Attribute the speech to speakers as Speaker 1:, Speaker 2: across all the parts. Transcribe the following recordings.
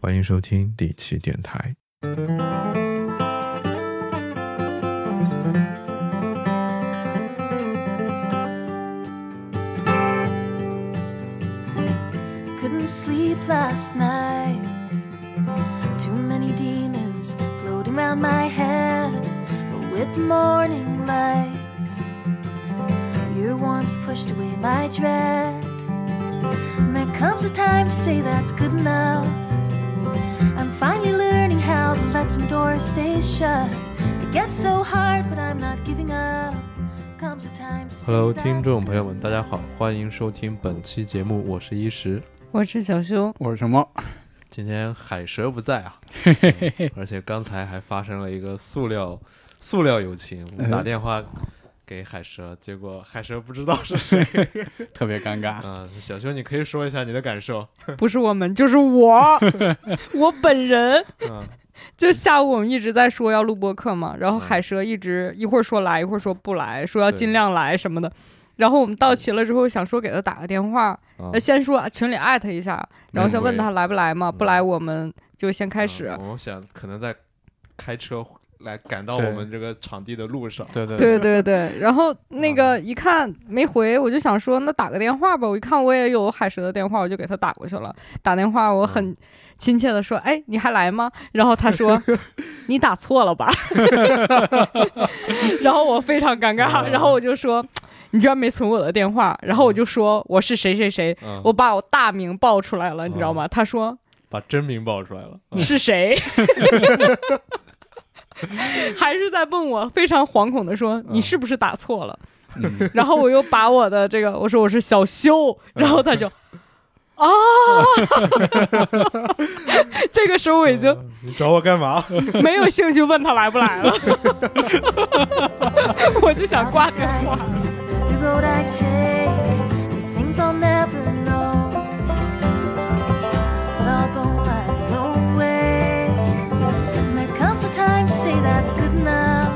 Speaker 1: 欢迎收听第七电台。
Speaker 2: Couldn't sleep last night. Too many demons floating round my head. But with the morning light, your warmth pushed away my dread. And there comes a time to say that's good enough. I'm finally learning how to let some doors stay shut. It gets so hard, but I'm not giving up. Comes a time to say
Speaker 1: Hello，
Speaker 2: that's
Speaker 1: 听众朋友
Speaker 2: good
Speaker 1: 们，大家好，欢迎收听本期节目，我是一石。
Speaker 3: 我是 小修，
Speaker 4: 我是熊 猫，
Speaker 1: 今天海蛇不在啊，嗯而且刚才还发生了一个塑料塑料友情，我打电话给海蛇，结果海蛇不知道是 谁。
Speaker 4: 特别尴尬。
Speaker 1: 嗯、小熊，你可以说一下你的感受。
Speaker 3: 不是我们就 是我，我本人。
Speaker 1: 嗯、
Speaker 3: 就下午我们一直在说要录播客嘛，然后
Speaker 1: 嗯
Speaker 3: 海蛇一直一会儿说来，一会儿说不来，说要
Speaker 1: 对
Speaker 3: 尽量来什么的。然后我们到齐了之后，想说给他打个电话，
Speaker 1: 嗯
Speaker 3: 呃，先说群里艾特一下，然后先问他来不来嘛，
Speaker 1: 嗯
Speaker 3: 不来我们就先开始。啊
Speaker 1: 嗯我想可能在开车来赶到
Speaker 4: 对
Speaker 1: 我们这个场地的路上。
Speaker 4: 嗯对对
Speaker 3: 对对嗯对，然后那个一看没回，我就想说那打个电话吧。我一看我也有海蛇的电话，我就给他打过去了。打电话我很亲切的说：“哎，你还来吗？”然后他 说：“你打错了吧？” 然后我非常尴尬， 然后我就说：“你居然没存我的电话。”然后我就说：“我是谁谁谁。”
Speaker 1: 嗯，
Speaker 3: 我把我大名报出来了，你知道吗？他说
Speaker 1: 把真名报出来了。嗯
Speaker 3: 是谁？还是在问我，非常惶恐的说：“你是不是打错了？”
Speaker 4: 嗯
Speaker 3: 然后我又把我的这个，我说我是小修，然后他就，啊， 这个时候我已经
Speaker 1: 你找我干嘛？
Speaker 3: 没有兴趣问他来不来了， 我就想挂电话。
Speaker 2: The road I take, there's things I'll never know. But I'll go my own way. And there comes a time to say that's good enough.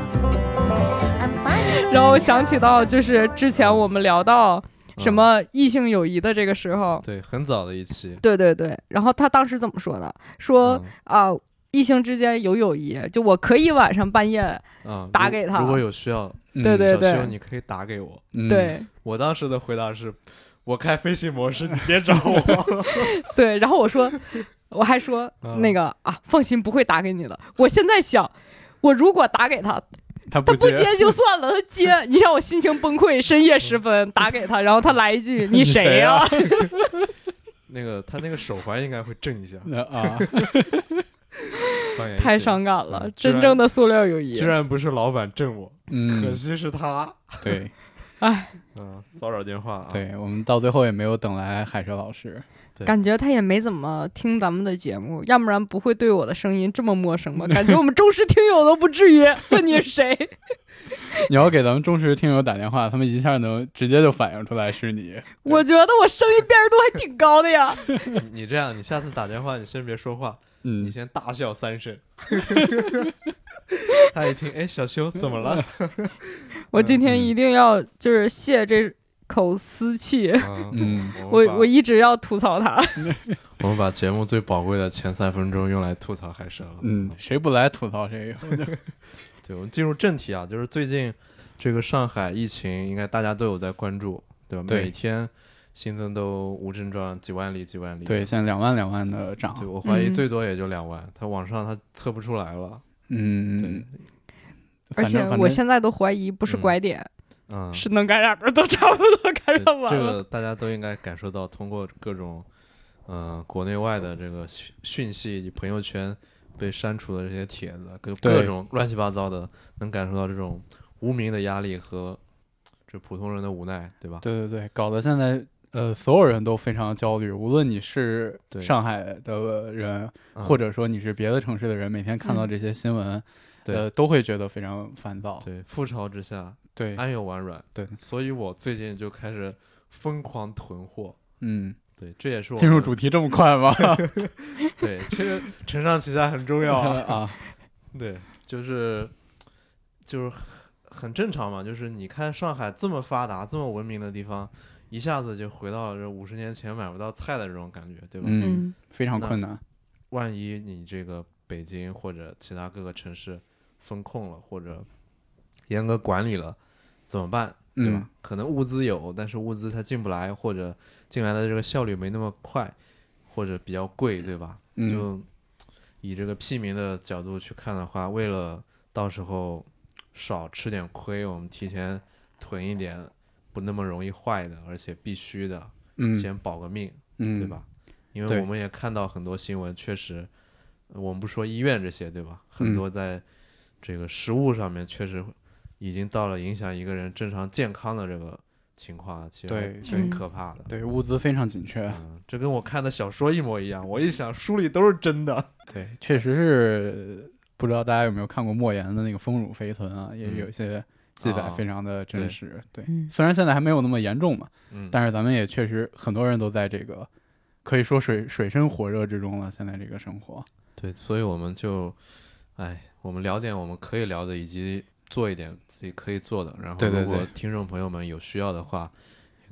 Speaker 2: I'm finally
Speaker 3: 然后我想起到就是之前我们聊到什么异性友谊的这个时候，
Speaker 1: 对，很早的一期。
Speaker 3: 对对对，然后他当时怎么说的？说
Speaker 1: 嗯
Speaker 3: 啊、异性之间有友谊，就我可以晚上半夜，
Speaker 1: 嗯，
Speaker 3: 打
Speaker 1: 如
Speaker 3: 给他
Speaker 1: 如果有需要，
Speaker 4: 嗯
Speaker 3: 对对
Speaker 1: 小修你可以打给我。
Speaker 4: 嗯
Speaker 3: 对
Speaker 1: 我当时的回答是，我开飞行模式，你别找我。
Speaker 3: 对，然后我说，我还说
Speaker 1: 嗯
Speaker 3: 那个啊，放心，不会打给你的。我现在想，我如果打给他，
Speaker 4: 他
Speaker 3: 他
Speaker 4: 不
Speaker 3: 不接就算了，他接，你让我心情崩溃，深夜时分打给他，然后他来一句你谁呀、
Speaker 1: 那个他那个手环应该会震一下，
Speaker 4: 呃啊，
Speaker 1: 扮演一
Speaker 3: 太
Speaker 1: 些。
Speaker 3: 伤感了
Speaker 1: 嗯，居然
Speaker 3: 真正的塑料友谊
Speaker 1: 居。然不是老板震我，可
Speaker 4: 嗯，
Speaker 1: 惜是他。
Speaker 4: 对
Speaker 1: 嗯，骚扰电话啊。
Speaker 4: 对，我们到最后也没有等来海蛇老师，
Speaker 3: 感觉他也没怎么听咱们的节目，要不然不会对我的声音这么陌生吧？感觉我们忠实听友都不至于问你是谁。
Speaker 4: 你要给咱们忠实听友打电话，他们一下能直接就反映出来是你。
Speaker 3: 我觉得我声音辨识度还挺高的呀。
Speaker 1: 你你这样，你下次打电话，你先别说话，你
Speaker 4: 嗯，
Speaker 1: 先大笑三声。 他一听，哎，小修怎么了？
Speaker 3: 我今天一定要就是泄这口私气，
Speaker 4: 嗯，
Speaker 3: 我
Speaker 1: 把
Speaker 3: 我一直要吐槽他。
Speaker 1: 我们把节目最宝贵的前三分钟用来吐槽海神了。
Speaker 4: 嗯，谁不来吐槽谁。
Speaker 1: 对，我们进入正题啊，就是最近这个上海疫情，应该大家都有在关注，对吧？
Speaker 4: 对
Speaker 1: 每天新增都无症状几万例，几万例。
Speaker 4: 对，现在两万两万的涨
Speaker 1: 对，。我怀疑
Speaker 3: 嗯
Speaker 1: 最多也就两万，它往上它测不出来了。
Speaker 4: 嗯，
Speaker 3: 而
Speaker 4: 反
Speaker 3: 且
Speaker 4: 正反
Speaker 3: 我
Speaker 4: 正
Speaker 3: 现在都怀疑不是
Speaker 1: 嗯
Speaker 3: 拐点，
Speaker 1: 嗯，
Speaker 3: 是能感染的都差不多感
Speaker 1: 对
Speaker 3: 染完
Speaker 1: 这个
Speaker 3: 了。
Speaker 1: 大家都应该感受到，通过各种嗯、呃国内外的这个讯讯息以及朋友圈被删除的这些帖子，各
Speaker 4: 对
Speaker 1: 各种乱七八糟的，能感受到这种无名的压力和这普通人的无奈，对吧？
Speaker 4: 对对对，搞得现在呃所有人都非常焦虑，无论你是
Speaker 1: 对
Speaker 4: 上海的人，
Speaker 1: 嗯
Speaker 4: 或者说你是别的城市的人，每天看到这些新闻，
Speaker 1: 对
Speaker 4: 呃，都会觉得非常烦躁。
Speaker 1: 对覆巢之下，
Speaker 4: 对，
Speaker 1: 安有完卵。
Speaker 4: 对
Speaker 1: 所以我最近就开始疯狂囤货。
Speaker 4: 嗯，
Speaker 1: 对，这也是我
Speaker 4: 进入
Speaker 1: 们
Speaker 4: 主题这么 快吗？
Speaker 1: 对这个承上启下很重要 啊。
Speaker 4: 啊，
Speaker 1: 对，就是就是很很正常嘛，就是你看上海这么发达、这么文明的地方，一下子就回到了这五十年前买不到菜的这种感觉，对吧？
Speaker 4: 嗯，
Speaker 3: 嗯，
Speaker 4: 非常困难。
Speaker 1: 万一你这个北京或者其他各个城市封控了，或者严格管理了，怎么办？对吧？
Speaker 4: 嗯
Speaker 1: 可能物资有，但是物资它进不来，或者进来的这个效率没那么快，或者比较贵，对吧？
Speaker 4: 嗯
Speaker 1: 就以这个屁民的角度去看的话，为了到时候少吃点亏，我们提前囤一点不那么容易坏的，而且必须的，
Speaker 4: 嗯
Speaker 1: 先保个命，
Speaker 4: 嗯，
Speaker 1: 对？吧？因为
Speaker 4: 对
Speaker 1: 我们也看到很多新闻，确实，呃我们不说医院这些，对吧？很
Speaker 4: 嗯
Speaker 1: 多在这个食物上面，确实已经到了影响一个人正常健康的这个情况了，其实还
Speaker 4: 对
Speaker 1: 挺
Speaker 3: 对
Speaker 1: 可怕的。
Speaker 4: 对，物资非常紧缺。
Speaker 1: 嗯，这跟我看的小说一模一样。我一想，书里都是真的。
Speaker 4: 对，确实是不知道大家有没有看过莫言的那个《丰乳肥臀》啊，也
Speaker 1: 嗯
Speaker 4: 有一些记载
Speaker 1: 啊
Speaker 4: 非常的真
Speaker 1: 对
Speaker 4: 实。对，
Speaker 3: 嗯
Speaker 4: 虽然现在还没有那么严重嘛，
Speaker 1: 嗯，
Speaker 4: 但是咱们也确实很多人都在这个可以说水水深火热之中了。现在这个生活，
Speaker 1: 对，所以我们就，哎，我们聊点我们可以聊的，以及做一点自己可以做的。然后，
Speaker 4: 对对
Speaker 1: 如果
Speaker 4: 对
Speaker 1: 听众朋友们有需要的话，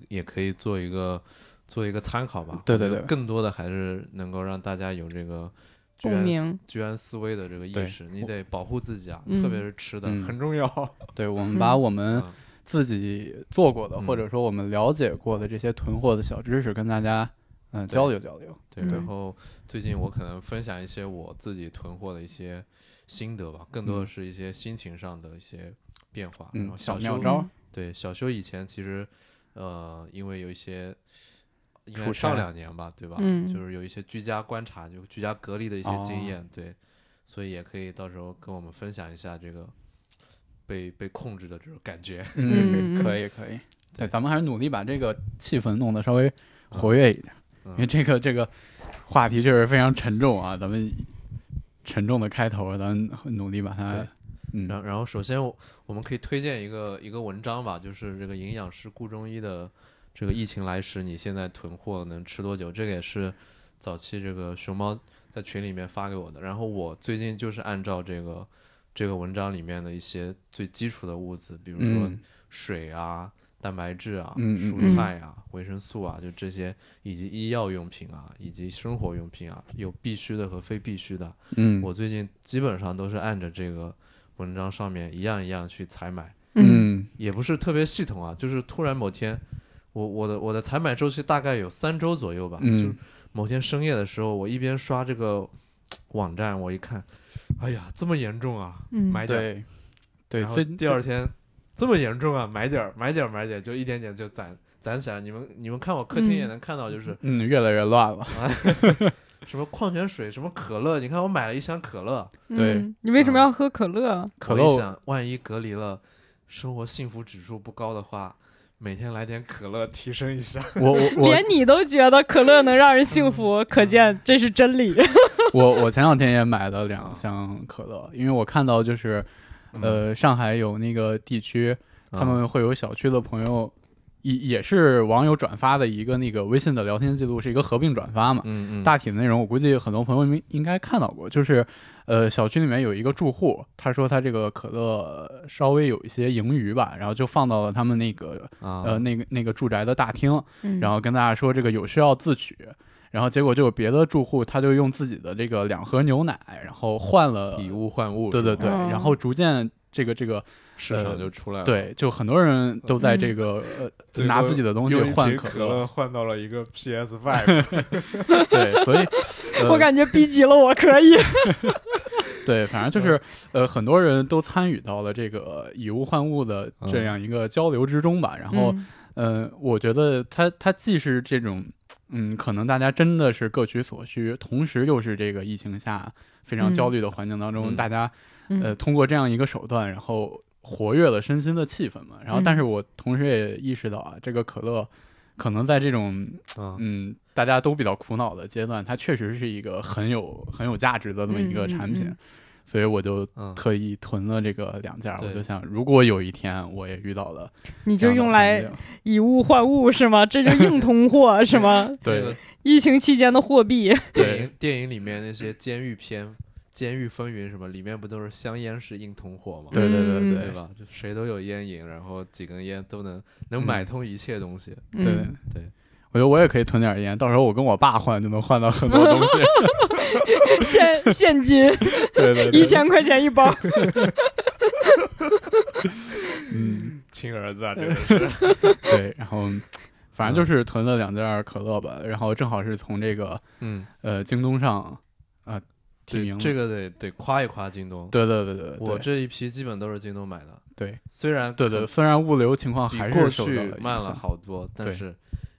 Speaker 1: 也可以做一个做一个参考吧。
Speaker 4: 对
Speaker 1: 我觉
Speaker 4: 对
Speaker 1: 得
Speaker 4: 对
Speaker 1: 更多的还是能够让大家有这个居
Speaker 3: 共
Speaker 1: 安
Speaker 3: 鸣
Speaker 1: 思居安思危的这个意
Speaker 4: 对
Speaker 1: 识。你
Speaker 4: 我
Speaker 1: 得保护自己啊，
Speaker 3: 嗯
Speaker 1: 特别是吃的、
Speaker 4: 嗯
Speaker 1: 很重要。
Speaker 4: 对我们把
Speaker 3: 嗯
Speaker 4: 我们
Speaker 1: 嗯
Speaker 4: 自己做过的，
Speaker 1: 嗯
Speaker 4: 或者说我们了解过的这些囤货的小知识，跟大家嗯、呃
Speaker 1: 对
Speaker 4: 交流交流。
Speaker 1: 对，
Speaker 3: 嗯
Speaker 1: 然后最近我可能分享一些我自己囤货的一些心得吧，更多的
Speaker 4: 嗯
Speaker 1: 是一些心情上的一些变化。然
Speaker 4: 嗯
Speaker 1: 后，
Speaker 4: 小
Speaker 1: 时候
Speaker 4: 妙招，
Speaker 1: 对，小修以前其实，呃，因为有一些，应该
Speaker 4: 出
Speaker 1: 上
Speaker 4: 差
Speaker 1: 两年吧，对吧？
Speaker 3: 嗯
Speaker 1: 就是有一些居家观察，就居家隔离的一些
Speaker 4: 哦
Speaker 1: 经验，对，所以也可以到时候跟我们分享一下这个被被控制的这种感觉。
Speaker 3: 嗯
Speaker 4: 可以可以。
Speaker 1: 对
Speaker 4: 对，咱们还是努力把这个气氛弄得稍微活跃一点，
Speaker 1: 嗯
Speaker 4: 因为这个这个话题确实非常沉重啊。咱们沉重的开头，咱们努力把它
Speaker 1: 对，然
Speaker 4: 嗯
Speaker 1: 后，然后首先我我们可以推荐一个一个文章吧，就是这个营养师顾中医的这个疫情来时，你现在囤货能吃多久？这个也是早期这个熊猫在群里面发给我的。然后我最近就是按照这个这个文章里面的一些最基础的物资，比如说
Speaker 4: 嗯
Speaker 1: 水啊、蛋白质啊、
Speaker 4: 嗯嗯
Speaker 1: 蔬
Speaker 3: 嗯
Speaker 1: 菜啊、维生素啊，就这些，以及医药用品啊，以及生活用品啊，有必须的和非必须的。
Speaker 4: 嗯
Speaker 1: 我最近基本上都是按着这个文章上面一样一样去采买，
Speaker 3: 嗯
Speaker 4: 嗯
Speaker 1: 也不是特别系统啊，就是突然某天，我我的我的采买周期大概有三周左右吧，
Speaker 4: 嗯
Speaker 1: 就某天深夜的时候，我一边刷这个网站，我一看，哎呀，这么严重啊，
Speaker 3: 嗯
Speaker 1: 买点儿，
Speaker 4: 对对，
Speaker 1: 然后
Speaker 4: 最
Speaker 1: 第二天这么严重啊，买点儿买点儿买点儿，就一点点就攒攒起来。你们你们看我客厅也
Speaker 3: 嗯
Speaker 1: 能看到，就是
Speaker 4: 嗯越来越乱了，
Speaker 1: 什么矿泉水，什么可乐，你看我买了一箱可乐，
Speaker 4: 对
Speaker 3: 嗯你为什么要喝可乐？
Speaker 4: 可
Speaker 1: 我一
Speaker 4: 乐
Speaker 1: 想，万一隔离了，生活幸福指数不高的话，每天来点可乐提升一下。
Speaker 4: 我我嗯我
Speaker 3: 连你都觉得可乐能让人幸福，可见这是真理。
Speaker 4: 我我前两天也买了两箱可乐，因为我看到就是
Speaker 1: 嗯
Speaker 4: 呃上海有那个地区 他
Speaker 1: 啊
Speaker 4: 们会有小区的朋友。也也是网友转发的一个那个微信的聊天记录，是一个合并转发嘛，
Speaker 1: 嗯嗯
Speaker 4: 大体的内容，我估计很多朋友应应该看到过，就是，呃，小区里面有一个住户，他说他这个可乐稍微有一些盈余吧，然后就放到了他们那个
Speaker 1: 啊
Speaker 4: 呃那个那个住宅的大厅，
Speaker 3: 嗯
Speaker 4: 然后跟大家说这个有需要自取，然后结果就有别的住户他就用自己的这个两盒牛奶，然后换了
Speaker 1: 以物换物，
Speaker 4: 对对
Speaker 1: 是吧
Speaker 4: 对，
Speaker 3: 哦
Speaker 4: 然后逐渐这个这个
Speaker 1: 市场就出来了。，
Speaker 4: 对，就很多人都在这个呃
Speaker 1: 最
Speaker 4: 拿
Speaker 1: 后
Speaker 4: 自己的东西
Speaker 1: 用一
Speaker 4: 换
Speaker 1: 瓶
Speaker 4: 可
Speaker 1: 可
Speaker 4: 乐，
Speaker 1: 乐换到了一个 PS Five，
Speaker 4: 对， 所以
Speaker 3: 我
Speaker 4: 呃
Speaker 3: 感觉逼急了，我可以。
Speaker 4: 对，反正就是呃，很多人都参与到了这个以物换物的
Speaker 1: 嗯
Speaker 4: 这样一个交流之中吧。然
Speaker 3: 嗯
Speaker 4: 后，呃，我觉得它它既是这种，嗯，可能大家真的是各取所需，同时又是这个疫情下非常焦虑的环境当中，
Speaker 1: 嗯
Speaker 4: 大家
Speaker 3: 嗯
Speaker 4: 呃通过这样一个手段，然后活跃了身心的气氛嘛。然后，
Speaker 3: 嗯
Speaker 4: 但是我同时也意识到啊，这个可乐可能在这种
Speaker 1: 嗯，
Speaker 4: 嗯，大家都比较苦恼的阶段，它确实是一个很有很有价值的这么一个
Speaker 3: 嗯嗯
Speaker 4: 产品，
Speaker 3: 嗯
Speaker 4: 所以我就
Speaker 1: 嗯
Speaker 4: 特意囤了这个两件儿。
Speaker 1: 对
Speaker 4: 我就想，如果有一天啊我也遇到了
Speaker 3: 你
Speaker 4: 这
Speaker 3: 就
Speaker 4: 样的
Speaker 3: 用
Speaker 4: 环
Speaker 3: 来
Speaker 4: 境
Speaker 3: 以物换物是吗？这就硬通货是吗？
Speaker 1: 那
Speaker 4: 对
Speaker 1: 个
Speaker 3: 疫情期间的货币，
Speaker 1: 电
Speaker 4: 对
Speaker 1: 影电影里面那些监狱片《监狱风云》什么，里面不都是香烟是硬通货吗？
Speaker 4: 对对对
Speaker 3: 嗯
Speaker 4: 对
Speaker 1: 对吧？就
Speaker 4: 嗯
Speaker 1: 谁都有烟瘾，然后几根烟都能能买通一切东西。
Speaker 4: 对
Speaker 3: 嗯
Speaker 1: 对，
Speaker 4: 我觉得我也可以囤点烟，到时候我跟我爸换就能换到很多东西。
Speaker 3: 现现金
Speaker 4: 对对对，
Speaker 3: 一千块钱一包，
Speaker 4: 嗯，
Speaker 1: 亲儿子啊，真的是。
Speaker 4: 对，然后反
Speaker 1: 嗯
Speaker 4: 正就是囤了两件可乐吧，然后正好是从这个
Speaker 1: 嗯，
Speaker 4: 呃京东上啊、
Speaker 1: 这
Speaker 4: 订名
Speaker 1: 这
Speaker 4: 个，
Speaker 1: 个得得夸一夸京东。
Speaker 4: 对对对对，对
Speaker 1: 我这一批基本都是京东买的，
Speaker 4: 对
Speaker 1: 虽然
Speaker 4: 对对，虽然物流情况
Speaker 1: 比
Speaker 4: 还
Speaker 1: 过
Speaker 4: 是受到
Speaker 1: 去
Speaker 4: 了影
Speaker 1: 慢了
Speaker 4: 响
Speaker 1: 好多，但
Speaker 4: 对
Speaker 1: 是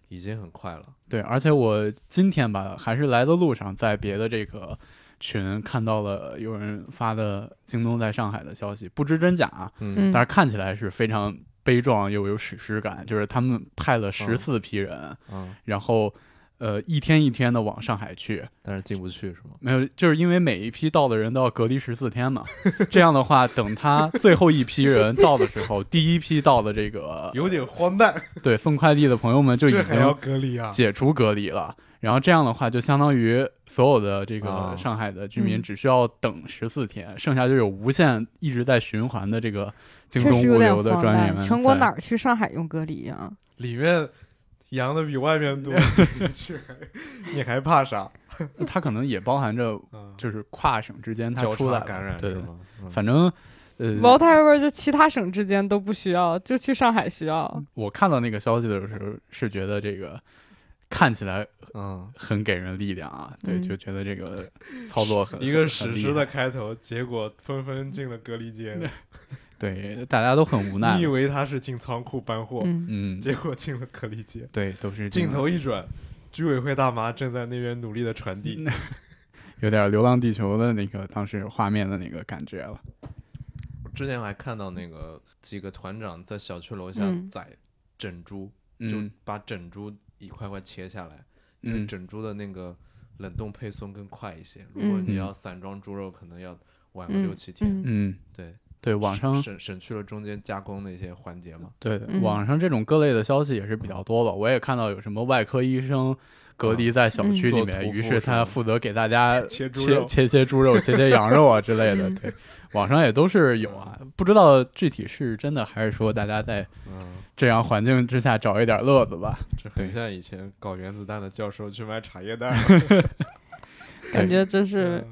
Speaker 1: 已经很快了。
Speaker 4: 对，而且我今天吧，还是来的路上，在别的这个群看到了有人发的京东在上海的消息，不知真假啊，
Speaker 1: 嗯
Speaker 3: 嗯
Speaker 4: 但是看起来是非常悲壮又有史诗感，就是他们派了
Speaker 3: 哦
Speaker 4: 十四批人，
Speaker 1: 嗯，
Speaker 4: 然后呃一天一天的往上海去，
Speaker 1: 但是进不去是吗？
Speaker 4: 没有，就是因为每一批到的人都要隔离十四天 嘛，这样的话，等他最后一批人到的时候，第一批到的这个
Speaker 5: 有点荒诞，
Speaker 4: 对送快递的朋友们就已
Speaker 5: 这
Speaker 4: 经
Speaker 5: 还
Speaker 1: 嗯
Speaker 5: 要隔离啊？
Speaker 4: 解除隔离了。然后这样的话，就相当于所有的这
Speaker 1: 啊
Speaker 4: 个上海的居
Speaker 3: 嗯
Speaker 4: 民只需要等十四天，剩下就有无限一直在循环的这个京
Speaker 3: 确
Speaker 4: 东
Speaker 3: 实
Speaker 4: 物
Speaker 3: 有点
Speaker 4: 流的
Speaker 3: 荒
Speaker 4: 专业
Speaker 3: 诞。
Speaker 4: 们。
Speaker 3: 全国哪？儿去上海用隔离啊？
Speaker 5: 里面阳的比外面多， 你去还你还怕啥？
Speaker 4: 它可能也包含着
Speaker 5: 啊
Speaker 4: 就是跨省之间它
Speaker 1: 交
Speaker 4: 出
Speaker 1: 叉
Speaker 4: 来
Speaker 1: 感
Speaker 4: 了
Speaker 1: 染
Speaker 4: 对
Speaker 1: 是，吗？嗯
Speaker 4: 反正呃，
Speaker 3: whatever，就其他省之间都不需要，就去上海需要。
Speaker 4: 我看到那个消息的时候是觉得这个看起来
Speaker 1: 嗯，
Speaker 4: 很给人力量啊，对，
Speaker 3: 嗯
Speaker 4: 就觉得这个操 作很
Speaker 5: 一个
Speaker 4: 很
Speaker 5: 史
Speaker 4: 很厉
Speaker 5: 诗
Speaker 4: 害
Speaker 5: 的开头，结果纷纷进了隔离间。
Speaker 4: 对，大家都很无奈
Speaker 5: 你以，为他是进仓库搬货，
Speaker 3: 嗯，
Speaker 4: 嗯，
Speaker 5: 结果进了隔离间。
Speaker 4: 对，都是这
Speaker 5: 镜
Speaker 4: 样
Speaker 5: 头一转，居委会大妈正在那边努力的传递。
Speaker 3: 嗯
Speaker 4: 有点《流浪地球》的那个当时画面的那个感觉了。
Speaker 1: 之前我还看到那个几个团长在小区楼下
Speaker 3: 嗯
Speaker 1: 宰整猪，就
Speaker 4: 嗯
Speaker 1: 把整猪一块块切下来，因为
Speaker 4: 嗯，
Speaker 1: 整猪的那个冷冻配送更快一些。如果
Speaker 3: 嗯
Speaker 1: 你要散装猪肉，可能要晚个六
Speaker 3: 嗯
Speaker 1: 七天。
Speaker 3: 嗯
Speaker 4: 嗯，
Speaker 1: 对，
Speaker 4: 对，网上
Speaker 1: 省省去了中间加工的一些环节嘛。
Speaker 4: 对的
Speaker 3: 嗯
Speaker 4: 网上这种各类的消息也是比较多吧。我也看到有什么外科医生隔离在小区里
Speaker 1: 嗯
Speaker 4: 面，
Speaker 1: 做
Speaker 4: 于
Speaker 1: 屠夫
Speaker 4: 是
Speaker 1: 是吧
Speaker 4: 他负责给 大家
Speaker 5: 切猪
Speaker 4: 切
Speaker 5: 肉
Speaker 4: 切切猪肉、切切羊肉啊之类的。
Speaker 3: 嗯
Speaker 4: 对，网上也都是有啊，不知道具体是真的还是说大家在
Speaker 1: 嗯，
Speaker 4: 这样环境之下找一点乐子 吧。
Speaker 5: 这很像以前搞原子弹的教授去买茶叶 蛋。
Speaker 3: 感觉真是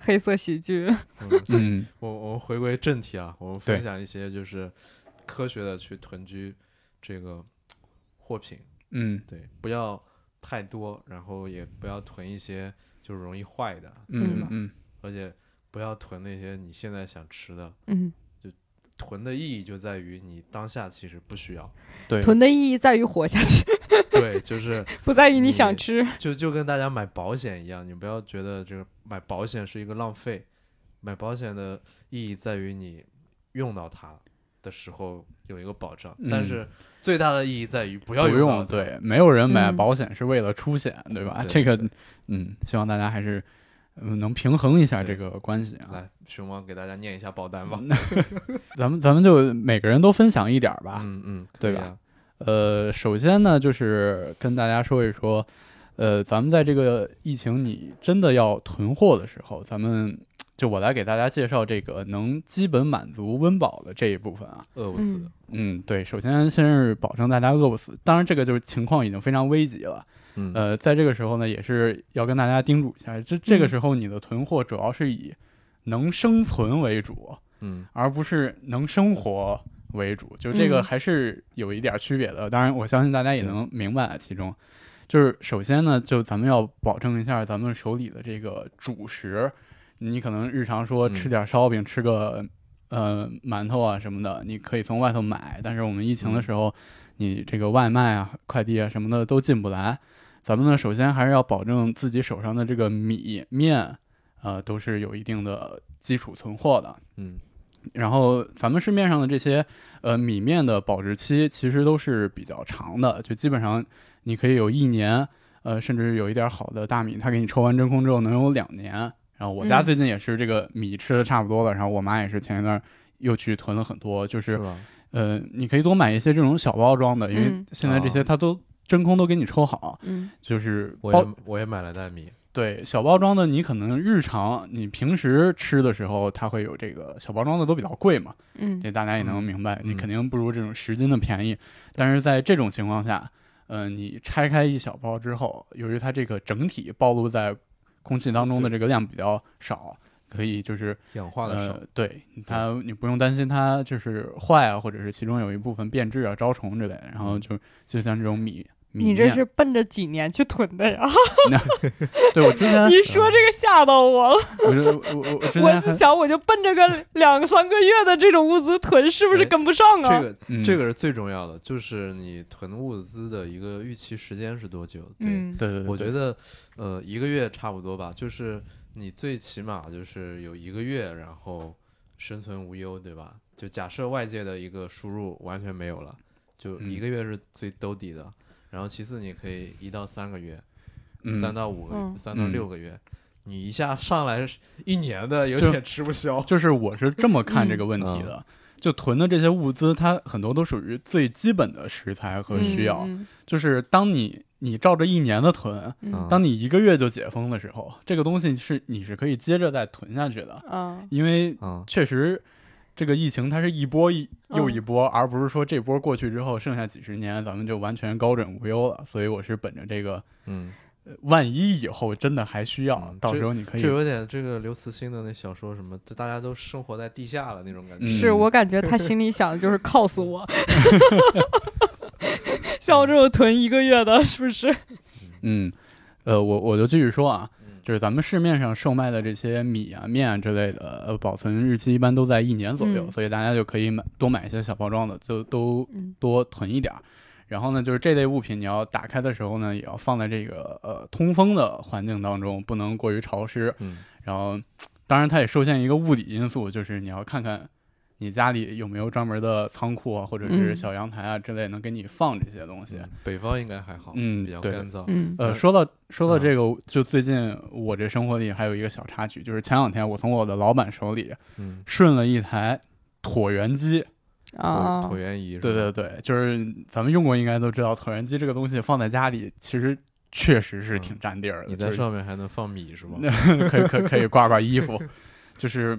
Speaker 3: 黑色喜剧。
Speaker 1: 嗯
Speaker 4: 嗯，
Speaker 1: 我我们回归正题啊，我们
Speaker 4: 对
Speaker 1: 分享一些就是科学的去囤积这个货品。
Speaker 4: 嗯
Speaker 1: 对，不要太多，然后也不要囤一些就是容易坏的，对
Speaker 4: 嗯
Speaker 1: 吧？
Speaker 4: 嗯
Speaker 1: 而且不要囤那些你现在想吃的，
Speaker 3: 嗯，
Speaker 1: 囤的意义就在于你当下其实不需要。
Speaker 4: 对
Speaker 3: 囤的意义在于活下去，
Speaker 1: 对，就是
Speaker 3: 不在于你
Speaker 1: 你
Speaker 3: 想吃。
Speaker 1: 就就跟大家买保险一样，你不要觉得这个买保险是一个浪费，买保险的意义在于你用到它的时候有一个保障，但
Speaker 4: 嗯
Speaker 1: 是最大的意义在于不要
Speaker 4: 不
Speaker 1: 用到
Speaker 4: 用，
Speaker 1: 它
Speaker 4: 对，没有人买
Speaker 3: 嗯
Speaker 4: 保险是为了出险，对吧？
Speaker 1: 对
Speaker 4: 这个
Speaker 1: 对，
Speaker 4: 嗯，希望大家还是，嗯，能平衡一下这个关系啊。
Speaker 1: 来，熊猫给大家念一下保单
Speaker 4: 嗯
Speaker 1: 吧。
Speaker 4: 咱们咱们就每个人都分享一点儿吧。
Speaker 1: 嗯嗯，可
Speaker 4: 对
Speaker 1: 以
Speaker 4: 吧
Speaker 1: 啊？
Speaker 4: 呃，首先呢，就是跟大家说一说，呃，咱们在这个疫情你真的要囤货的时候，咱们就我来给大家介绍这个能基本满足温饱的这一部分啊。
Speaker 1: 饿不死
Speaker 3: 嗯
Speaker 1: 的。
Speaker 4: 嗯，对，首先先是保证大家饿不死，当然这个就是情况已经非常危急了。
Speaker 1: 嗯
Speaker 4: 呃，在这个时候呢，也是要跟大家叮嘱一下，这这个
Speaker 3: 嗯
Speaker 4: 时候你的囤货主要是以能生存为主，
Speaker 1: 嗯
Speaker 4: 而不是能生活为主，就这个
Speaker 3: 嗯
Speaker 4: 还是有一点区别的。当然，我相信大家也
Speaker 1: 对
Speaker 4: 能明白啊其中。就是首先呢，就咱们要保证一下咱们手里的这个主食，你可能日常说
Speaker 1: 嗯
Speaker 4: 吃点烧饼，吃个呃馒头啊什么的，你可以从外头买。但是我们疫情的
Speaker 1: 嗯
Speaker 4: 时候，你这个外卖啊、快递啊什么的都进不来。咱们呢，首先还是要保证自己手上的这个米面，呃，都是有一定的基础存货的。
Speaker 1: 嗯
Speaker 4: 然后咱们市面上的这些呃米面的保质期其实都是比较长的，就基本上你可以有一年，呃，甚至有一点好的大米，它给你抽完真空之后能有两年。然后我家
Speaker 3: 嗯
Speaker 4: 最近也是这个米吃的差不多了，然后我妈也是前一段又去囤了很多，就是
Speaker 1: 吧？
Speaker 4: 呃，你可以多买一些这种小包装的，因为
Speaker 3: 嗯
Speaker 4: 现在这
Speaker 1: 啊
Speaker 4: 些它都真空都给你抽好，
Speaker 3: 嗯
Speaker 4: 就是
Speaker 1: 我
Speaker 4: 包
Speaker 1: 也我也买了袋米，
Speaker 4: 对，小包装的你可能日常你平时吃的时候，它会有这个小包装的都比较贵嘛，
Speaker 3: 嗯
Speaker 4: 这大家也能
Speaker 1: 嗯
Speaker 4: 明白，你
Speaker 1: 嗯
Speaker 4: 肯定不如这种十斤的便宜。但是在这种情况下，呃，你拆开一小包之后，由于它这个整体暴露在空气当中的这个量比较少，可以就是
Speaker 1: 氧化的少
Speaker 4: 呃，对它你不用担心它就是坏啊，或者是其中有一部分变质啊、招虫之类的。然
Speaker 1: 嗯
Speaker 4: 后就就像这种米。米
Speaker 3: 你这
Speaker 4: 面
Speaker 3: 是奔着几年去囤的呀？
Speaker 4: 对我之前，
Speaker 3: 你说这个吓到我了，
Speaker 4: 我就我我我之
Speaker 3: 我
Speaker 4: 前
Speaker 3: 是
Speaker 4: 还
Speaker 3: 想我就奔着个两三个月的这种物资囤，是不是
Speaker 1: 哎
Speaker 3: 跟不上啊？
Speaker 1: 这个
Speaker 4: 嗯
Speaker 1: 这个是最重要的，就是你囤物资的一个预期时间是多久？对，
Speaker 3: 嗯，
Speaker 4: 对对对，
Speaker 1: 我觉
Speaker 4: 得
Speaker 1: 得呃一个月差不多吧，就是你最起码就是有一个月，然后生存无忧，对吧？就假设外界的一个输入完全没有了，就一
Speaker 4: 嗯
Speaker 1: 个月是最兜底的。然后其次你可以一到三个月，三到五个、
Speaker 3: 嗯
Speaker 1: 三到
Speaker 4: 嗯
Speaker 1: 六个月，你一下上来是一年的有
Speaker 4: 就
Speaker 1: 点吃不 消。
Speaker 4: 就是我是这么看这个问题的，就囤的这些物资，它很多都属于最基本的食材和需要。
Speaker 3: 嗯
Speaker 4: 就是当你你照着一年的囤，
Speaker 3: 嗯
Speaker 1: 嗯
Speaker 4: 当你一个月就解封的时候，这个东西是你是可以接着再囤下去的，
Speaker 3: 嗯
Speaker 4: 因为
Speaker 1: 嗯
Speaker 4: 确实。这个疫情它是一波一又一波，而不是说这波过去之后，剩下几十年咱们就完全高枕无忧了。所以我是本着这个，
Speaker 1: 嗯，
Speaker 4: 呃万一以后真的还需要，
Speaker 1: 嗯
Speaker 4: 到
Speaker 1: 这
Speaker 4: 时候你可
Speaker 1: 这
Speaker 4: 以
Speaker 1: 有点这个刘慈欣的那小说什么，大家都生活在地下了那种感觉。
Speaker 4: 嗯
Speaker 3: 是我感觉他心里想的就是 cos 我， 像我这种囤一个月的，是不是？
Speaker 4: 嗯，呃，我我就继续说啊
Speaker 1: 嗯，
Speaker 4: 就是咱们市面上售卖的这些米啊、面啊之类的，呃，保存日期一般都在一年左右，
Speaker 3: 嗯
Speaker 4: 所以大家就可以买多买一些小包装的，就都
Speaker 3: 嗯
Speaker 4: 多囤一点儿。然后呢，就是这类物品，你要打开的时候呢，也要放在这个呃通风的环境当中，不能过于潮湿。
Speaker 1: 嗯
Speaker 4: 然后，当然它也受限一个物理因素，就是你要看看你家里有没有专门的仓库啊，或者是
Speaker 3: 嗯
Speaker 4: 小阳台啊之类，能给你放这些东西。
Speaker 1: 嗯北方应该还好，
Speaker 4: 嗯
Speaker 1: 比较
Speaker 4: 对
Speaker 1: 干燥。
Speaker 3: 嗯
Speaker 4: 呃，
Speaker 1: 嗯
Speaker 4: 说到说到
Speaker 1: 嗯
Speaker 4: 这个，就最近我这生活里还有一个小插曲，就是前两天我从我的老板手里
Speaker 1: 嗯，
Speaker 4: 顺了一台椭圆机。
Speaker 3: 啊
Speaker 1: 椭，椭圆仪是吧，
Speaker 4: 对对对，就是咱们用过应该都知道，椭圆机这个东西放在家里其实确实是挺占地儿的。
Speaker 1: 嗯你
Speaker 4: 就
Speaker 1: 在
Speaker 4: 是
Speaker 1: 上面还能放 米是吗？
Speaker 4: 可以可以可以挂挂 衣服，就是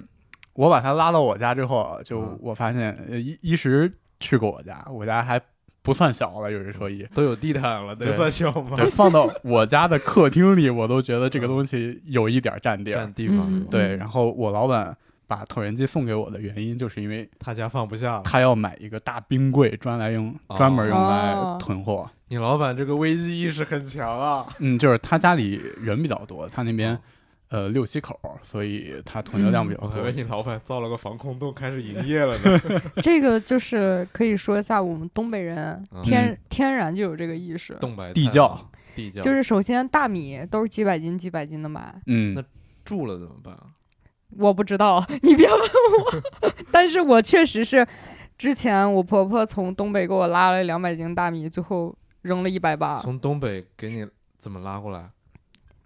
Speaker 4: 我把它拉到我家之后，啊就
Speaker 1: 嗯
Speaker 4: 我发现呃一一时去过我家，我家还不算小了，有一说一。
Speaker 1: 都有地毯了，
Speaker 4: 对
Speaker 1: 这算小吗？
Speaker 4: 就放到我家的客厅里，我都觉得这个东西有一点儿占地
Speaker 5: 啊
Speaker 4: 儿
Speaker 1: 占。地方是
Speaker 3: 嗯
Speaker 1: 吧？
Speaker 4: 对，
Speaker 3: 嗯
Speaker 4: 然后我老板把椭圆机送给我的原因，就是因为
Speaker 5: 他家放不下了。
Speaker 4: 他要买一个大冰柜，专来用，
Speaker 1: 哦
Speaker 4: 专门用
Speaker 3: 哦
Speaker 4: 来囤货。
Speaker 5: 你老板这个危机意识很强啊！
Speaker 4: 嗯，就是他家里人比较多，他那边呃六七口，所以他囤的量比较
Speaker 1: 嗯
Speaker 5: 我
Speaker 1: 哦
Speaker 5: 还
Speaker 4: 多。
Speaker 5: 为你老板造了个防空洞，开始营业了呢。
Speaker 3: 这个就是可以说一下我们东北人
Speaker 1: 嗯
Speaker 3: 天天然就有这个意识，
Speaker 1: 冻白菜
Speaker 4: 地窖，
Speaker 1: 地窖
Speaker 3: 就是首先大米都是几百斤几百斤的买，
Speaker 4: 嗯
Speaker 1: 那住了怎么办啊？
Speaker 3: 我不知道， 你别问我。 但是我确实是，之前我婆婆从东北给我拉了两百斤大米，最后扔了一百八，
Speaker 1: 从东北给你怎么拉过来？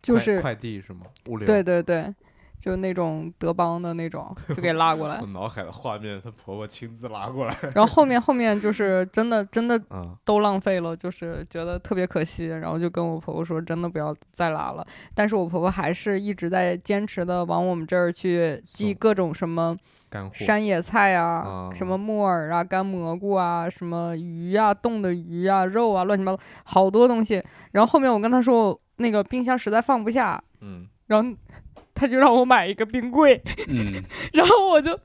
Speaker 3: 就
Speaker 1: 快
Speaker 3: 是
Speaker 1: 快递是吗？物流
Speaker 3: 对对对，就那种德邦的那种，就给拉过来
Speaker 5: 我。脑海的画面，她婆婆亲自拉过来，
Speaker 3: 然后后面后面就是真的真的
Speaker 1: 啊，
Speaker 3: 都浪费了，就是觉得特别可惜，然后就跟我婆婆说，真的不要再拉了。但是我婆婆还是一直在坚持的往我们这儿去寄
Speaker 1: 送
Speaker 3: 各种什么。
Speaker 1: 干货
Speaker 3: 山野菜啊，
Speaker 1: 啊
Speaker 3: 什么木耳啊、干蘑菇啊、什么鱼啊、冻的鱼啊、肉啊，乱七八糟好多东西。然后后面我跟他说，那个冰箱实在放不下，
Speaker 1: 嗯，
Speaker 3: 然后他就让我买一个冰柜，
Speaker 4: 嗯，
Speaker 3: 然后我就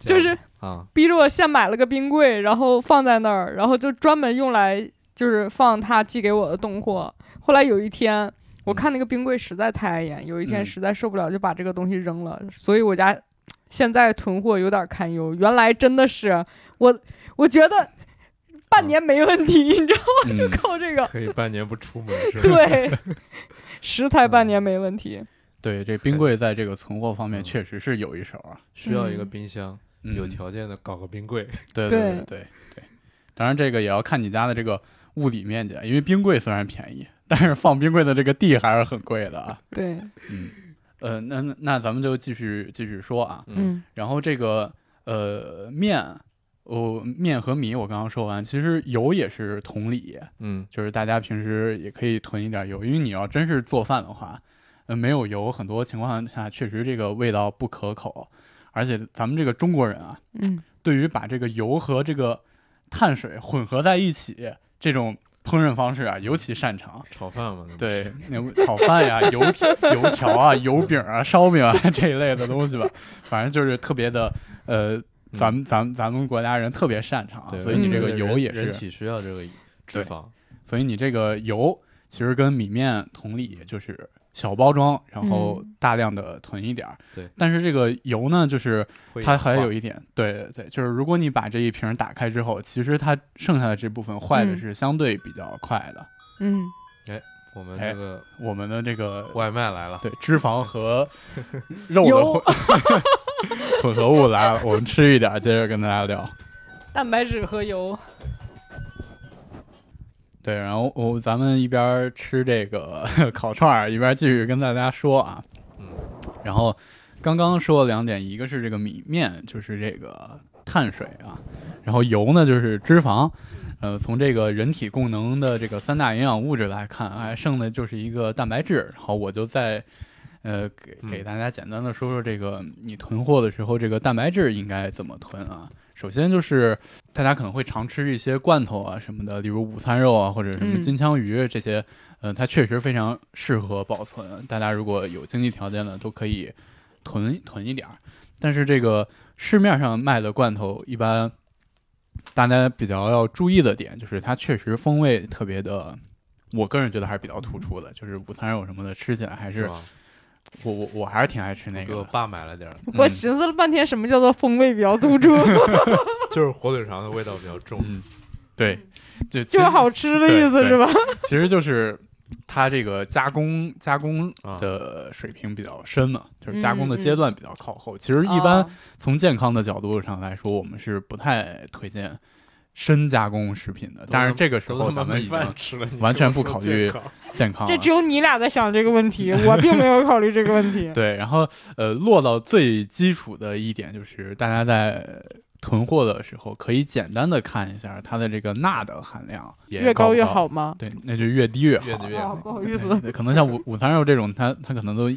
Speaker 1: 这
Speaker 3: 就
Speaker 1: 样
Speaker 3: 是
Speaker 1: 啊，
Speaker 3: 逼着我现买了个冰柜，然后放在那儿，然后就专门用来就是放他寄给我的冻货。后来有一天。我看那个冰柜实在太碍眼，有一天
Speaker 4: 嗯
Speaker 3: 实在受不了，就把这个东西扔了。所以我家现在囤货有点堪忧。原来真的是我，我觉得半年没问题，你知道吗？
Speaker 4: 嗯
Speaker 3: 就靠这个，
Speaker 1: 可以半年不出门是吧？
Speaker 3: 对，食材
Speaker 4: 嗯
Speaker 3: 半年没问题。
Speaker 4: 对，这冰柜在这个存货方面
Speaker 1: 嗯
Speaker 4: 确实是有一手啊。
Speaker 1: 需要一个
Speaker 3: 嗯
Speaker 1: 冰箱，
Speaker 4: 嗯
Speaker 1: 有条件的搞个冰柜，
Speaker 4: 对
Speaker 3: 对
Speaker 4: 对对对对，当然这个也要看你家的这个物理面积，啊因为冰柜虽然便宜，但是放冰柜的这个地还是很贵的啊。
Speaker 3: 对，
Speaker 4: 嗯，呃，那那那咱们就继续继续说啊。
Speaker 3: 嗯
Speaker 4: 然后这个呃面，哦面和米我刚刚说完，其实油也是同理，
Speaker 1: 嗯
Speaker 4: 就是大家平时也可以囤一点油，因为你要真是做饭的话，呃没有油，很多情况下确实这个味道不可口，而且咱们这个中国人啊，
Speaker 3: 嗯，
Speaker 4: 对于把这个油和这个碳水混合在一起这种烹饪方式啊尤其擅长。
Speaker 1: 炒饭嘛，那不是
Speaker 4: 对，那种炒饭呀、油油条啊、油饼啊、烧饼啊这一类的东西吧，反正就是特别的，呃，咱们咱们咱们国家人特别擅长啊，
Speaker 1: 嗯对，
Speaker 4: 所以你这
Speaker 1: 人
Speaker 4: 个油也
Speaker 1: 人
Speaker 4: 是，
Speaker 1: 体需要这个脂
Speaker 4: 对
Speaker 1: 肪，
Speaker 4: 所以你这个油其实跟米面同理，就是小包装，然后
Speaker 1: 嗯
Speaker 4: 大量的囤一点儿。
Speaker 1: 对
Speaker 4: 但是这个油呢，就是
Speaker 1: 会
Speaker 4: 它
Speaker 1: 氧
Speaker 4: 还
Speaker 1: 化
Speaker 4: 有一点，对对对，就是如果你把这一瓶打开之后，其实它剩下的这部分坏的
Speaker 3: 嗯
Speaker 4: 是相对比较快的。
Speaker 3: 嗯，
Speaker 1: 我们
Speaker 4: 哎
Speaker 1: 这个
Speaker 4: 我们的这个
Speaker 1: 外卖来了，
Speaker 4: 对脂 肪和肉的
Speaker 3: 油
Speaker 4: 混 混合物来了，我们吃一点儿，接着跟大家聊。
Speaker 3: 蛋白质和油，
Speaker 4: 对，然后我咱们一边儿吃这个 烤串儿，一边儿继续跟大家说啊，
Speaker 1: 嗯，
Speaker 4: 然后刚刚说了两点，一个是这个米面，就是这个碳水啊，然后油呢就是脂肪，
Speaker 1: 嗯
Speaker 4: 呃，从这个人体供能的这个三大营养物质来看，还剩的就是一个蛋白质，然后我就在。呃，给给
Speaker 1: 嗯
Speaker 4: 大家简单的说说这个你囤货的时候，这个蛋白质应该怎么囤啊？首先就是大家可能会常吃一些罐头啊什么的，例如午餐肉啊，或者什么
Speaker 3: 嗯
Speaker 4: 金枪鱼这些，呃，它确实非常适合保存。大家如果有经济条件的，都可以囤囤一点儿。但是这个市面上卖的罐头，一般大家比较要注意的点就是，它确实风味特别的，我个人觉得还是比较突出的。就是午餐肉什么的，吃起来还是
Speaker 1: 吧？
Speaker 4: 我我我还是挺爱吃那
Speaker 1: 给
Speaker 4: 个
Speaker 1: 我
Speaker 4: 的。
Speaker 1: 爸买了 点儿，
Speaker 3: 我
Speaker 4: 嗯
Speaker 3: 寻思了半天，什么叫做风味比较 突出，
Speaker 1: 就是火腿肠的味道比较重，
Speaker 4: 嗯，对，就
Speaker 3: 就是好吃的意思
Speaker 4: 对
Speaker 3: 是吧？
Speaker 4: 其实就是它这个加工加工
Speaker 1: 啊
Speaker 4: 的水平比较深嘛，就是加工的
Speaker 3: 嗯嗯
Speaker 4: 阶段比较靠后。其实一般
Speaker 3: 哦
Speaker 4: 从健康的角度上来说，我们是不太推荐深加工食品的。
Speaker 1: 都
Speaker 4: 但是
Speaker 1: 他
Speaker 4: 这个时
Speaker 1: 都
Speaker 4: 候
Speaker 1: 他妈
Speaker 4: 咱们
Speaker 1: 没
Speaker 4: 已
Speaker 1: 饭
Speaker 4: 经
Speaker 1: 吃了，你
Speaker 4: 完全
Speaker 1: 跟我
Speaker 4: 不
Speaker 1: 说
Speaker 4: 考
Speaker 1: 健
Speaker 4: 虑
Speaker 1: 康
Speaker 4: 健康
Speaker 3: 这
Speaker 4: 了。。
Speaker 3: 只有你俩在想这个问题，我并没有考虑这个问题
Speaker 4: 对，然后呃，落到最基础的一点就是，大家在囤货的时候可以简单的看一下它的这个钠的含量，
Speaker 3: 越高越好。吗？
Speaker 4: 对，那就越低越好。
Speaker 1: 越低越
Speaker 3: 哦
Speaker 1: 好。
Speaker 3: 不好意思
Speaker 4: 对，对可能像午午餐肉这种，它它可能都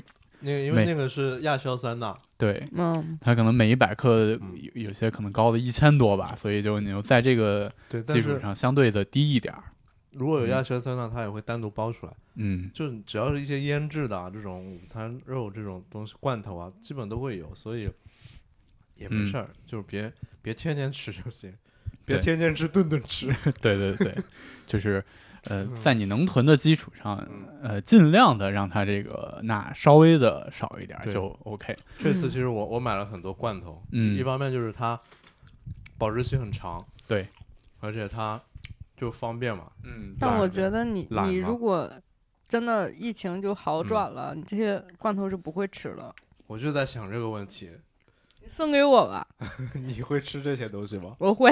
Speaker 1: 那个因为
Speaker 4: 没
Speaker 1: 那个是亚硝酸钠，
Speaker 4: 对，
Speaker 3: 嗯，
Speaker 4: 它可能每一百克
Speaker 1: 嗯
Speaker 4: 有有些可能高的一千多吧，所以就你就在这个
Speaker 1: 对，但
Speaker 4: 基础
Speaker 1: 是
Speaker 4: 上相对的低一点儿。
Speaker 1: 如果有
Speaker 4: 嗯
Speaker 1: 亚硝酸钠，它也会单独包出来。
Speaker 4: 嗯，
Speaker 1: 就是只要是一些腌制的啊，这种午餐肉这种东西罐头啊，基本都会有，所以也没
Speaker 4: 嗯
Speaker 1: 事儿，就是别别天天吃就行，别
Speaker 4: 对
Speaker 1: 天天吃，顿顿吃。
Speaker 4: 对对对，就是呃
Speaker 1: 嗯，
Speaker 4: 在你能囤的基础上，呃，尽量的让它这个钠稍微的少一点儿
Speaker 1: 对
Speaker 4: 就 OK。
Speaker 1: 这次其实我我买了很多罐头，
Speaker 4: 嗯
Speaker 1: 一方面就是它保质期很长，
Speaker 4: 对，
Speaker 1: 而且它就方便嘛，
Speaker 4: 嗯
Speaker 3: 但
Speaker 1: 懒
Speaker 3: 我
Speaker 1: 呗
Speaker 3: 觉得你
Speaker 1: 懒
Speaker 3: 你
Speaker 1: 嘛
Speaker 3: 如果真的疫情就好转
Speaker 4: 嗯
Speaker 3: 了，你这些罐头是不会吃了，
Speaker 1: 我就在想这个问题，
Speaker 3: 你送给我吧，
Speaker 5: 你会吃这些东西吗？
Speaker 3: 我 会。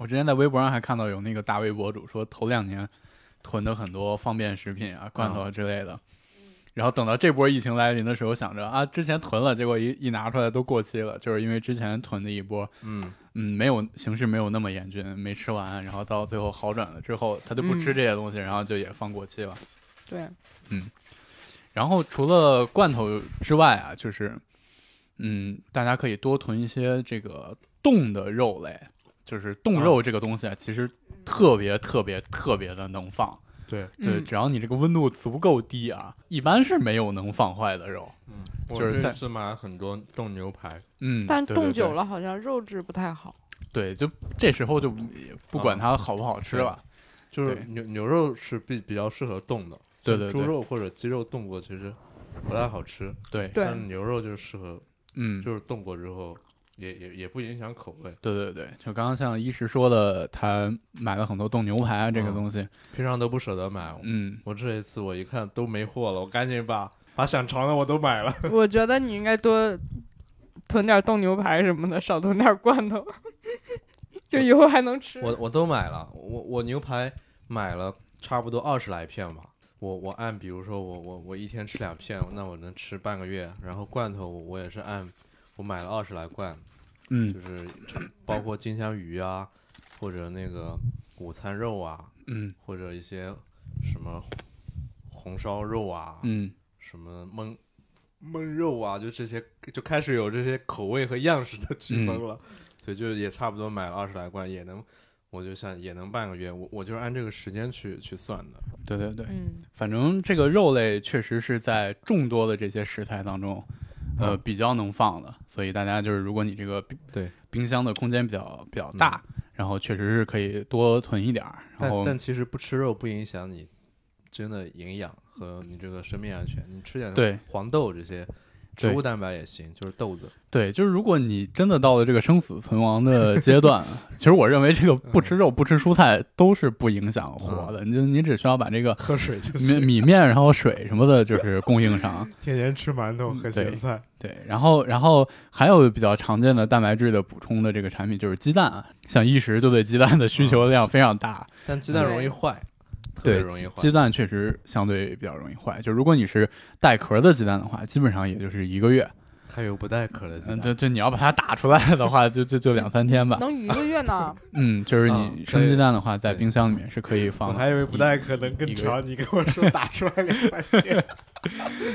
Speaker 4: 我之前在微博上还看到有那个大微博主说，头两年囤的很多方便食品啊、罐头啊之类的，然后等到这波疫情来临的时候，想着啊，之前囤了，结果一一拿出来都过期了，就是因为之前囤的一波，
Speaker 1: 嗯，
Speaker 4: 嗯，没有形势没有那么严峻，没吃完，然后到最后好转了之后，他就不吃
Speaker 3: 嗯
Speaker 4: 这些东西，然后就也放过期了。
Speaker 3: 对，
Speaker 4: 嗯然后除了罐头之外啊，就是嗯，大家可以多囤一些这个冻的肉类，就是冻
Speaker 3: 嗯
Speaker 4: 肉这个东西啊，其实特别特别特别的能放。
Speaker 1: 对，
Speaker 4: 对，
Speaker 3: 嗯
Speaker 4: 只要你这个温度足够低啊，一般是没有能放坏的肉。
Speaker 1: 嗯，
Speaker 4: 就
Speaker 1: 我
Speaker 4: 是在
Speaker 1: 这次买了很多冻牛排，
Speaker 4: 嗯，
Speaker 3: 但
Speaker 4: 对
Speaker 3: 冻久，
Speaker 4: 对
Speaker 3: 了好像肉质不太好。
Speaker 4: 对对，就这时候就也不
Speaker 3: 嗯
Speaker 4: 管它好不好吃了。
Speaker 1: 就是
Speaker 4: 对
Speaker 1: 牛牛肉是比比较适合冻的，
Speaker 4: 对
Speaker 1: 像
Speaker 4: 对
Speaker 1: 猪
Speaker 4: 对
Speaker 1: 肉或者鸡肉冻过其实不太好吃，
Speaker 4: 对，
Speaker 3: 对，
Speaker 1: 但牛肉就是适合，
Speaker 4: 嗯，
Speaker 1: 就是冻过之后也也也不影响口味，
Speaker 4: 对对对，就刚刚像一石说的，他买了很多冻牛排啊，这个
Speaker 1: 嗯
Speaker 4: 东西，
Speaker 1: 平常都不舍得买。
Speaker 4: 嗯
Speaker 1: 我这一次我一看都没货了，我赶紧把把想尝的我都买了。
Speaker 3: 我觉得你应该多囤点冻牛排什么的，少囤点罐头， 就以后还能吃。
Speaker 1: 我我都买了，我我牛排买了差不多二十来片吧。我我按比如说我我我一天吃两片，那我能吃半个月。然后罐头我我也是按我买了二十来罐，
Speaker 4: 嗯
Speaker 1: 就是包括金枪鱼啊，或者那个午餐肉啊，
Speaker 4: 嗯
Speaker 1: 或者一些什么红烧肉啊，
Speaker 4: 嗯，
Speaker 1: 什么焖焖肉啊，就这些就开始
Speaker 4: 嗯
Speaker 1: 有这些口味和样式的区分了，所以就也差不多买了二十来罐，也能我就想也能半个月，我我就是按这个时间去去算的。
Speaker 4: 对对对，
Speaker 3: 嗯，
Speaker 4: 反正这个肉类确实是在众多的这些食材当中，呃，比较能放的。所以大家就是，如果你这个冰
Speaker 1: 嗯对
Speaker 4: 冰箱的空间比较比较大，然后确实是可以多囤一点儿。然
Speaker 1: 但
Speaker 4: 后
Speaker 1: 但其实不吃肉不影响你真的营养和你这个生命安全。你吃点
Speaker 4: 对
Speaker 1: 黄豆这些植
Speaker 4: 对
Speaker 1: 物蛋白也行，就是豆子。
Speaker 4: 对，就是如果你真的到了这个生死存亡的阶段， 其实我认为这个不吃肉、不吃蔬菜都是不影响活
Speaker 1: 嗯
Speaker 4: 的。你就你只需要把这个
Speaker 5: 喝水就
Speaker 4: 米
Speaker 5: 行，
Speaker 4: 米面，然后水什么的，就是供应上。
Speaker 5: 天天吃馒头和咸菜，
Speaker 4: 对，然后然后还有比较常见的蛋白质的补充的这个产品就是鸡蛋啊，像一时就对鸡蛋的需求量非常大，
Speaker 1: 但鸡蛋容易
Speaker 3: 对
Speaker 1: 坏，特别
Speaker 4: 对，
Speaker 1: 容易
Speaker 4: 鸡
Speaker 1: 坏
Speaker 4: 鸡。蛋确实相对比较容易坏。就如果你是带壳的鸡蛋的话，基本上也就是一个月，
Speaker 1: 还有不带壳的鸡
Speaker 4: 嗯，
Speaker 1: 蛋，
Speaker 4: 就就你要把它打出来的话，就就就两三天吧。
Speaker 3: 能一个月 呢？
Speaker 4: 嗯，就是
Speaker 1: 嗯
Speaker 4: 你生
Speaker 1: 对
Speaker 4: 鸡蛋的话，在
Speaker 1: 对
Speaker 4: 冰箱里面是可以放
Speaker 5: 我
Speaker 4: 的。
Speaker 5: 还以为不带可能更长。你跟我说打出来 两三天，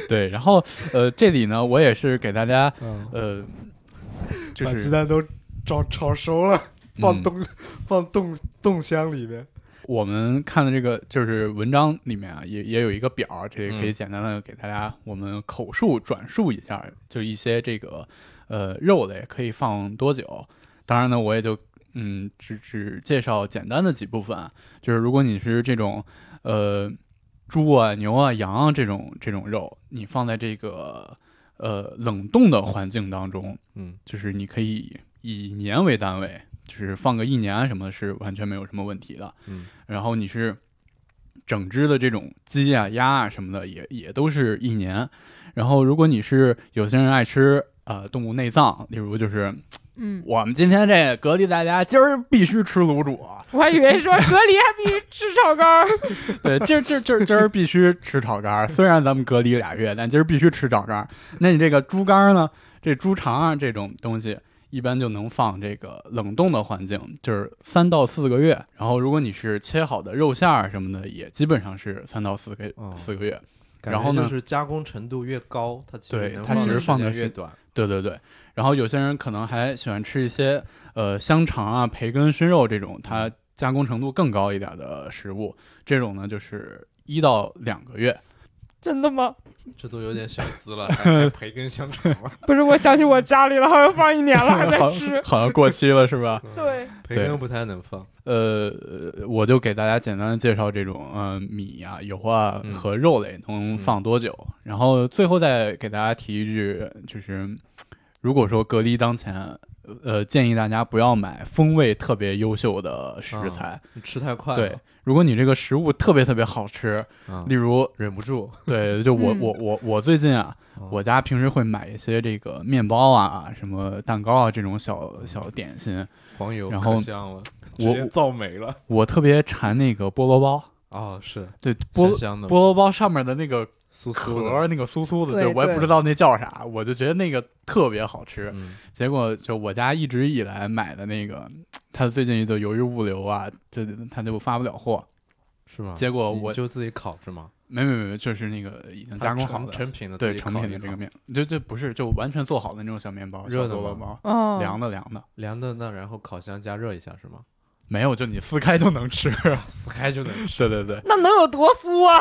Speaker 4: 对，然后呃，这里呢，我也是给大家
Speaker 5: 嗯
Speaker 4: 呃，就
Speaker 5: 把
Speaker 4: 是
Speaker 5: 鸡蛋都炒炒熟了， 放
Speaker 4: 嗯
Speaker 5: 冻放冻冻箱里面。
Speaker 4: 我们看的这个就是文章里面啊，也也有一个表儿，这也可以
Speaker 1: 嗯
Speaker 4: 简单的给大家我们口述转述一下，就一些这个呃肉类可以放多久。当然呢，我也就嗯只只介绍简单的几部分啊，就是如果你是这种呃猪啊、牛啊、羊啊这种这种肉，你放在这个呃冷冻的环境当中，
Speaker 1: 嗯，
Speaker 4: 就是你可以以年为单位，就是放个一年啊什么的是完全没有什么问题的。
Speaker 1: 嗯，
Speaker 4: 然后你是整只的这种鸡啊、鸭啊什么的也，也都是一年。然后如果你是有些人爱吃呃动物内脏，例如就是
Speaker 3: 嗯，
Speaker 4: 我们今天这隔离大家，今儿必须吃卤煮，啊
Speaker 3: 我还以为说隔离还必须吃炒肝 儿。
Speaker 4: 对，今儿今儿今儿今儿必须吃炒肝儿，虽然咱们隔离俩月，但今儿必须吃炒肝儿。那你这个猪肝儿呢？这猪肠啊这种东西，一般就能放这个冷冻的环境，就是三到四个月。然后如果你是切好的肉馅儿什么的，也基本上是三到四个
Speaker 1: 哦
Speaker 4: 四个月。
Speaker 1: 感
Speaker 4: 然
Speaker 1: 觉
Speaker 4: 后呢
Speaker 1: 就是加工程度越高，它其实
Speaker 4: 对
Speaker 1: 能
Speaker 4: 它
Speaker 3: 其实
Speaker 1: 的
Speaker 4: 放
Speaker 1: 时
Speaker 4: 的
Speaker 1: 间越
Speaker 4: 是
Speaker 1: 短。
Speaker 4: 对对对。然后有些人可能还喜欢吃一些呃香肠啊、培根、熏肉这种，它加工程度更高一点的食物。这种呢，就是一到两个月。
Speaker 3: 真的吗？
Speaker 1: 这都有点小资 了，还还培根香肠了，
Speaker 3: 不是，我想起我家里了，好像放一年 了还在
Speaker 4: 好
Speaker 3: 吃。
Speaker 4: 好像过期了是吧？
Speaker 3: 对，
Speaker 1: 培
Speaker 4: 对
Speaker 1: 根不太能放。
Speaker 4: 呃，我就给大家简单的介绍这种呃米啊、油啊
Speaker 1: 嗯
Speaker 4: 和肉类能放多久，然后最后再给大家提一句，就是如果说隔离当前，呃，建议大家不要买风味特别优秀的食
Speaker 1: 啊
Speaker 4: 材。
Speaker 1: 你吃太快
Speaker 4: 嗯对
Speaker 1: 了，，
Speaker 4: 如果你这个食物特别特别好吃，
Speaker 1: 啊
Speaker 4: 例如，
Speaker 1: 忍不住。
Speaker 4: 对，就我、
Speaker 3: 嗯
Speaker 4: 我我我最近啊，
Speaker 1: 哦
Speaker 4: 我家平时会买一些这个面包啊、什么蛋糕啊这种小小点心，
Speaker 1: 黄油
Speaker 4: 然后
Speaker 1: 可香了。
Speaker 5: 直
Speaker 4: 我
Speaker 5: 接造没了，
Speaker 4: 我特别馋那个菠萝包，
Speaker 1: 哦，是
Speaker 4: 对
Speaker 1: 香
Speaker 4: 菠
Speaker 1: 香的
Speaker 4: 菠萝包上面的那个
Speaker 1: 嗯酥酥
Speaker 4: 壳
Speaker 1: 的
Speaker 4: 儿，那个酥酥的，
Speaker 3: 对
Speaker 4: 我也
Speaker 3: 对
Speaker 4: 不知道那叫啥，我就觉得那个特别好吃。
Speaker 1: 嗯
Speaker 4: 结果就我家一直以来买的那个，它最近就由于物流啊，就它就发不了货。
Speaker 1: 是吗？
Speaker 4: 结果
Speaker 1: 你
Speaker 4: 我
Speaker 1: 就自己烤是吗？
Speaker 4: 没没没，就是那个已经加工好
Speaker 1: 它
Speaker 4: 的，
Speaker 1: 成成品的，
Speaker 4: 对
Speaker 1: 自己
Speaker 4: 成
Speaker 1: 烤
Speaker 4: 品的
Speaker 1: 一
Speaker 4: 这个
Speaker 1: 烤
Speaker 4: 面，就就不是就完全做好的那种小面
Speaker 3: 嗯
Speaker 4: 包，
Speaker 1: 热
Speaker 4: 小
Speaker 1: 的
Speaker 4: 菠萝
Speaker 1: 吗
Speaker 4: 包，
Speaker 3: 哦，
Speaker 4: 凉的凉的，
Speaker 1: 凉的那，然后烤箱加热一下是吗？
Speaker 4: 没有就你撕开就能吃。
Speaker 1: 撕开就能吃。
Speaker 4: 对对对，
Speaker 3: 那能有多酥啊？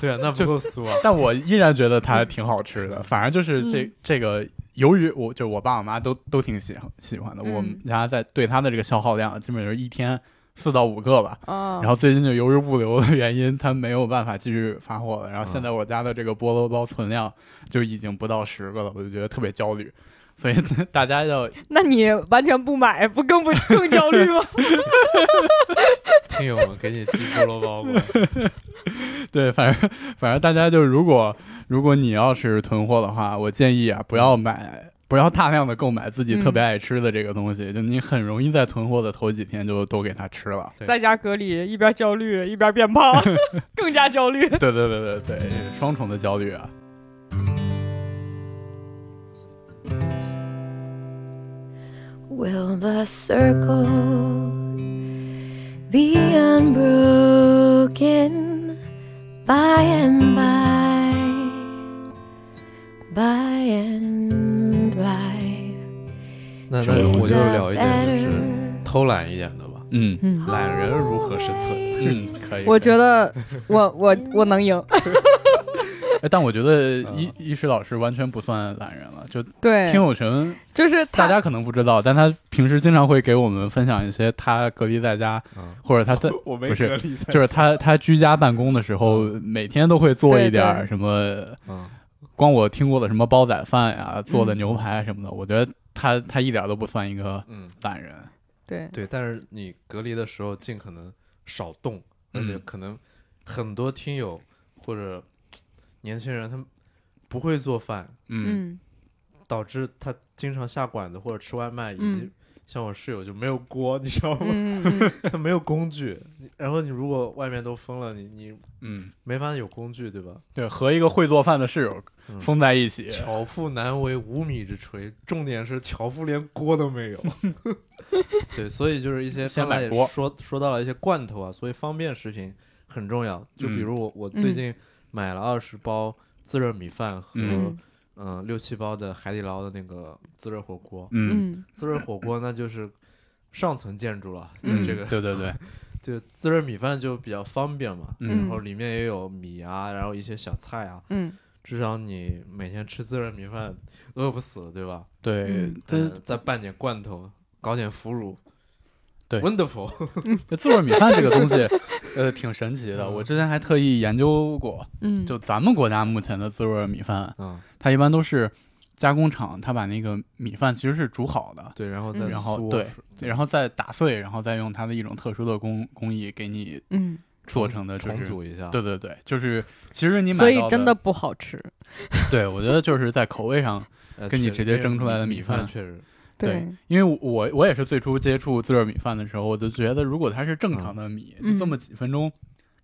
Speaker 1: 对啊，那不
Speaker 4: 就
Speaker 1: 够酥啊。
Speaker 4: 但我依然觉得它挺好吃的。反正就是这、这个，由于我就我爸我妈都都挺喜欢喜欢的，
Speaker 3: 嗯
Speaker 4: 我们家在对它的这个消耗量基本就是一天四到五个吧。
Speaker 3: 嗯，
Speaker 4: 然后最近就由于物流的原因，它没有办法继续发货了。然后现在我家的这个菠萝包存量就已经不到十个了，我就觉得特别焦虑。所以 大家要
Speaker 3: 那你完全不买，不更不更焦虑 吗？
Speaker 1: 听友们给你寄菠萝包 过来，
Speaker 4: 对，反正反正大家就如果如果你要是囤货的话，我建议啊，不要买，不要大量的购买自己特
Speaker 3: 嗯
Speaker 4: 别爱吃的这个东西，就你很容易在囤货的头几天就都给它吃了。
Speaker 1: 对
Speaker 3: 在家隔离，一边焦虑一边变 胖，更加焦虑。
Speaker 4: 对对对对对，双重的焦虑啊。
Speaker 2: Will the circle be unbroken by and by? By and by.
Speaker 1: 那那
Speaker 2: Dreams
Speaker 1: 我就
Speaker 2: are
Speaker 1: 聊一点就是
Speaker 2: better
Speaker 1: 嗯偷懒一点的吧。
Speaker 4: 嗯
Speaker 3: 嗯，
Speaker 1: 懒人如何生存？
Speaker 4: 嗯，可以。
Speaker 3: 我觉得我 我我能赢，
Speaker 4: 哎但我觉得
Speaker 1: 嗯
Speaker 4: 一一石老师完全不算懒人了，就听
Speaker 3: 对，
Speaker 4: 友群
Speaker 3: 就是他
Speaker 4: 大家可能不知道，但他平时经常会给我们分享一些他隔离在家
Speaker 1: 嗯
Speaker 4: 或者他在
Speaker 5: 我没
Speaker 4: 不是
Speaker 5: 隔离在
Speaker 4: 就是
Speaker 5: 家
Speaker 4: 他他居家办公的时候，每天都会做一
Speaker 3: 对
Speaker 4: 点儿
Speaker 3: 对
Speaker 4: 什么。
Speaker 1: 嗯，
Speaker 4: 光我听过的什么煲仔饭呀、做
Speaker 3: 嗯
Speaker 4: 的牛排啊什么的，我觉得他他一点都不算一个
Speaker 1: 嗯，
Speaker 4: 懒人。
Speaker 3: 对
Speaker 1: 对。但是你隔离的时候尽可能少动，而且
Speaker 4: 嗯
Speaker 1: 可能很多听友或者年轻人他们不会做饭，
Speaker 4: 嗯，
Speaker 3: 嗯
Speaker 1: 导致他经常下馆子或者吃外卖，以及
Speaker 3: 嗯
Speaker 1: 像我室友就没有锅，你知道吗？
Speaker 3: 嗯嗯嗯
Speaker 1: 他 没有工具。然后你如果外面都封了，你你
Speaker 4: 嗯，
Speaker 1: 没法有工具，对吧？
Speaker 4: 对，和一个会做饭的室友
Speaker 1: 嗯
Speaker 4: 封在一起，
Speaker 1: 巧妇难为无米之炊，重点是巧妇连锅都没有。对，所以就是一些
Speaker 4: 先
Speaker 1: 刚才
Speaker 4: 买
Speaker 1: 也
Speaker 4: 锅
Speaker 1: 说说到了一些罐头啊，所以方便食品很重要。就比
Speaker 4: 嗯
Speaker 1: 如我、我最近买了二十包自热米饭和
Speaker 4: 嗯
Speaker 3: 嗯
Speaker 1: 嗯六七包的海底捞的那个自热火锅。
Speaker 4: 嗯，
Speaker 3: 嗯
Speaker 1: 自热火锅那就是上层建筑了，在
Speaker 4: 嗯，
Speaker 1: 这个
Speaker 4: 对对 对，
Speaker 1: 就自热米饭就比较方便嘛，
Speaker 4: 嗯
Speaker 1: 然后里面也有米啊，然后一些小菜啊，
Speaker 3: 嗯
Speaker 1: 至少你每天吃自热米饭饿不死，对吧？
Speaker 4: 对
Speaker 3: 嗯，
Speaker 4: 这
Speaker 1: 呃再拌点罐头，搞点腐乳，
Speaker 4: 对
Speaker 1: ，wonderful，
Speaker 4: 这自热米饭这个东西，呃，挺神奇的。
Speaker 1: 嗯
Speaker 4: 我之前还特意研究过，
Speaker 3: 嗯，
Speaker 4: 就咱们国家目前的自热米饭，
Speaker 1: 嗯，
Speaker 4: 它一般都是加工厂，它把那个米饭其实是煮好的，
Speaker 1: 对，然后再
Speaker 3: 嗯
Speaker 4: 然后
Speaker 1: 嗦
Speaker 4: 对，
Speaker 1: 对
Speaker 4: 然后再打碎，然后再用它的一种特殊的工工艺给你
Speaker 3: 嗯，
Speaker 4: 做成的，就
Speaker 1: 重
Speaker 4: 是
Speaker 1: 组一下，
Speaker 4: 对对对，就是其实你买
Speaker 3: 所以
Speaker 4: 到
Speaker 3: 真
Speaker 4: 的
Speaker 3: 的不好吃，
Speaker 4: 对我觉得就是在口味上，
Speaker 1: 呃，
Speaker 4: 跟你
Speaker 1: 确实
Speaker 4: 直接
Speaker 1: 因为
Speaker 4: 蒸出来的米
Speaker 1: 米
Speaker 4: 饭
Speaker 1: 确实，
Speaker 4: 对，因为我我也是最初接触自热米饭的时候，我就觉得如果它是正常的米，
Speaker 3: 嗯
Speaker 4: 就这么几分钟，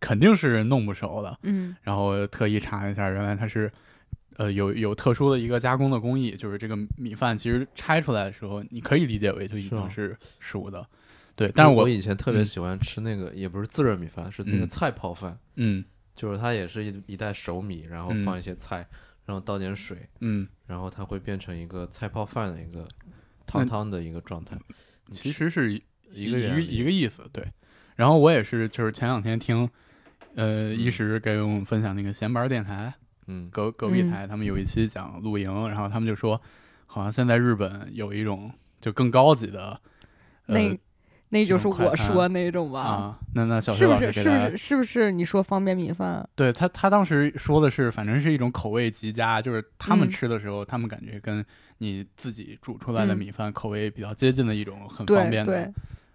Speaker 4: 肯定是弄不熟的。
Speaker 3: 嗯
Speaker 4: 然后特意查了一下，原来它是。呃，有有特殊的一个加工的工艺，就是这个米饭其实拆出来的时候，你可以理解为就已
Speaker 1: 是吗
Speaker 4: 经是熟的，对。但是我
Speaker 1: 我以前特别
Speaker 4: 嗯
Speaker 1: 喜欢吃那个，也不是自热米饭，是那个
Speaker 4: 嗯
Speaker 1: 菜泡饭，
Speaker 4: 嗯
Speaker 1: 就是它也是一一袋熟米，然后
Speaker 4: 嗯
Speaker 1: 放一些菜，然后倒点水，
Speaker 4: 嗯，
Speaker 1: 然后它会变成一个菜泡饭的一个汤汤的一个状态。
Speaker 4: 其实是一
Speaker 1: 一个
Speaker 4: 一
Speaker 1: 原
Speaker 4: 个
Speaker 1: 理
Speaker 4: 一个意思，对。然后我也是，就是前两天听，呃，一时给我们分享那个闲班电台，
Speaker 1: 嗯
Speaker 4: 隔隔壁台他们有一期讲露营，然后他们就说，好像现在日本有一种就更高级的，呃
Speaker 3: 那那就是
Speaker 4: 这种快
Speaker 3: 我
Speaker 4: 餐
Speaker 3: 说那种吧，
Speaker 4: 啊，那那小
Speaker 3: 是
Speaker 4: 学
Speaker 3: 不
Speaker 4: 老
Speaker 3: 是？
Speaker 4: 师
Speaker 3: 是
Speaker 4: 给
Speaker 3: 不
Speaker 4: 大
Speaker 3: 是？
Speaker 4: 家，
Speaker 3: 是不是？你说方便米饭？
Speaker 4: 对他他当时说的是，反正是一种口味极佳，就是他们
Speaker 3: 嗯
Speaker 4: 吃的时候，他们感觉跟你自己煮出来的
Speaker 3: 嗯
Speaker 4: 米饭口味比较接近的一种很方
Speaker 3: 对
Speaker 4: 便
Speaker 3: 对
Speaker 4: 的，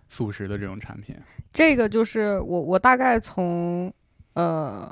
Speaker 4: 速食的这种产品，
Speaker 3: 这个就是我我大概从呃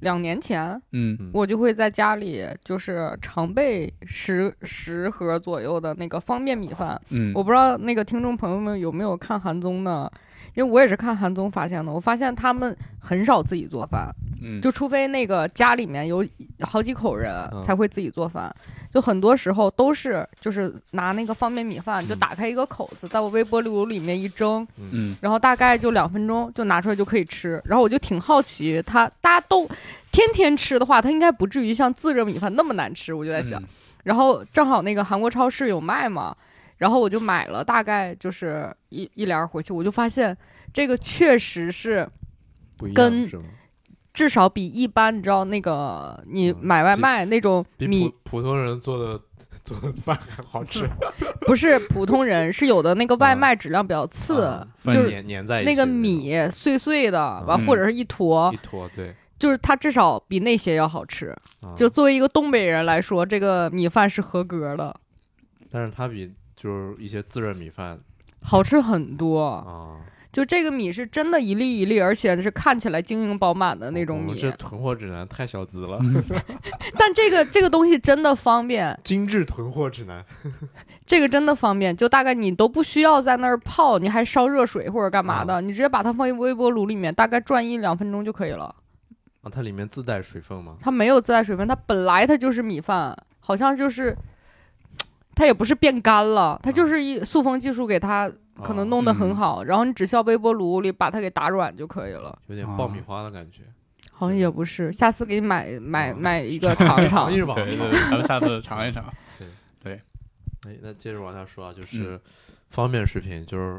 Speaker 3: 两年前，
Speaker 4: 嗯
Speaker 1: 嗯
Speaker 3: 我就会在家里就是常备十十盒左右的那个方便米饭。
Speaker 4: 嗯，
Speaker 3: 我不知道那个听众朋友们有没有看韩综呢？因为我也是看韩综发现的，我发现他们很少自己做饭，
Speaker 4: 嗯
Speaker 3: 就除非那个家里面有好几口人
Speaker 1: 嗯
Speaker 3: 才会自己做饭，就很多时候都是就是拿那个方便米饭就
Speaker 1: 嗯
Speaker 3: 打开一个口子，到微波炉里面一蒸，
Speaker 4: 嗯
Speaker 3: 然后大概就两分钟就拿出来就可以吃。然后我就挺好奇，它大家都天天吃的话，它应该不至于像自热米饭那么难吃，我就在想。
Speaker 4: 嗯
Speaker 3: 然后正好那个韩国超市有卖嘛，然后我就买了，大概就是一一帘儿回去，我就发现这个确实是。
Speaker 1: 不一样
Speaker 3: 跟
Speaker 1: 是吗？
Speaker 3: 至少比一般，你知道那个你
Speaker 1: 嗯
Speaker 3: 买外卖那种
Speaker 1: 比
Speaker 3: 米
Speaker 1: 普普通人做的做的饭还好 吃，
Speaker 3: 不是普通人，是有的那个外
Speaker 1: 嗯
Speaker 3: 卖质量比较次，
Speaker 1: 啊
Speaker 4: 分
Speaker 3: 就是
Speaker 1: 粘粘在一起
Speaker 3: 那个
Speaker 1: 种
Speaker 3: 米啊碎碎的，
Speaker 1: 嗯
Speaker 3: 完、或者是一坨
Speaker 1: 一，坨，对，
Speaker 3: 就是它至少比那些要好吃。
Speaker 1: 啊
Speaker 3: 就作为一个东北人来说，这个米饭是合格的，
Speaker 1: 但是它比就是一些自热米饭
Speaker 3: 好吃很多。
Speaker 1: 啊
Speaker 3: 就这个米是真的一粒一粒，而且是看起来晶莹饱满的那
Speaker 1: 我
Speaker 3: 种
Speaker 1: 们
Speaker 3: 米。
Speaker 1: 哦这囤货指南太小 资了，
Speaker 3: 但这个这个东西真的方便，
Speaker 5: 精致囤货指南，
Speaker 3: 这个真的方便，就大概你都不需要在那儿泡，你还烧热水或者干
Speaker 1: 啊
Speaker 3: 嘛的，你直接把它放微波炉里面，大概转一两分钟就可以了。
Speaker 1: 啊，它里面自带水分嘛，
Speaker 3: 它没有自带水分，它本来它就是米饭，好像就是它也不是变干了，它就是一塑封技术给它可能
Speaker 1: 啊
Speaker 3: 弄得很
Speaker 4: 嗯
Speaker 3: 好，然后你只需要微波炉里把它给打软就可以了。
Speaker 1: 有点爆米花的感觉，
Speaker 3: 好像也不是，下次给你买买
Speaker 1: 啊
Speaker 3: 买一个尝尝
Speaker 1: 一。日吧，
Speaker 4: 对对，对咱们下次尝一尝。
Speaker 1: 对
Speaker 4: 对。嗯
Speaker 1: 哎，那接着往下说啊，就是方便食品，就是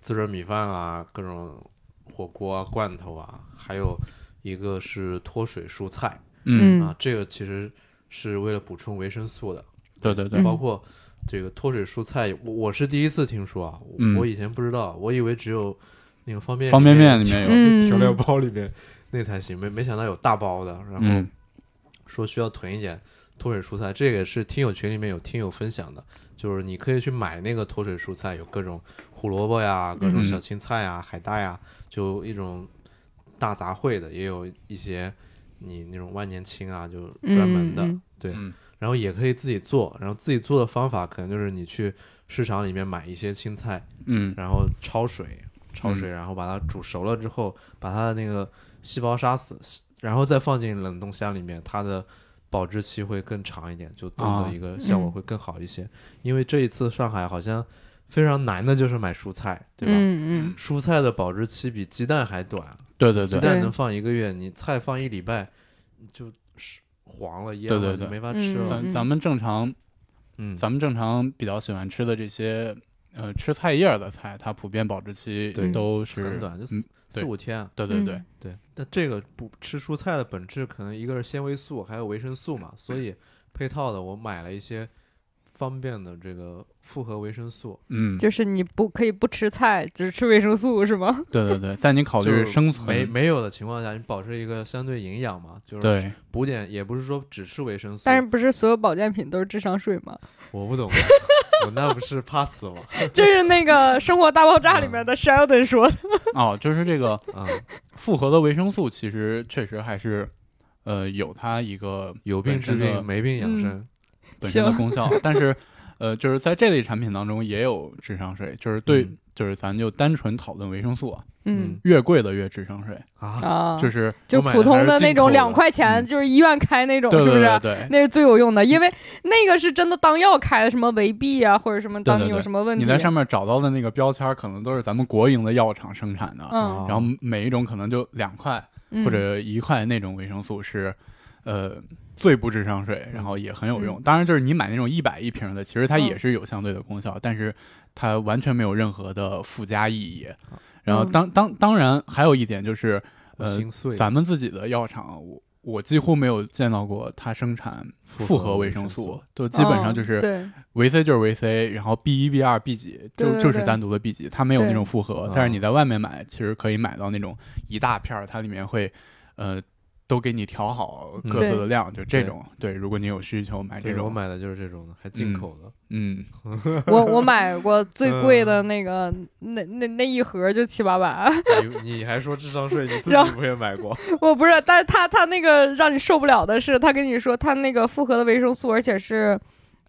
Speaker 1: 自热米饭啊，各种火锅啊、罐头啊，还有一个是脱水蔬菜、
Speaker 4: 嗯，
Speaker 1: 啊，这个其实是为了补充维生素的，
Speaker 4: 对对对，
Speaker 3: 嗯
Speaker 1: 包括这个脱水蔬菜，我我是第一次听说啊，我
Speaker 4: 嗯
Speaker 1: 我以前不知道，我以为只有那个方便
Speaker 4: 方便面里
Speaker 1: 有
Speaker 4: 面有，
Speaker 3: 嗯，
Speaker 5: 调料包里面，
Speaker 1: 那才行，没没想到有大包的，然后
Speaker 4: 嗯
Speaker 1: 说需要囤一点脱水蔬菜，这个是听友群里面有听友分享的，就是你可以去买那个脱水蔬菜，有各种胡萝卜呀、各种
Speaker 4: 嗯
Speaker 1: 小青菜呀、海带呀，就一种大杂烩的，也有一些你那种万年青啊，就专门的，
Speaker 3: 嗯嗯
Speaker 1: 对，
Speaker 4: 嗯
Speaker 1: 然后也可以自己做，然后自己做的方法可能就是你去市场里面买一些青菜，
Speaker 4: 嗯
Speaker 1: 然后焯水，焯水，然后把它煮熟了之后，把它的那个细胞杀死，然后再放进冷冻箱里面，它的保质期会更长一点，就冻
Speaker 4: 啊
Speaker 1: 的一个效果会更好一
Speaker 4: 嗯
Speaker 1: 些。因为这一次上海好像非常难的就是买蔬菜，对吧？
Speaker 3: 嗯嗯
Speaker 1: 蔬菜的保质期比鸡蛋还短，
Speaker 4: 对对
Speaker 1: 鸡
Speaker 4: 对，
Speaker 1: 蛋能放一个月，你菜放一礼拜就是黄了、腌
Speaker 4: 对
Speaker 1: 了，
Speaker 4: 对对
Speaker 1: 就没法吃了。
Speaker 4: 咱
Speaker 3: 嗯
Speaker 4: 咱们正常
Speaker 1: 嗯，
Speaker 4: 咱们正常比较喜欢吃的这些呃吃菜叶儿的菜，它普遍保质期
Speaker 1: 对
Speaker 4: 都是
Speaker 1: 很短，就四
Speaker 4: 嗯
Speaker 1: 四五天。
Speaker 4: 对
Speaker 3: 嗯
Speaker 4: 对对，
Speaker 1: 对，但这个不吃蔬菜的本质，可能一个是纤维素，还有维生素嘛，所以配套的我买了一些方便的这个复合维生素。
Speaker 4: 嗯，
Speaker 3: 就是你不可以不吃菜，只吃维生素是吗？
Speaker 4: 对对对，在你考虑
Speaker 1: 就
Speaker 4: 哦生
Speaker 1: 没
Speaker 4: 存，
Speaker 1: 没有的情况下，你保持一个相对营养嘛，就是
Speaker 4: 对，
Speaker 1: 补点，也不是说只吃维生素。
Speaker 3: 但是不是所有保健品都是智商税吗？
Speaker 1: 我 不懂，我那不是怕死吗？
Speaker 4: 哎
Speaker 3: 这是那 个《生活大爆炸》里
Speaker 4: 嗯
Speaker 3: 面的 Sheldon 说的。
Speaker 4: 哦，就是这个
Speaker 1: 啊、
Speaker 4: 复合的维生素，其实确实还是呃有它一个
Speaker 1: 有病治
Speaker 4: 本身的
Speaker 1: 病，没病养
Speaker 3: 嗯
Speaker 1: 生。
Speaker 4: 本身的
Speaker 3: 行
Speaker 4: 功效，但是呃就是在这类产品当中也有智商税，就是对
Speaker 1: 嗯
Speaker 4: 就是咱就单纯讨论维生素啊，
Speaker 1: 嗯
Speaker 4: 越贵的越智商税，
Speaker 1: 啊，
Speaker 3: 啊，
Speaker 4: 就是
Speaker 3: 就
Speaker 1: 我买
Speaker 3: 普
Speaker 1: 的还
Speaker 3: 通
Speaker 1: 是
Speaker 3: 的
Speaker 1: 进
Speaker 3: 那种
Speaker 1: 口的
Speaker 3: 两块钱，
Speaker 4: 嗯
Speaker 3: 就是医院开那种，
Speaker 4: 对
Speaker 3: 是不
Speaker 4: 对
Speaker 3: 是？啊
Speaker 4: 对对，
Speaker 3: 那是最有用的，因为那个是真的当药开的，什么维 B 啊，或者什么，当
Speaker 4: 对
Speaker 3: 你有
Speaker 4: 对
Speaker 3: 什么问题，
Speaker 4: 你在上面找到的那个标签儿，可能都是咱们国营的药厂生产的，
Speaker 3: 嗯，
Speaker 4: 然后每一种可能就两块
Speaker 3: 嗯
Speaker 4: 啊或者一块那种维生素是，呃，最不智商税，然后也很有用。当然，就是你买那种一百一瓶的，其实它
Speaker 3: 嗯
Speaker 4: 也是有相对的功效，但是它完全没有任何的附加意义。然后
Speaker 3: 嗯
Speaker 4: 当当当然还有一点就是，
Speaker 1: 我
Speaker 4: 呃
Speaker 1: 心，碎。
Speaker 4: 咱们自己的药厂，我我几乎没有见到过它生产
Speaker 1: 复
Speaker 4: 复
Speaker 1: 合
Speaker 4: 合
Speaker 1: 维
Speaker 4: 维生
Speaker 1: 生
Speaker 4: 素
Speaker 1: 素，
Speaker 4: 就基本上
Speaker 3: 嗯
Speaker 4: 就是
Speaker 3: 对，
Speaker 4: 维 C 就是维 C，然后 B 一、B 二、B 几
Speaker 3: 对
Speaker 4: 就
Speaker 3: 对
Speaker 4: 就是
Speaker 3: 对
Speaker 4: 单独的 B 几，它没有那种复合
Speaker 1: 对。
Speaker 4: 但是你在外面买，其实可以买到那种一大片儿，它里面会呃都给你调好各自的量，就这种。对，如果你有需求买这
Speaker 1: 对，我
Speaker 4: 种，
Speaker 1: 买的就是这种的，还进
Speaker 4: 嗯
Speaker 1: 口的。
Speaker 4: 嗯，
Speaker 3: 我我买过最贵的那个，那那那一盒就七八百，
Speaker 1: 你你还说智商税，你自
Speaker 3: 然
Speaker 1: 己不也买过？
Speaker 3: 我不是，但是他他那个让你受不了的是，他跟你说他那个复合的维生素，而且是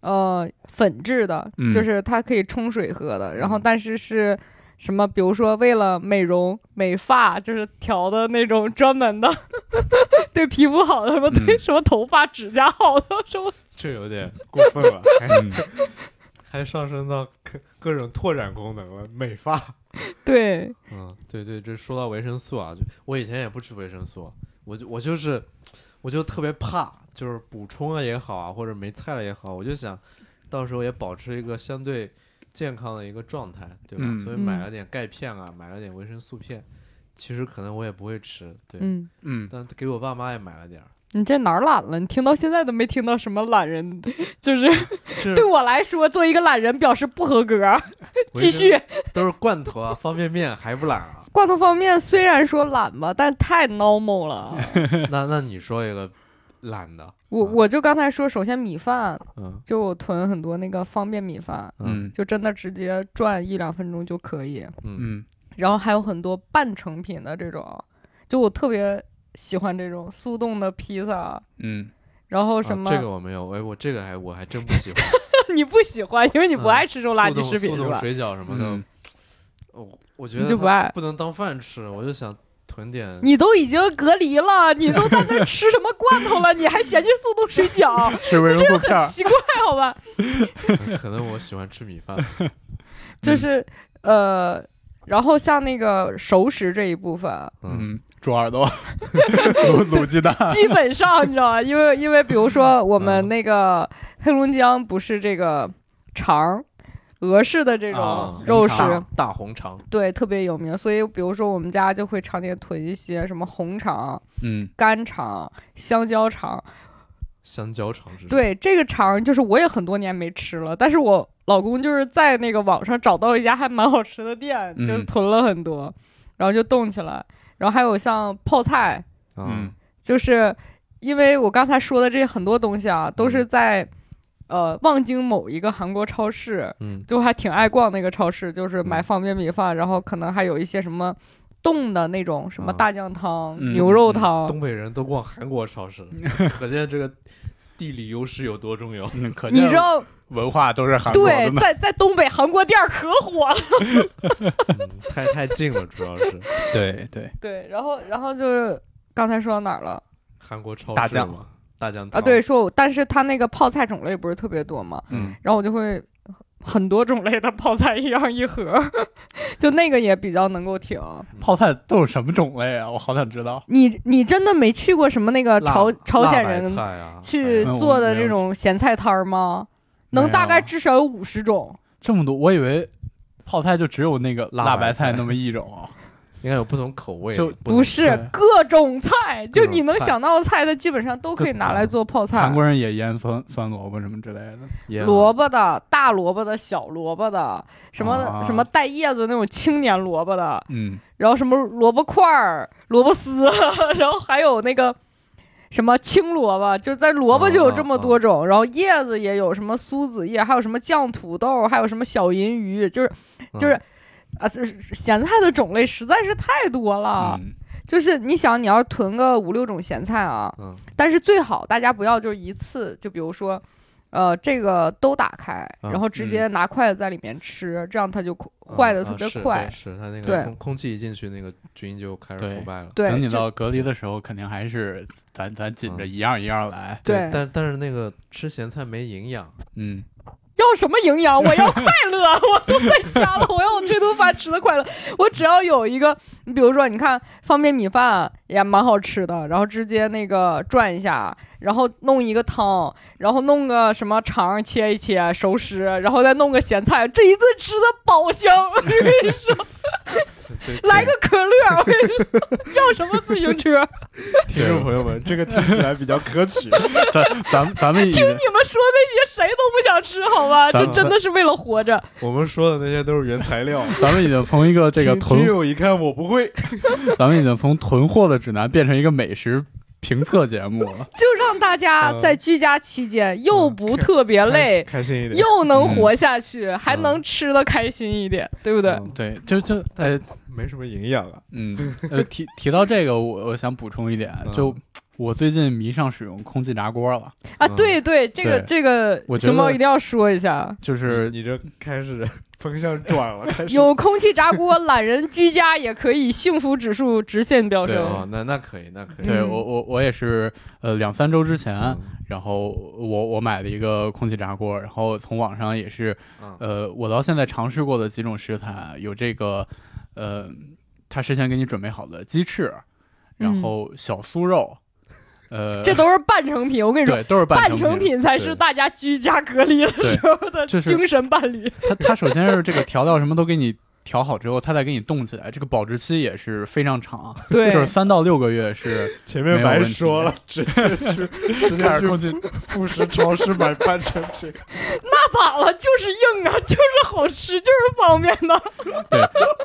Speaker 3: 呃粉质的，
Speaker 4: 嗯
Speaker 3: 就是它可以冲水喝的，然后
Speaker 1: 嗯
Speaker 3: 但是是。什么？比如说，为了美容、美发，就是调的那种专门的， 对皮肤好的，什么对、
Speaker 4: 嗯
Speaker 3: 什么头发、指甲好的，什么
Speaker 1: 这有点
Speaker 5: 过分了，还
Speaker 4: 嗯
Speaker 5: 还上升到各各种拓展功能了，美发。
Speaker 3: 对，
Speaker 1: 嗯，对对，这说到维生素啊，就我以前也不吃维生素，我就我就是我就特别怕，就是补充了也好啊，或者没菜了也好，我就想到时候也保持一个相对健康的一个状态，对吧？
Speaker 4: 嗯
Speaker 1: 所以买
Speaker 3: 嗯
Speaker 1: 了点钙片啊，买了点维生素片，其实可能我也不会吃，对，
Speaker 3: 嗯，
Speaker 4: 嗯，
Speaker 1: 但给我爸妈也买了点儿，
Speaker 3: 你这哪儿懒了？你听到现在都没听到什么懒人，就是
Speaker 1: 这
Speaker 3: 对我来说，做一个懒人表示不合格。
Speaker 1: 维
Speaker 3: 继
Speaker 1: 生
Speaker 3: 续，
Speaker 1: 都是罐头啊，方便面还不懒啊？
Speaker 3: 罐头方面虽然说懒吧，但太 normal 了。
Speaker 1: 那那你说一个懒的，
Speaker 3: 我我就刚才说，首先米饭，
Speaker 1: 嗯
Speaker 3: 就我囤很多那个方便米饭，
Speaker 1: 嗯
Speaker 4: 嗯
Speaker 3: 就真的直接转一两分钟就可以。
Speaker 1: 嗯
Speaker 4: 嗯
Speaker 3: 然后还有很多半成品的这种，就我特别喜欢这种速冻的披萨，
Speaker 4: 嗯，
Speaker 3: 然后
Speaker 1: 啊
Speaker 3: 什么、
Speaker 1: 这个我没有，哎，我这个还我还真不喜欢。
Speaker 3: 你不喜欢，因为你不
Speaker 1: 嗯
Speaker 3: 爱吃这种垃
Speaker 1: 速
Speaker 3: 圾
Speaker 1: 冻
Speaker 3: 食品
Speaker 1: 速
Speaker 3: 是
Speaker 1: 冻
Speaker 3: 吧？
Speaker 1: 水饺什么的，
Speaker 4: 嗯
Speaker 1: 我我觉
Speaker 3: 你
Speaker 1: 得
Speaker 3: 就
Speaker 1: 它
Speaker 3: 不爱
Speaker 1: 不能当饭吃，我就想囤点。
Speaker 3: 你都已经隔离了，你都在那儿吃什么罐头了？你还嫌弃速冻水饺？
Speaker 4: 吃维生素 片儿，
Speaker 3: 奇怪，好吧？
Speaker 1: 可能我喜欢吃米 饭，
Speaker 3: 就是
Speaker 1: 嗯
Speaker 3: 呃，然后像那个熟食这一部分，啊
Speaker 1: 嗯，
Speaker 4: 嗯，猪耳朵，卤卤鸡蛋，
Speaker 3: 基本上你知道吧？因为因为比如说我们
Speaker 1: 嗯
Speaker 3: 那个黑龙江不是这个肠儿、俄式的这种
Speaker 1: 啊
Speaker 3: 嗯肉食，
Speaker 1: 大大红肠，
Speaker 3: 对，特别有名。所以比如说我们家就会常年囤一些什么红肠、
Speaker 4: 嗯，
Speaker 3: 干肠、香蕉肠。
Speaker 1: 香蕉肠
Speaker 4: 嗯
Speaker 1: 是什么，
Speaker 3: 对，这个肠就是我也很多年没吃了，但是我老公就是在那个网上找到一家还蛮好吃的店，
Speaker 4: 嗯
Speaker 3: 就囤了很多，然后就冻起来。然后还有像泡菜，
Speaker 1: 啊
Speaker 4: 嗯，
Speaker 3: 就是因为我刚才说的这些很多东西啊，都
Speaker 4: 嗯
Speaker 3: 是在、呃望京某一个韩国超市，
Speaker 1: 嗯
Speaker 3: 就还挺爱逛那个超市，就是
Speaker 4: 嗯
Speaker 3: 买方便米饭，然后可能还有一些什么冻的那种什么
Speaker 1: 啊
Speaker 3: 大酱汤、
Speaker 4: 嗯
Speaker 3: 牛肉汤。
Speaker 1: 东北人都逛韩国超 市，可见这个地理优势有多 重要。
Speaker 4: 嗯可
Speaker 3: 你
Speaker 4: 见
Speaker 3: 知道，
Speaker 4: 文化都是韩国
Speaker 3: 对
Speaker 4: 的，呢。
Speaker 3: 在在东北韩国店儿可火了。
Speaker 1: 嗯太太近了，主要是
Speaker 4: 对对，
Speaker 3: 对，然后然后就是刚才说到哪儿了
Speaker 1: 韩国超市
Speaker 4: 大酱
Speaker 1: 嘛，大酱
Speaker 3: 啊？
Speaker 1: 汤
Speaker 3: 对，，说我，但是它那个泡菜种类不是特别多嘛，
Speaker 4: 嗯
Speaker 3: 然后我就会很多种类的泡菜一样一盒儿，就那个也比较能够挺。
Speaker 4: 泡菜都有什么种类啊？我好想知道。
Speaker 3: 你你真的没去过什么那个
Speaker 1: 辣
Speaker 3: 呃朝朝
Speaker 1: 辣
Speaker 3: 鲜
Speaker 1: 白
Speaker 3: 人
Speaker 1: 菜啊哎
Speaker 3: 去
Speaker 4: 嗯
Speaker 3: 做的
Speaker 4: 我没
Speaker 3: 这
Speaker 4: 有
Speaker 3: 种咸菜摊儿吗？能
Speaker 4: 没
Speaker 3: 大概
Speaker 4: 有
Speaker 3: 至少有五十种。
Speaker 4: 这么多，我以为泡菜就只有那个
Speaker 1: 辣
Speaker 4: 辣
Speaker 1: 白
Speaker 4: 白菜
Speaker 1: 菜
Speaker 4: 那么一种啊。
Speaker 1: 应该有不同口味，
Speaker 4: 就
Speaker 1: 能
Speaker 3: 不是
Speaker 4: 对
Speaker 3: 各种菜，就
Speaker 1: 各种
Speaker 3: 你能
Speaker 1: 菜
Speaker 3: 想到的菜，它基本上都可以
Speaker 4: 各
Speaker 3: 拿来做泡菜。
Speaker 4: 韩国人也腌酸酸萝卜什么之类的。
Speaker 1: 腌啊
Speaker 3: 萝卜的大萝卜的小萝卜的，什么、
Speaker 4: 啊
Speaker 3: 什么带叶子那种青年萝卜的，
Speaker 4: 嗯，
Speaker 3: 然后什么萝卜块儿、萝卜丝， 然后还有那个什么青萝卜，就是在萝卜就有这么多
Speaker 4: 啊
Speaker 3: 种，然后叶子也有什么苏子叶，还有什么酱土豆，还有什么小银鱼，就是
Speaker 4: 嗯
Speaker 3: 就是。啊，就是咸菜的种类实在是太多了。
Speaker 4: 嗯
Speaker 3: 就是你想，你要囤个五六种咸菜啊，
Speaker 1: 嗯
Speaker 3: 但是最好大家不要就是一次，就比如说，呃，这个都打开，
Speaker 1: 啊
Speaker 3: 然后直接拿筷子在里面吃，这样它就苦
Speaker 5: 嗯
Speaker 3: 坏的
Speaker 1: 啊
Speaker 3: 特别
Speaker 1: 是
Speaker 3: 快。
Speaker 1: 对是它那
Speaker 3: 对
Speaker 1: 个空空气一进去，那个菌就开始
Speaker 4: 对
Speaker 1: 腐败了。
Speaker 3: 对，
Speaker 4: 等你
Speaker 3: 就
Speaker 4: 到隔离的时候，肯定还是咱咱紧着
Speaker 1: 嗯
Speaker 4: 一样一样来。
Speaker 3: 对
Speaker 1: 但但是那个吃咸菜没营养，
Speaker 4: 嗯，
Speaker 3: 要什么营养？我要快乐， 我都在家了，我要这顿饭吃的快乐。我只要有一个，你比如说，你看方便米饭也蛮好吃的，然后直接那个转一下，然后弄一个汤，然后弄个什么肠切一切熟食，然后再弄个咸菜，这一顿吃的饱香。我跟你说，
Speaker 1: 对
Speaker 3: 来个可乐，我跟你说，要什么自行车？
Speaker 5: 听众朋友们，这个听起来比较可取，
Speaker 4: 咱咱们咱们已
Speaker 3: 听你们说那些谁都不想吃，好吧？
Speaker 4: 咱
Speaker 3: 这真的是为了活着。
Speaker 5: 我们说的那些都是原材 料。
Speaker 4: 咱们已经从一个这个
Speaker 5: 听听
Speaker 4: 囤，
Speaker 5: 友一看我不会，
Speaker 4: 咱们已经从囤货的指南变成一个美食评测节目了。
Speaker 3: 就让大家在居家期
Speaker 4: 嗯
Speaker 3: 间又不特别累，
Speaker 5: 开心一点。
Speaker 3: 又能活下去，
Speaker 4: 嗯
Speaker 3: 还能吃的开心一点，对不对？
Speaker 1: 嗯
Speaker 4: 对，就就呃
Speaker 5: 没什么营养啊，
Speaker 4: 嗯呃提提到这个，我我想补充一点，就
Speaker 1: 嗯
Speaker 4: 我最近迷上使用空气炸锅了，
Speaker 3: 啊，
Speaker 1: 嗯
Speaker 3: 对对，这个
Speaker 4: 对
Speaker 3: 这个
Speaker 4: 我，觉得
Speaker 3: 熊猫一定要说一下，
Speaker 1: 嗯
Speaker 4: 就是
Speaker 5: 你这开 始风向转了，开始
Speaker 3: 有空气炸锅，懒人居家也可以幸福指数直线飙
Speaker 4: 对
Speaker 1: 哦
Speaker 3: 升。，
Speaker 1: 那那可以，那可以。
Speaker 5: 啊
Speaker 4: 对
Speaker 3: 嗯
Speaker 4: 我我我也是，呃，两三周之前，
Speaker 1: 嗯
Speaker 4: 然后我我买了一个空气炸锅，然后从网上也是，
Speaker 1: 嗯
Speaker 4: 呃，我到现在尝试过的几种食材有这个，呃，他事先给你准备好的鸡翅，然后小酥肉，呃，
Speaker 3: 嗯这都是半成品，我跟你说，
Speaker 4: 对都是半
Speaker 3: 半
Speaker 4: 成
Speaker 3: 成品才是
Speaker 4: 对
Speaker 3: 大家居家隔离的时候的
Speaker 4: 就是
Speaker 3: 精神伴侣。
Speaker 4: 它它首先是这个调料什么都给你调好之后，它再给你冻起来，这个保质期也是非常长，
Speaker 3: 对
Speaker 4: 就是三到六个月是
Speaker 5: 前面白说了，直 接去直
Speaker 4: 开
Speaker 5: 接
Speaker 4: 始
Speaker 5: 去
Speaker 4: 空气
Speaker 5: 副食超市买半成品，
Speaker 3: 那咋了？就是硬啊，就是好吃，就是方便呢。
Speaker 4: 对，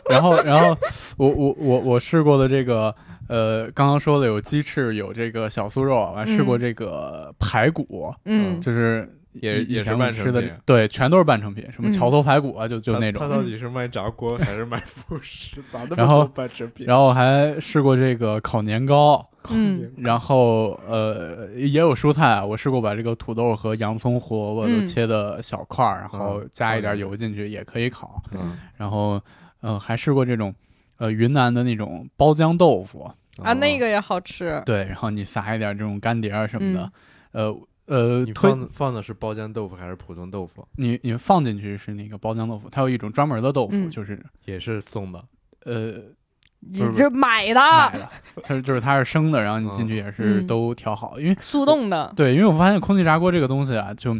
Speaker 4: 然后然后我我我我试过的这个呃，刚刚说的有鸡翅，有这个小酥肉，啊我还试过
Speaker 3: 嗯
Speaker 4: 这个排骨，
Speaker 3: 嗯，
Speaker 4: 就是
Speaker 1: 也
Speaker 4: 以
Speaker 1: 也是
Speaker 4: 以前我
Speaker 1: 半
Speaker 4: 吃
Speaker 1: 成
Speaker 4: 的
Speaker 1: 品，
Speaker 4: 对，全都是半成品，什么
Speaker 3: 嗯
Speaker 4: 桥头排骨啊，就就
Speaker 5: 他
Speaker 4: 那
Speaker 5: 他
Speaker 4: 种。
Speaker 5: 到底是卖炸锅还是卖副食？咋那么
Speaker 4: 然后
Speaker 5: 多半成品？
Speaker 4: 然后还试过这个烤年糕，
Speaker 3: 嗯
Speaker 4: 然后呃也有蔬菜啊，我试过把这个土豆和洋葱、胡萝卜都
Speaker 3: 嗯
Speaker 4: 切的小块儿，然后加一
Speaker 1: 嗯
Speaker 4: 点油进去也可以烤。
Speaker 1: 嗯
Speaker 4: 然后呃还试过这种呃云南的那种包浆豆腐，
Speaker 3: 啊，那个也好吃。
Speaker 4: 对，然后你撒一点这种干碟儿什么的，
Speaker 5: 嗯
Speaker 3: 嗯
Speaker 4: 呃呃，
Speaker 1: 你
Speaker 4: 推
Speaker 1: 放放的是包浆豆腐还是普通豆腐？
Speaker 4: 你你放进去是那个包浆豆腐，它有一种专门的豆腐，
Speaker 3: 嗯
Speaker 4: 就是
Speaker 1: 也是送的，
Speaker 4: 呃
Speaker 3: 你
Speaker 4: 不是不是
Speaker 3: 这买的
Speaker 4: 买的，它是就是它是生的，然后你进去也
Speaker 3: 啊
Speaker 4: 是
Speaker 3: 嗯
Speaker 4: 都调好，因为
Speaker 3: 速冻的，
Speaker 4: 对，因为我发现空气炸锅这个东西啊，就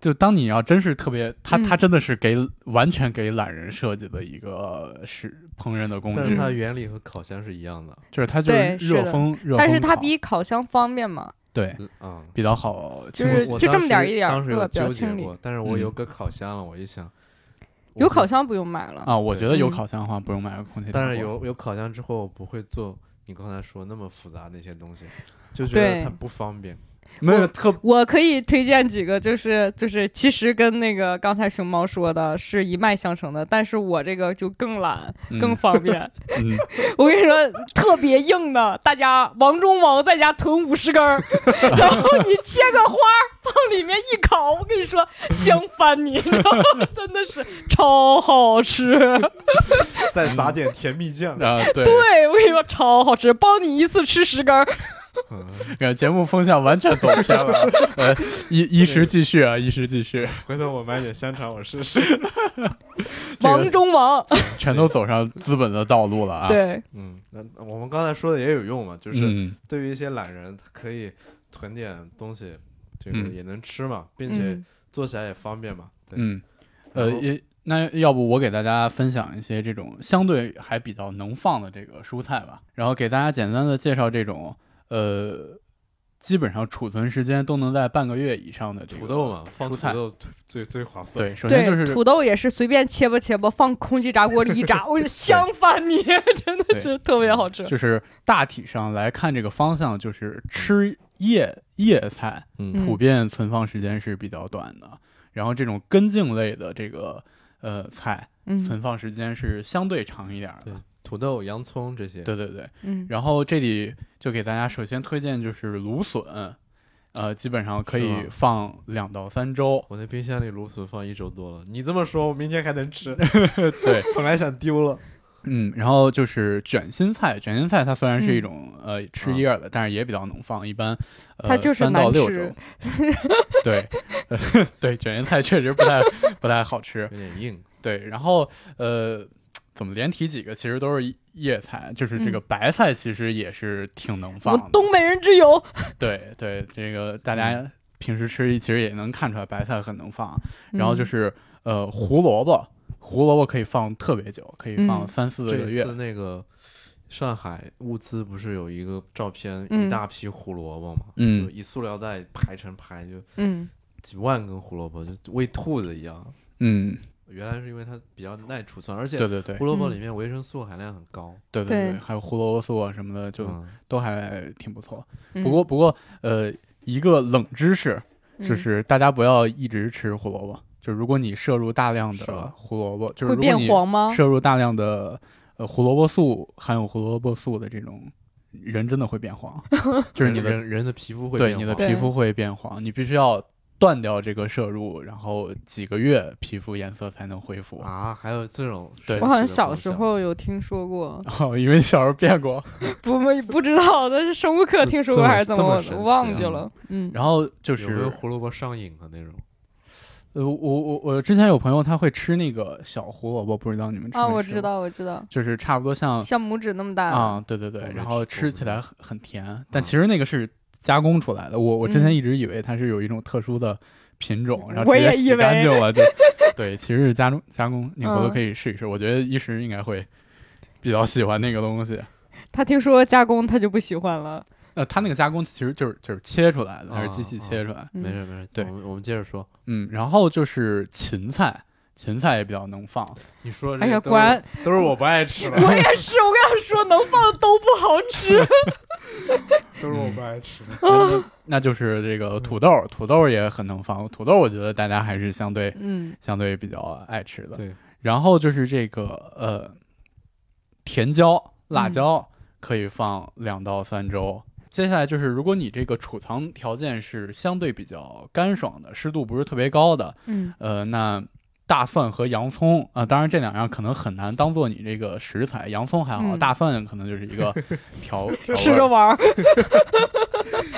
Speaker 4: 就当你要真是特别，他
Speaker 3: 嗯
Speaker 4: 他真的是给完全给懒人设计的一个是烹饪的
Speaker 5: 嗯
Speaker 4: 工
Speaker 1: 但
Speaker 4: 具
Speaker 1: 是，它的原理和烤箱是一样的，
Speaker 4: 就是它就是
Speaker 3: 对是
Speaker 4: 热
Speaker 3: 的
Speaker 4: 风热风烤，
Speaker 3: 但是它比烤箱方便嘛，
Speaker 4: 对
Speaker 1: 嗯啊。
Speaker 4: 比较好清
Speaker 3: 就
Speaker 4: 洗，
Speaker 3: 是
Speaker 1: 我
Speaker 3: 就
Speaker 1: 当
Speaker 3: 这么点儿
Speaker 1: 时
Speaker 3: 一点儿
Speaker 1: 当时
Speaker 3: 饿
Speaker 1: 有
Speaker 3: 比较
Speaker 1: 纠结
Speaker 3: 清理
Speaker 1: 过，但是我
Speaker 4: 嗯
Speaker 1: 有个烤箱了，我一想，
Speaker 3: 有
Speaker 1: 我不
Speaker 3: 烤箱不用买了。
Speaker 4: 啊，我觉得
Speaker 3: 对
Speaker 4: 有烤箱的话不用买个空气炸锅，
Speaker 1: 但是有有烤箱之后，我不会做你刚才说那么复杂那些东西，就觉
Speaker 3: 对
Speaker 1: 得它不方便。
Speaker 4: 没有特
Speaker 3: 我可以推荐几个，就是就是，其实跟那个刚才熊猫说的是一脉相承的，但是我这个就更懒，更
Speaker 4: 嗯
Speaker 3: 方便。
Speaker 4: 嗯
Speaker 3: 我跟你说，特别硬的，大家王中王在家囤五十根 儿，然后你切个花儿放里面一烤，我跟你说香翻你， 你知道吗？真的是超好吃。
Speaker 5: 再撒点甜蜜酱，
Speaker 4: 啊对，
Speaker 3: 对，我跟你说超好吃，包你一次吃十根儿。
Speaker 1: 嗯
Speaker 4: 感觉节目风向完全走偏 了，呃，一一时继续啊，一时继续，
Speaker 5: 回头我买点香肠我试试。
Speaker 4: 这个啊
Speaker 3: 王中王，
Speaker 4: 全都走上资本的道路了啊，，
Speaker 3: 对，
Speaker 1: 嗯，那那我们刚才说的也有用嘛，就是
Speaker 4: 嗯
Speaker 1: 对于一些懒人，他可以囤点东西，这个
Speaker 4: 嗯
Speaker 1: 也能吃嘛，并且
Speaker 3: 嗯，
Speaker 1: 做起来也方便嘛。对，
Speaker 4: 嗯，呃
Speaker 1: 然后
Speaker 4: 也。那要不我给大家分享一些这种相对还比较能放的这个蔬菜吧，然后给大家简单的介绍这种呃，基本上储存时间都能在半个月以上的这个
Speaker 1: 土豆嘛，放
Speaker 4: 蔬
Speaker 1: 土
Speaker 4: 菜
Speaker 1: 豆最最最划算。
Speaker 4: 对，首先就
Speaker 3: 对，
Speaker 4: 是
Speaker 3: 土豆也是随便切吧切吧，放空气炸锅里一 炸，我香翻你， 真的是特别好吃。
Speaker 4: 就是大体上来看这个方向，就是吃叶叶菜
Speaker 1: 嗯
Speaker 4: 普遍存放时间是比较短的，然后这种根茎类的这个呃菜
Speaker 3: 嗯
Speaker 4: 存放时间是相对长一点儿
Speaker 1: 对
Speaker 4: 的。，
Speaker 1: 土豆、洋葱这些。
Speaker 4: 对对对，
Speaker 3: 嗯，
Speaker 4: 然后这里就给大家首先推荐就是芦笋，呃，基本上可
Speaker 1: 是
Speaker 4: 以
Speaker 1: 吗
Speaker 4: 放两到 三周。
Speaker 1: 我那冰箱里芦笋放一周多了，你这么说，我明天还能吃。
Speaker 4: 对，
Speaker 5: 本来想丢 了，
Speaker 4: 嗯，然后就是卷心菜，卷心菜它虽然是一种、呃吃
Speaker 1: 啊
Speaker 4: 叶儿的，但是也比较能放，一般
Speaker 3: 嗯
Speaker 4: 呃
Speaker 3: 它就是
Speaker 4: 三到
Speaker 3: 难
Speaker 4: 六
Speaker 3: 吃
Speaker 4: 周。对， 呃对，卷心菜确实不太不太好吃。
Speaker 1: 有点硬，
Speaker 4: 对，然后呃，怎么连提几个，其实都是叶菜，就是
Speaker 3: 嗯
Speaker 4: 这个白菜其实也是挺能放
Speaker 3: 我
Speaker 4: 的。
Speaker 3: 东北人之友，
Speaker 4: 对对，这个大
Speaker 3: 嗯
Speaker 4: 家平时吃其实也能看出来，白菜很能放。然
Speaker 3: 嗯
Speaker 4: 后就是呃胡萝卜，胡萝卜可以放特别久，可以放
Speaker 3: 嗯
Speaker 4: 三四个
Speaker 1: 这
Speaker 4: 月。
Speaker 1: 次那个上海物资不是有一个照片，
Speaker 3: 嗯
Speaker 1: 一大批胡萝卜嘛，
Speaker 4: 嗯
Speaker 1: 就一塑料袋排成排，就
Speaker 3: 嗯，
Speaker 1: 几万根胡萝卜，就喂兔子一样。
Speaker 4: 嗯，
Speaker 1: 原来是因为它比较耐储存，而且
Speaker 4: 对对对
Speaker 1: 胡萝卜
Speaker 3: 嗯
Speaker 1: 里面维生素含量很高，
Speaker 4: 对对
Speaker 3: 对
Speaker 4: 还有胡萝卜素啊什么的，就
Speaker 1: 嗯
Speaker 4: 都还挺不错。
Speaker 3: 嗯
Speaker 4: 不过不过呃，一个冷知识
Speaker 3: 嗯
Speaker 4: 就是大家不要一直吃胡萝卜，就如果你摄入大量
Speaker 1: 是
Speaker 4: 的
Speaker 1: 吧
Speaker 4: 胡萝卜，就
Speaker 3: 嗯会
Speaker 4: 是如果
Speaker 3: 变
Speaker 4: 你
Speaker 3: 黄吗？
Speaker 4: 摄入大量的呃胡萝卜素含有胡萝卜素的这种。人真的会变 黄，就是你的
Speaker 1: 人人的皮肤会
Speaker 4: 对
Speaker 1: 变
Speaker 4: 你的
Speaker 1: 黄
Speaker 4: 皮肤会变黄，你必须要断掉这个摄入，然后几个月皮肤颜色才能恢复。
Speaker 1: 啊，还有这种
Speaker 4: 对
Speaker 1: 神
Speaker 3: 我
Speaker 1: 奇的啊
Speaker 3: 好像小
Speaker 1: 功
Speaker 3: 时
Speaker 1: 效
Speaker 3: 候有听说过，
Speaker 4: 哦，因为你小时候变 过。
Speaker 3: 不不不知道，但是生物课听说过
Speaker 1: 这么
Speaker 3: 还是怎
Speaker 1: 这么
Speaker 3: 我
Speaker 1: 神奇啊
Speaker 3: 忘记了。嗯，
Speaker 4: 然后就
Speaker 1: 有没有
Speaker 4: 是，
Speaker 1: 胡萝卜上瘾的那种？
Speaker 4: 呃，我我我之前有朋友他会吃那个小胡萝卜，不知道你们吃
Speaker 3: 啊，
Speaker 4: 没
Speaker 3: 我
Speaker 4: 吃
Speaker 3: 知
Speaker 4: 过，
Speaker 3: 道，我知道，
Speaker 4: 就是差不多像
Speaker 3: 像拇指那么大的，
Speaker 4: 啊，对对
Speaker 1: 我
Speaker 4: 对，
Speaker 1: 没
Speaker 4: 然后
Speaker 1: 吃过
Speaker 4: 吃起来很很甜，但
Speaker 1: 啊
Speaker 4: 其实那个是加工出来的。我我之前
Speaker 3: 嗯
Speaker 4: 一直以为它是有一种特殊的品种，然后
Speaker 3: 我
Speaker 4: 直接
Speaker 3: 也以
Speaker 4: 洗干
Speaker 3: 为
Speaker 4: 净 了就对，其实是加工加工，你回头
Speaker 3: 嗯
Speaker 4: 可以试一试。我觉得一时应该会比较喜欢那个东西。
Speaker 3: 他听说加工，他就不喜欢了。
Speaker 4: 呃，它那个加工其实就是就是切出来的，它是
Speaker 1: 啊
Speaker 4: 机器
Speaker 1: 啊
Speaker 4: 切出来。
Speaker 3: 嗯
Speaker 1: 没事没事，
Speaker 4: 对
Speaker 1: 我们我们接着说。
Speaker 4: 嗯，然后就是芹菜，芹菜也比较 能放。
Speaker 1: 你说这
Speaker 3: 哎呀，
Speaker 1: 都
Speaker 3: 果
Speaker 1: 是
Speaker 3: 然
Speaker 5: 都是我不爱 吃的，
Speaker 3: 我也是，我跟他说能放的都不好 吃。
Speaker 5: 都是我不爱吃的。
Speaker 4: 那那就是这个土豆，土豆也很能放。土豆我觉得大家还是相对
Speaker 3: 嗯
Speaker 4: 相对比较爱吃的。
Speaker 1: 对，
Speaker 4: 然后就是这个呃，甜椒、辣椒
Speaker 3: 嗯
Speaker 4: 可以放两到三周。接下来就是，如果你这个储藏条件是相对比较干爽的，湿度不是特别高的，
Speaker 3: 嗯
Speaker 4: 呃，那大蒜和洋葱啊、当然这两样可能很难当做你这个食材，洋葱还好，
Speaker 3: 嗯
Speaker 4: 大蒜可能就是一 个调调
Speaker 3: 吃
Speaker 4: 味
Speaker 3: 着
Speaker 4: 儿。
Speaker 3: 玩儿。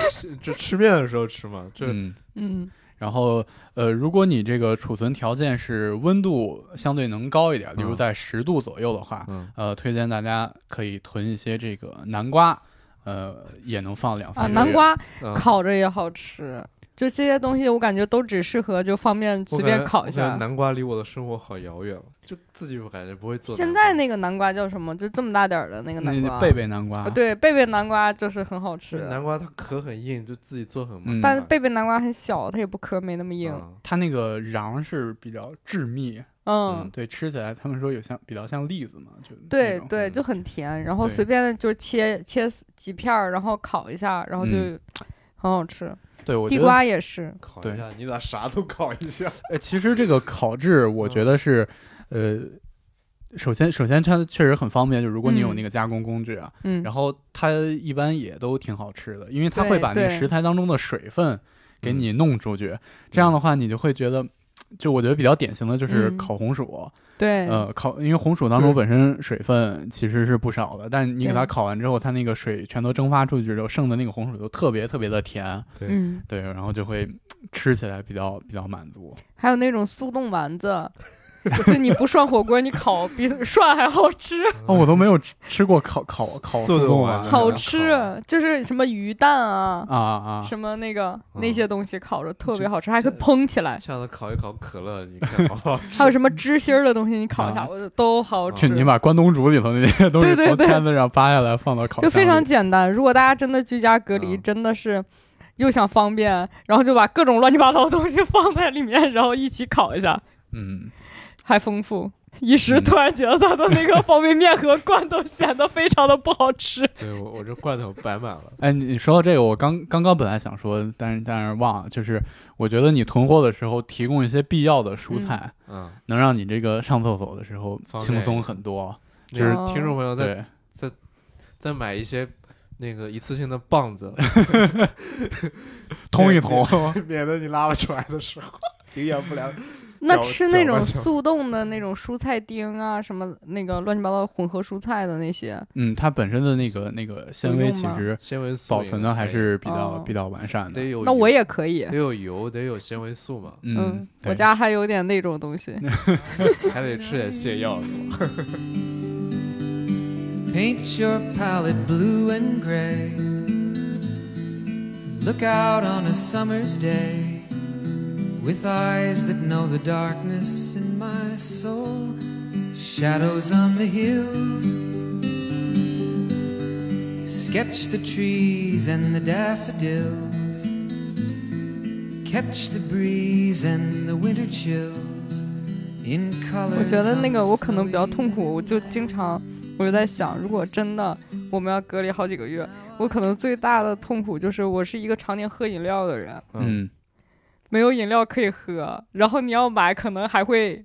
Speaker 5: 是这吃面的时候吃嘛，这
Speaker 4: 嗯，
Speaker 3: 嗯
Speaker 4: 然后，呃，如果你这个储存条件是温度相对能高一点，例如
Speaker 1: 嗯
Speaker 4: 在十度左右的话，
Speaker 1: 嗯，
Speaker 4: 呃，推荐大家可以囤一些这个南瓜，呃，也能放两
Speaker 3: 啊，
Speaker 4: 三个月。
Speaker 3: 南瓜
Speaker 1: 嗯
Speaker 3: 烤着也好吃。就这些东西，我感觉都只适合就方便
Speaker 5: 我感
Speaker 3: 随便
Speaker 5: 觉
Speaker 3: 烤
Speaker 5: 我
Speaker 3: 一
Speaker 5: 感觉
Speaker 3: 下。
Speaker 5: 南瓜离我的生活好遥远，就自己我感觉不会做南瓜。
Speaker 3: 现在那个南瓜叫什么？就这么大点儿的那个南瓜。
Speaker 4: 那贝贝南瓜
Speaker 3: 啊，，对，贝贝南瓜就是很好吃，
Speaker 5: 南瓜它壳很硬，就自己做很麻
Speaker 4: 嗯
Speaker 5: 烦。
Speaker 3: 但是贝贝南瓜很小，它也不壳没那么硬。
Speaker 5: 嗯
Speaker 4: 它那个瓤是比较致密，
Speaker 3: 嗯，
Speaker 4: 对，吃起来他们说有像比较像栗子嘛，就
Speaker 3: 对
Speaker 4: 那种
Speaker 3: 对，
Speaker 5: 嗯
Speaker 3: 就很甜，然后
Speaker 4: 对
Speaker 3: 随便就是切切丝几片儿，然后烤一下，然后就
Speaker 4: 嗯
Speaker 3: 很好吃。
Speaker 4: 对，我觉
Speaker 3: 地
Speaker 4: 得
Speaker 3: 瓜也是，
Speaker 5: 烤
Speaker 4: 对
Speaker 5: 一下，你咋啥都烤一 下？
Speaker 4: 呃，其实这个烤制，我觉得是，呃，首先首先它确实很方便，就如果你有
Speaker 3: 嗯
Speaker 4: 那个加工工具啊，
Speaker 3: 嗯，
Speaker 4: 然后它一般也都挺好吃的，因为它会
Speaker 3: 对
Speaker 4: 把那个
Speaker 3: 对
Speaker 4: 食材当中的水分给你弄出去，这样的话你就会觉得，就我觉得比较典型的就是
Speaker 3: 嗯
Speaker 4: 烤红薯，
Speaker 3: 对，
Speaker 4: 呃，烤，因为红薯当中
Speaker 5: 对
Speaker 4: 本身水分其实是不少的，但你给它
Speaker 3: 对
Speaker 4: 烤完之后，它那个水全都蒸发出去之后，剩的那个红薯就特别特别的甜，
Speaker 3: 嗯，
Speaker 4: 对，然后就会吃起来比较比较满足。
Speaker 3: 还有那种速冻丸子，就你不涮火锅，你烤比涮还好吃，
Speaker 4: 哦，我都没有吃吃过烤烤烤
Speaker 5: 速冻
Speaker 4: 冻
Speaker 5: 丸
Speaker 4: 丸
Speaker 5: 子
Speaker 3: 嗯好
Speaker 5: 烤
Speaker 3: 吃。啊就是什么鱼蛋啊，
Speaker 4: 啊啊！
Speaker 3: 什么那个那
Speaker 5: 嗯
Speaker 3: 些东西烤着特别
Speaker 1: 这
Speaker 3: 好吃，还可以
Speaker 1: 这
Speaker 3: 烹起来。
Speaker 1: 下次烤一烤可乐，你看好不好？
Speaker 3: 还有什么芝心儿的东西，你烤一
Speaker 4: 啊
Speaker 3: 下，我就都好
Speaker 5: 就
Speaker 4: 去
Speaker 3: 吃。
Speaker 4: 你把关东煮里头那些东西
Speaker 3: 对对
Speaker 4: 从
Speaker 3: 对
Speaker 4: 签子上扒下来放到烤箱
Speaker 3: 就
Speaker 4: 里，
Speaker 3: 非常简单。如果大家真的居家隔离，
Speaker 5: 嗯
Speaker 3: 真的是又想方便，然后就把各种乱七八糟的东西 放在里面，然后一起烤一下，
Speaker 4: 嗯，
Speaker 3: 还丰富。一时
Speaker 4: 嗯
Speaker 3: 突然觉得它的 那个方便面和罐头显得非常的不好吃。
Speaker 1: 对我我这罐头摆满了。
Speaker 4: 哎，你你说到这个，我刚刚刚本来想说，但是但是忘了，就是我觉得你囤货的时候提供一些必要的
Speaker 3: 嗯
Speaker 4: 蔬菜，
Speaker 1: 嗯，
Speaker 4: 能让你这个上厕所的时候
Speaker 1: 方便
Speaker 4: 轻松很多。
Speaker 1: 就
Speaker 3: 就是
Speaker 1: 是听众朋友再
Speaker 4: 对，
Speaker 1: 再买一些那个一次性的棒子，
Speaker 4: 通一通。
Speaker 5: 免得你拉了出来的时候营养不良。
Speaker 3: 那
Speaker 5: 搅
Speaker 3: 吃
Speaker 5: 搅
Speaker 3: 那种
Speaker 5: 拌搅
Speaker 3: 速冻的那种蔬菜丁啊，什么那个乱七八糟混合蔬菜的那些，
Speaker 4: 嗯，它本身的那个那个纤维
Speaker 3: 有
Speaker 4: 其
Speaker 3: 用吗
Speaker 4: 实
Speaker 1: 纤维素
Speaker 4: 保存的还是比较
Speaker 3: 哦
Speaker 4: 比较完善的
Speaker 1: 得。有
Speaker 3: 那我
Speaker 1: 油
Speaker 3: 也可以。
Speaker 1: 得有油，得有纤维素 嘛，
Speaker 4: 嗯，
Speaker 3: 我
Speaker 4: 对
Speaker 3: 家还有点那种东西。
Speaker 1: 还得吃点泻药是吧？
Speaker 6: Paint your palette blue and gray. Look out on a summer's day with eyes that know the darkness in my soul. Shadows on the hills. Sketch the trees and the daffodils. Catch the breeze and the winter chills in colors.
Speaker 3: 我觉得
Speaker 6: on
Speaker 3: 那
Speaker 6: the
Speaker 3: 个我可能比较
Speaker 6: snowy
Speaker 3: 痛苦，我就经常我就在想，如果真的我们要隔离好几个月，我可能最大的痛苦就是我是一个常年喝饮料的人，
Speaker 4: 嗯，
Speaker 3: 没有饮料可以喝，然后你要买可能还会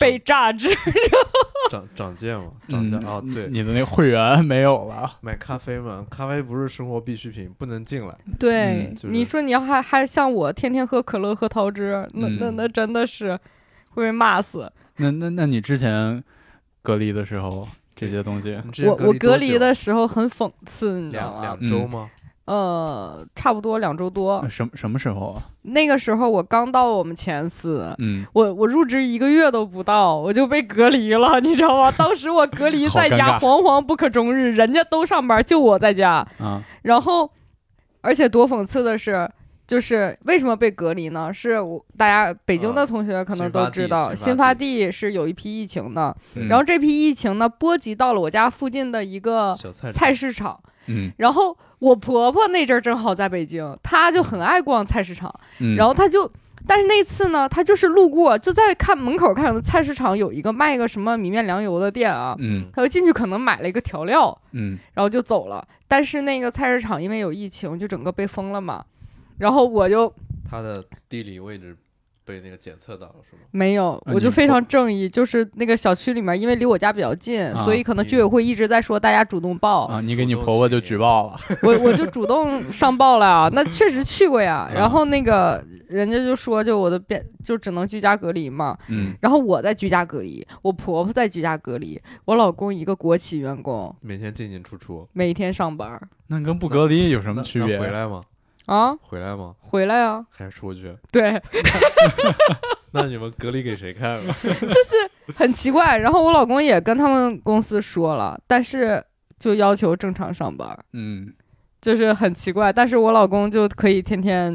Speaker 3: 被榨汁。
Speaker 1: 涨涨价嘛，涨价
Speaker 4: 嗯
Speaker 1: 啊，对，
Speaker 4: 你的那个会员没有了。
Speaker 1: 买咖啡嘛，咖啡不是生活必需品，不能进来。
Speaker 3: 对
Speaker 4: 嗯
Speaker 1: 就是
Speaker 3: 你说你要还还像我天天喝可乐喝桃汁，那、那
Speaker 4: 嗯
Speaker 3: 那真的是会被骂死。
Speaker 4: 那那那你之前隔离的时候这些东西，
Speaker 1: 你之前
Speaker 3: 我我隔离
Speaker 1: 多久
Speaker 3: 的啊时候很讽刺，你知道
Speaker 1: 两
Speaker 3: 吗？
Speaker 1: 两
Speaker 4: 嗯
Speaker 1: 周吗？
Speaker 3: 呃，差不多两周多。
Speaker 4: 呃什么什么时候啊？
Speaker 3: 那个时候我刚到我们前司，
Speaker 4: 嗯，
Speaker 3: 我我入职一个月都不到，我就被隔离了，你知道吗？当时我隔离
Speaker 4: 好
Speaker 3: 在
Speaker 4: 尴
Speaker 3: 家，
Speaker 4: 尬
Speaker 3: 惶惶不可终日，人家都上班，就我在家。
Speaker 4: 啊，
Speaker 3: 然后，而且多讽刺的是，就是为什么被隔离呢？是我大家北京的
Speaker 1: 啊
Speaker 3: 同学可能
Speaker 1: 新发
Speaker 3: 都知
Speaker 1: 地
Speaker 3: 道，
Speaker 1: 新
Speaker 3: 新
Speaker 1: 发
Speaker 3: 发地是有一批疫情的，
Speaker 4: 嗯
Speaker 3: 然后这批疫情呢波及到了我家附近的一个
Speaker 1: 小菜
Speaker 3: 啊菜
Speaker 1: 市
Speaker 3: 市场。
Speaker 4: 嗯
Speaker 3: 然后我婆婆那阵儿正好在北京，她就很爱逛菜市场。
Speaker 4: 嗯，
Speaker 3: 然后他就，但是那次呢，他就是路过，就在看门口看有菜市场有一个卖个什么米面粮油的店啊，
Speaker 4: 嗯
Speaker 3: 他就进去可能买了一个调料，
Speaker 4: 嗯
Speaker 3: 然后就走了。但是那个菜市场因为有疫情，就整个被封了嘛。然后我就
Speaker 1: 它的地理位置被那个检测到了是吗？
Speaker 3: 没有，
Speaker 4: 啊
Speaker 3: 我就
Speaker 4: 你
Speaker 3: 非
Speaker 4: 不
Speaker 3: 常正义，就是那个小区里面，因为离我家比较近，
Speaker 4: 啊
Speaker 3: 所以可能
Speaker 1: 你
Speaker 3: 居委会一直在说大家主动报，
Speaker 4: 啊，你给你婆婆就举报了。
Speaker 3: 我我就主动上报了啊，那确实去过
Speaker 4: 啊
Speaker 3: 呀。然后那个人家就说，就我的变就只能居家隔离嘛，
Speaker 4: 嗯，
Speaker 3: 然后我在居家隔离，我婆婆在居家隔离，我老公一个国企员工，
Speaker 1: 每天进进出出，
Speaker 3: 每天上班儿
Speaker 4: 那跟不隔离有什么
Speaker 1: 那
Speaker 4: 区
Speaker 1: 那
Speaker 4: 别？
Speaker 1: 回来吗？
Speaker 3: 啊，
Speaker 1: 回来吗？
Speaker 3: 回来啊，
Speaker 1: 还出去？
Speaker 3: 对，
Speaker 1: 那你们隔离给谁看啊了？
Speaker 3: 就是很奇怪。然后我老公也跟他们公司说了，但是就要求正常上班儿，
Speaker 4: 嗯
Speaker 3: 就是很奇怪。但是我老公就可以天天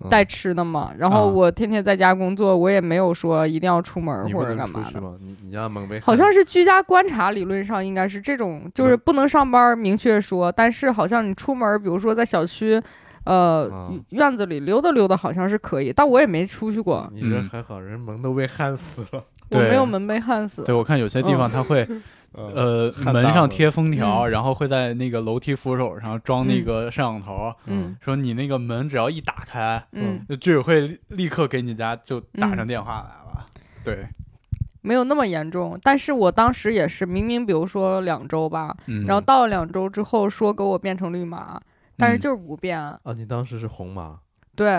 Speaker 1: 嗯
Speaker 3: 带吃的嘛。然
Speaker 1: 啊
Speaker 3: 后我天天在家工作，我也没有说一定要出门
Speaker 1: 你
Speaker 3: 或
Speaker 1: 不
Speaker 3: 者
Speaker 1: 能
Speaker 3: 干
Speaker 1: 出
Speaker 3: 嘛
Speaker 1: 去
Speaker 3: 的。
Speaker 1: 吗？你你让蒙贝
Speaker 3: 好
Speaker 1: 汉
Speaker 4: 嗯
Speaker 3: 像是居家观察，理论上应该是这种，就是不能上班，明确说。但是好像你出门，比如说在小区，呃，
Speaker 1: 啊
Speaker 4: 嗯
Speaker 3: 院子里溜达溜达，好像是可以。但我也没出去过，
Speaker 1: 你人
Speaker 4: 嗯
Speaker 1: 还好，人蒙都被焊死 了。
Speaker 3: 我
Speaker 4: 对
Speaker 3: 没有门被焊死。
Speaker 4: 对，我看有些地方它会，
Speaker 1: 嗯啊
Speaker 4: 呃，门上贴封条，
Speaker 3: 嗯
Speaker 4: 然后会在那个楼梯扶手上装那个摄像头，
Speaker 3: 嗯
Speaker 4: 说你那个门只要一打开，
Speaker 3: 嗯，
Speaker 4: 就居委会立立刻给你家就打上电话来了。对，
Speaker 3: 没有那么严重。但是我当时也是，明明比如说两周吧，
Speaker 4: 嗯，嗯
Speaker 3: 然后到了两周之后说给我变成绿码，但是就是不变。
Speaker 1: 啊，你当时是红马，
Speaker 3: 对，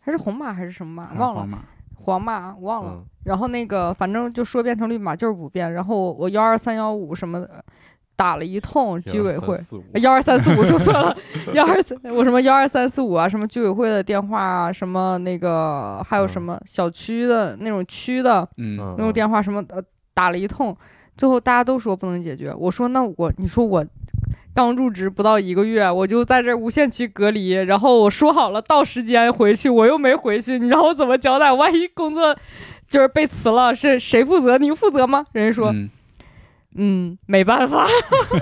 Speaker 3: 还是红码还是什么码
Speaker 4: 还是
Speaker 3: 忘
Speaker 4: 皇
Speaker 3: 了，
Speaker 4: 马
Speaker 3: 黄码忘了。
Speaker 1: 嗯，
Speaker 3: 然后那个反正就说变成绿码就是不变。然后我幺二三幺五什么的打了一通居委会。哎幺二三四五说错了，幺二三我什么幺二三四五啊，什么居委会的电话啊，什么那个还有什么小区的那种区的
Speaker 4: 嗯
Speaker 1: 嗯，
Speaker 3: 那种电话什么呃打了一通，最后大家都说不能解决。我说那我你说我刚入职不到一个月，我就在这儿无限期隔离，然后我说好了到时间回去，我又没回去，你让我怎么交代？万一工作就是被辞了，是谁负责？您负责吗？人家说
Speaker 4: 嗯
Speaker 3: 嗯，没办法，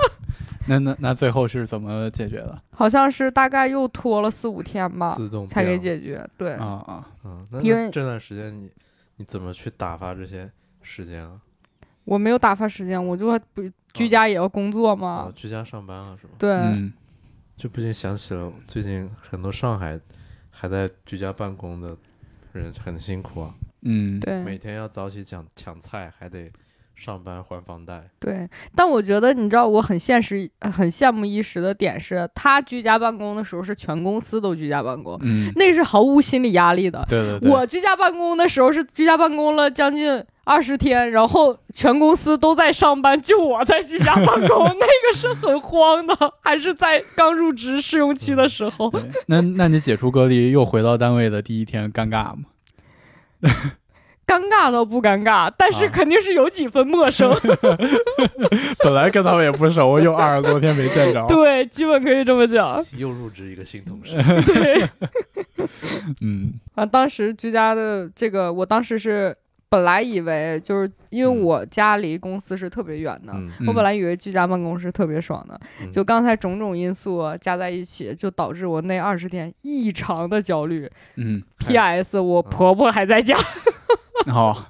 Speaker 4: 那那那最后是怎么解决的？
Speaker 3: 好像是大概又拖了四五天吧，
Speaker 1: 嗯自动
Speaker 3: 才
Speaker 1: 变
Speaker 3: 给
Speaker 1: 了。
Speaker 3: 解决。对，
Speaker 4: 啊啊，
Speaker 1: 嗯，那
Speaker 3: 因
Speaker 1: 那
Speaker 3: 为
Speaker 1: 这段时间你你怎么去打发这些时间啊？
Speaker 3: 我没有打发时间，我就不居家也要工作嘛。
Speaker 1: 啊，居家上班了是吗？
Speaker 3: 对，
Speaker 4: 嗯，
Speaker 1: 就不禁想起了最近很多上海还在居家办公的人很辛苦啊，
Speaker 4: 嗯，
Speaker 1: 每
Speaker 3: 对
Speaker 1: 天要早起抢抢菜，还得上班还房 贷。
Speaker 3: 对，但我觉得你知道，我很现实、呃很羡慕一时的点是，他居家办公的时候是全公司都居家办公，
Speaker 4: 嗯，
Speaker 3: 那是毫无心理压力的。
Speaker 4: 对对对，
Speaker 3: 我居家办公的时候是居家办公了将近二十天，然后全公司都在上班，就我在居家办公， 那个是很慌的，还是在刚入职试用期的时候。
Speaker 4: 对那那你解除隔离又回到单位的第一天，尴尬吗？
Speaker 3: 尴尬倒不尴尬，但是
Speaker 4: 啊
Speaker 3: 肯定是有几分陌生。
Speaker 4: 本来跟他们也不熟，又二十多天没见着，
Speaker 3: 对，基本可以这么讲。
Speaker 1: 又入职一个新同事，
Speaker 3: 对，
Speaker 4: 嗯
Speaker 3: 啊，当时居家的这个，我当时是本来以为就是因为我家离公司是特别远的。
Speaker 1: 嗯，
Speaker 4: 嗯
Speaker 3: 我本来以为居家办公是特别爽的，
Speaker 1: 嗯
Speaker 3: 就刚才种种因素啊加在一起，就导致我那二十天异常的焦虑。
Speaker 4: 嗯，
Speaker 3: P.S. 我婆婆还在家，
Speaker 4: 好，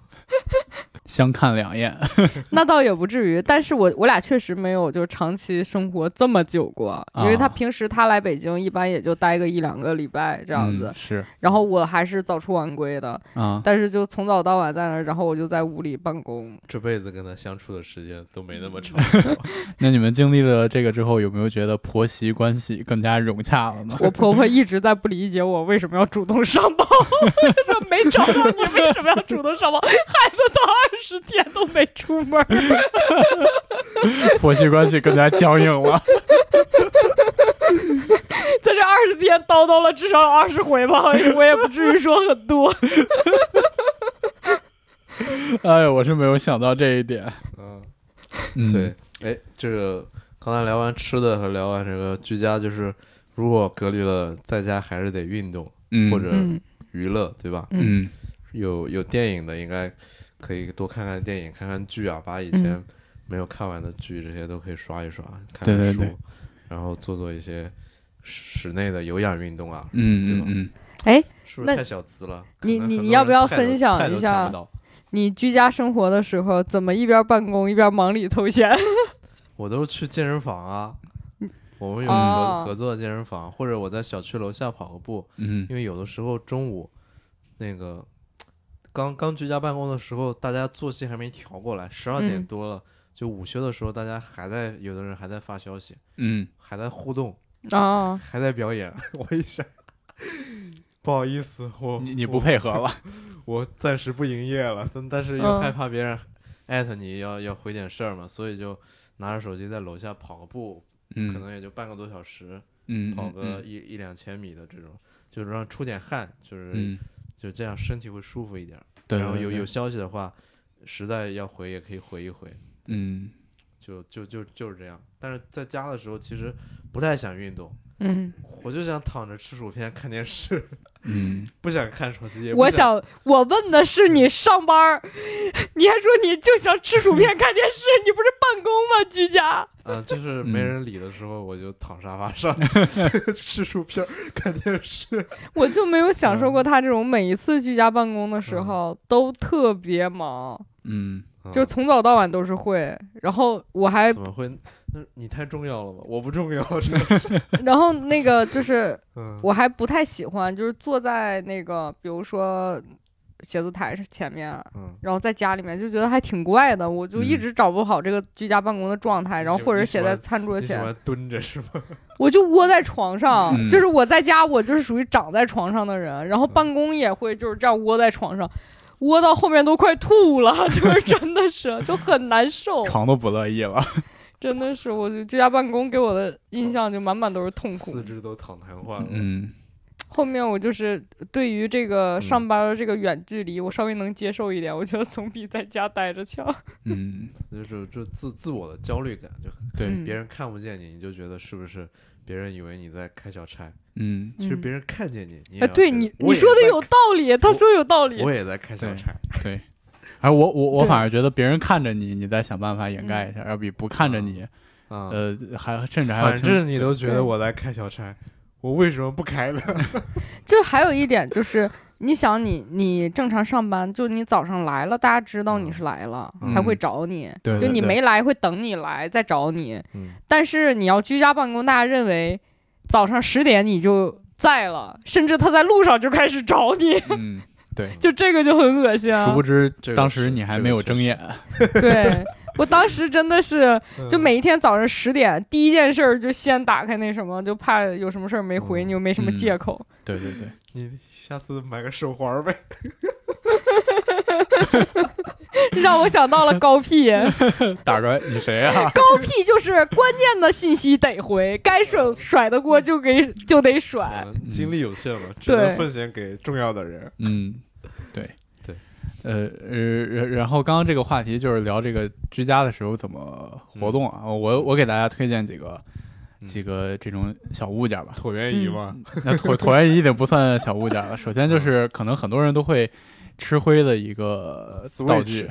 Speaker 4: 相看两厌，
Speaker 3: 那倒也不至于，但是我我俩确实没有就是长期生活这么久过，因为他
Speaker 4: 啊
Speaker 3: 平时他来北京一般也就待个一两个礼拜这
Speaker 4: 这
Speaker 3: 样子，
Speaker 4: 嗯是
Speaker 3: 然后我还是早出晚归的，
Speaker 4: 啊，
Speaker 3: 但是就从早到晚在那儿，然后我就在屋里办公，
Speaker 1: 这辈子跟他相处的时间都没那么长。
Speaker 4: 那你们经历了这个之后，有没有觉得婆媳关系更加融洽了呢？
Speaker 3: 我婆婆一直在不理解我为什么要主动上报， 说没找到你为什么要主动上报，孩子都二十天都没出门儿，
Speaker 4: 婆媳关系更加僵硬了。
Speaker 3: 在这二十天叨叨了至少有二十回吧， 我也不至于说很多。
Speaker 4: 哎，我是没有想到这一点。
Speaker 1: 嗯，
Speaker 4: 嗯，
Speaker 1: 对，哎，这个刚才聊完吃的和聊完这个居家，就是如果隔离了，在家还是得运动
Speaker 4: 嗯，
Speaker 1: 或者娱乐，对吧？
Speaker 4: 嗯
Speaker 1: 有有电影的，应该可以多看看电影，看看剧啊，把以前没有看完的剧这些都可以刷一刷，看
Speaker 4: 嗯对对
Speaker 1: 看书，
Speaker 4: 对
Speaker 1: 然后做做一些室室内的有氧运动啊，对
Speaker 4: 嗯
Speaker 1: 吧？
Speaker 4: 嗯
Speaker 3: 哎，
Speaker 1: 是不
Speaker 3: 那
Speaker 1: 是太小资了？
Speaker 3: 你
Speaker 1: 可能
Speaker 3: 你
Speaker 1: 很
Speaker 3: 你
Speaker 1: 多
Speaker 3: 要
Speaker 1: 人
Speaker 3: 不要
Speaker 1: 菜都
Speaker 3: 分享
Speaker 1: 菜都
Speaker 3: 一
Speaker 1: 抢
Speaker 3: 下
Speaker 1: 不到
Speaker 3: 你居家生活的时候怎么一边办公一边忙里偷闲？
Speaker 1: 我都是去健身房啊，我们有
Speaker 3: 哦
Speaker 1: 合合作的健身房，或者我在小区楼下跑个步，
Speaker 4: 嗯
Speaker 1: 因为有的时候中午那个刚刚居家办公的时候，大家作息还没调过来，十二点
Speaker 3: 嗯
Speaker 1: 多了，就午休的时候，大家还在有的人还在发消息，
Speaker 4: 嗯
Speaker 1: 还在互动，
Speaker 3: 啊，
Speaker 1: 还在表演。 我一想，不好意思，我
Speaker 4: 嗯，你你不配合了。
Speaker 1: 我暂时不营业了，但但是又
Speaker 3: 嗯
Speaker 1: 害怕别人艾特你要要回点事儿嘛，所以就拿着手机在楼下跑个步，
Speaker 4: 嗯，
Speaker 1: 可能也就半个多小时，
Speaker 4: 嗯
Speaker 1: 跑个一一两千米的这种，就是让出点汗，就是、
Speaker 4: 嗯，
Speaker 1: 就这样身体会舒服一点儿。
Speaker 4: 对，
Speaker 1: 然后有有消息的话，实在要回也可以回一回，
Speaker 4: 嗯
Speaker 1: 就就就就是这样。但是在家的时候，其实不太想运动，
Speaker 3: 嗯，
Speaker 1: 我就想躺着吃薯片看电视，
Speaker 4: 嗯，
Speaker 1: 不想看手机。也不
Speaker 3: 我
Speaker 1: 想，
Speaker 3: 想我问的是你上班儿， 你还说你就想吃薯片看电视，你不是办公吗？居家，
Speaker 1: 嗯、就是没
Speaker 4: 嗯
Speaker 1: 人理的时候，我就躺沙发 上吃薯片儿看电视。
Speaker 3: 我就没有享
Speaker 1: 嗯
Speaker 3: 受过他这种每一次居家办公的时候都特别忙，
Speaker 4: 嗯，
Speaker 3: 就
Speaker 1: 嗯
Speaker 3: 从早到晚都是会，然后我 还
Speaker 1: 怎么会？那你太重要了吧？我不重要， 这
Speaker 3: 然后那个就是
Speaker 1: 嗯，
Speaker 3: 我还不太喜欢，就是坐在那个比如说写字台前面，
Speaker 1: 嗯，
Speaker 3: 然后在家里面就觉得还挺怪的，我就一
Speaker 4: 嗯
Speaker 3: 直找不好这个居家办公的状态，
Speaker 1: 你
Speaker 3: 然后
Speaker 1: 喜
Speaker 3: 或者
Speaker 1: 你
Speaker 3: 写
Speaker 1: 喜
Speaker 3: 在
Speaker 1: 欢
Speaker 3: 餐桌
Speaker 1: 你喜
Speaker 3: 前，
Speaker 1: 欢蹲着是吗？
Speaker 3: 我就窝在床上，
Speaker 4: 嗯
Speaker 3: 就是我在家我就是属于长在床上的人，
Speaker 1: 嗯
Speaker 3: 然后办公也会就是这样窝在床上。窝到后面都快吐了， 就是真的是就很难受，
Speaker 4: 嗯床都不乐意了。
Speaker 3: 真的是，我就居家办公给我的印象就满满都是痛苦
Speaker 1: 四。肢都躺瘫痪了。
Speaker 4: 嗯
Speaker 3: 后面我就是对于这个
Speaker 1: 嗯
Speaker 3: 上班儿这个远距离，我稍微能接受一点，我觉得总比在家待着强。
Speaker 4: 嗯，
Speaker 1: 就是就自自我的焦虑感，就
Speaker 4: 对，
Speaker 3: 嗯
Speaker 1: 别人看不见你，你就觉得是不是别人以为你在开小差，
Speaker 4: 嗯，
Speaker 1: 其实别
Speaker 3: 人
Speaker 1: 人看见你，你也
Speaker 3: 啊，
Speaker 1: 要
Speaker 3: 对
Speaker 1: 觉得
Speaker 3: 你
Speaker 1: 我
Speaker 3: 你
Speaker 1: 也
Speaker 3: 说的
Speaker 1: 在
Speaker 3: 有道理，他说的有道理
Speaker 1: 我，也在开小
Speaker 4: 对
Speaker 1: 差，
Speaker 4: 对。而我我我
Speaker 3: 对
Speaker 4: 反而觉得别人看着你，你再想办法掩盖一下，要比不看着你，
Speaker 1: 嗯啊，
Speaker 4: 呃，还甚至还要
Speaker 1: 反
Speaker 4: 轻
Speaker 1: 正你都觉
Speaker 4: 对
Speaker 3: 嗯
Speaker 1: 得我在开小差，我为什么不开呢？
Speaker 3: 就还有一点就是，你想你你正常上班，就你早上来了，大家知道你是来了，
Speaker 1: 嗯
Speaker 3: 才会找你。
Speaker 4: 对
Speaker 3: 就
Speaker 4: 对
Speaker 3: 你
Speaker 4: 对
Speaker 3: 没来会等你来再找你，
Speaker 1: 嗯
Speaker 3: 但是你要居家办公，大家认为早上十点你就在了，甚至他在路上就开始找你，
Speaker 4: 嗯，
Speaker 3: 就这个就很恶心啊。
Speaker 4: 殊不知
Speaker 1: 这个
Speaker 4: 当时
Speaker 1: 是
Speaker 4: 你还
Speaker 1: 这个
Speaker 4: 没有
Speaker 1: 确
Speaker 4: 睁
Speaker 1: 实
Speaker 4: 眼。
Speaker 3: 对我当时真的是，
Speaker 4: 嗯
Speaker 1: 嗯
Speaker 3: 就每一天早上十点，第一件事儿就先打开那什么，就怕有什么事儿没回，
Speaker 1: 嗯
Speaker 3: 你又没什么借口。
Speaker 4: 对对对，
Speaker 1: 你下次买个手环儿呗，
Speaker 3: 让我想到了高 P，高
Speaker 4: 打着你谁啊呀、
Speaker 3: P 就是关键的信息得回，该甩甩得过就给就得甩。
Speaker 1: 嗯精力有限嘛，只
Speaker 3: 哎对
Speaker 1: 能奉献给重要的人。
Speaker 4: 嗯，对
Speaker 1: 对，
Speaker 4: 呃呃，然然后刚刚这个话题就是聊这个居家的时候怎么活动啊，我我给大家推荐几个
Speaker 1: 嗯
Speaker 4: 几个这种小物件吧。
Speaker 5: 椭圆仪嘛，
Speaker 4: 那椭椭圆仪已经不算小物件了。首先就是可能很多人都会吃灰的一个道具
Speaker 1: Switch。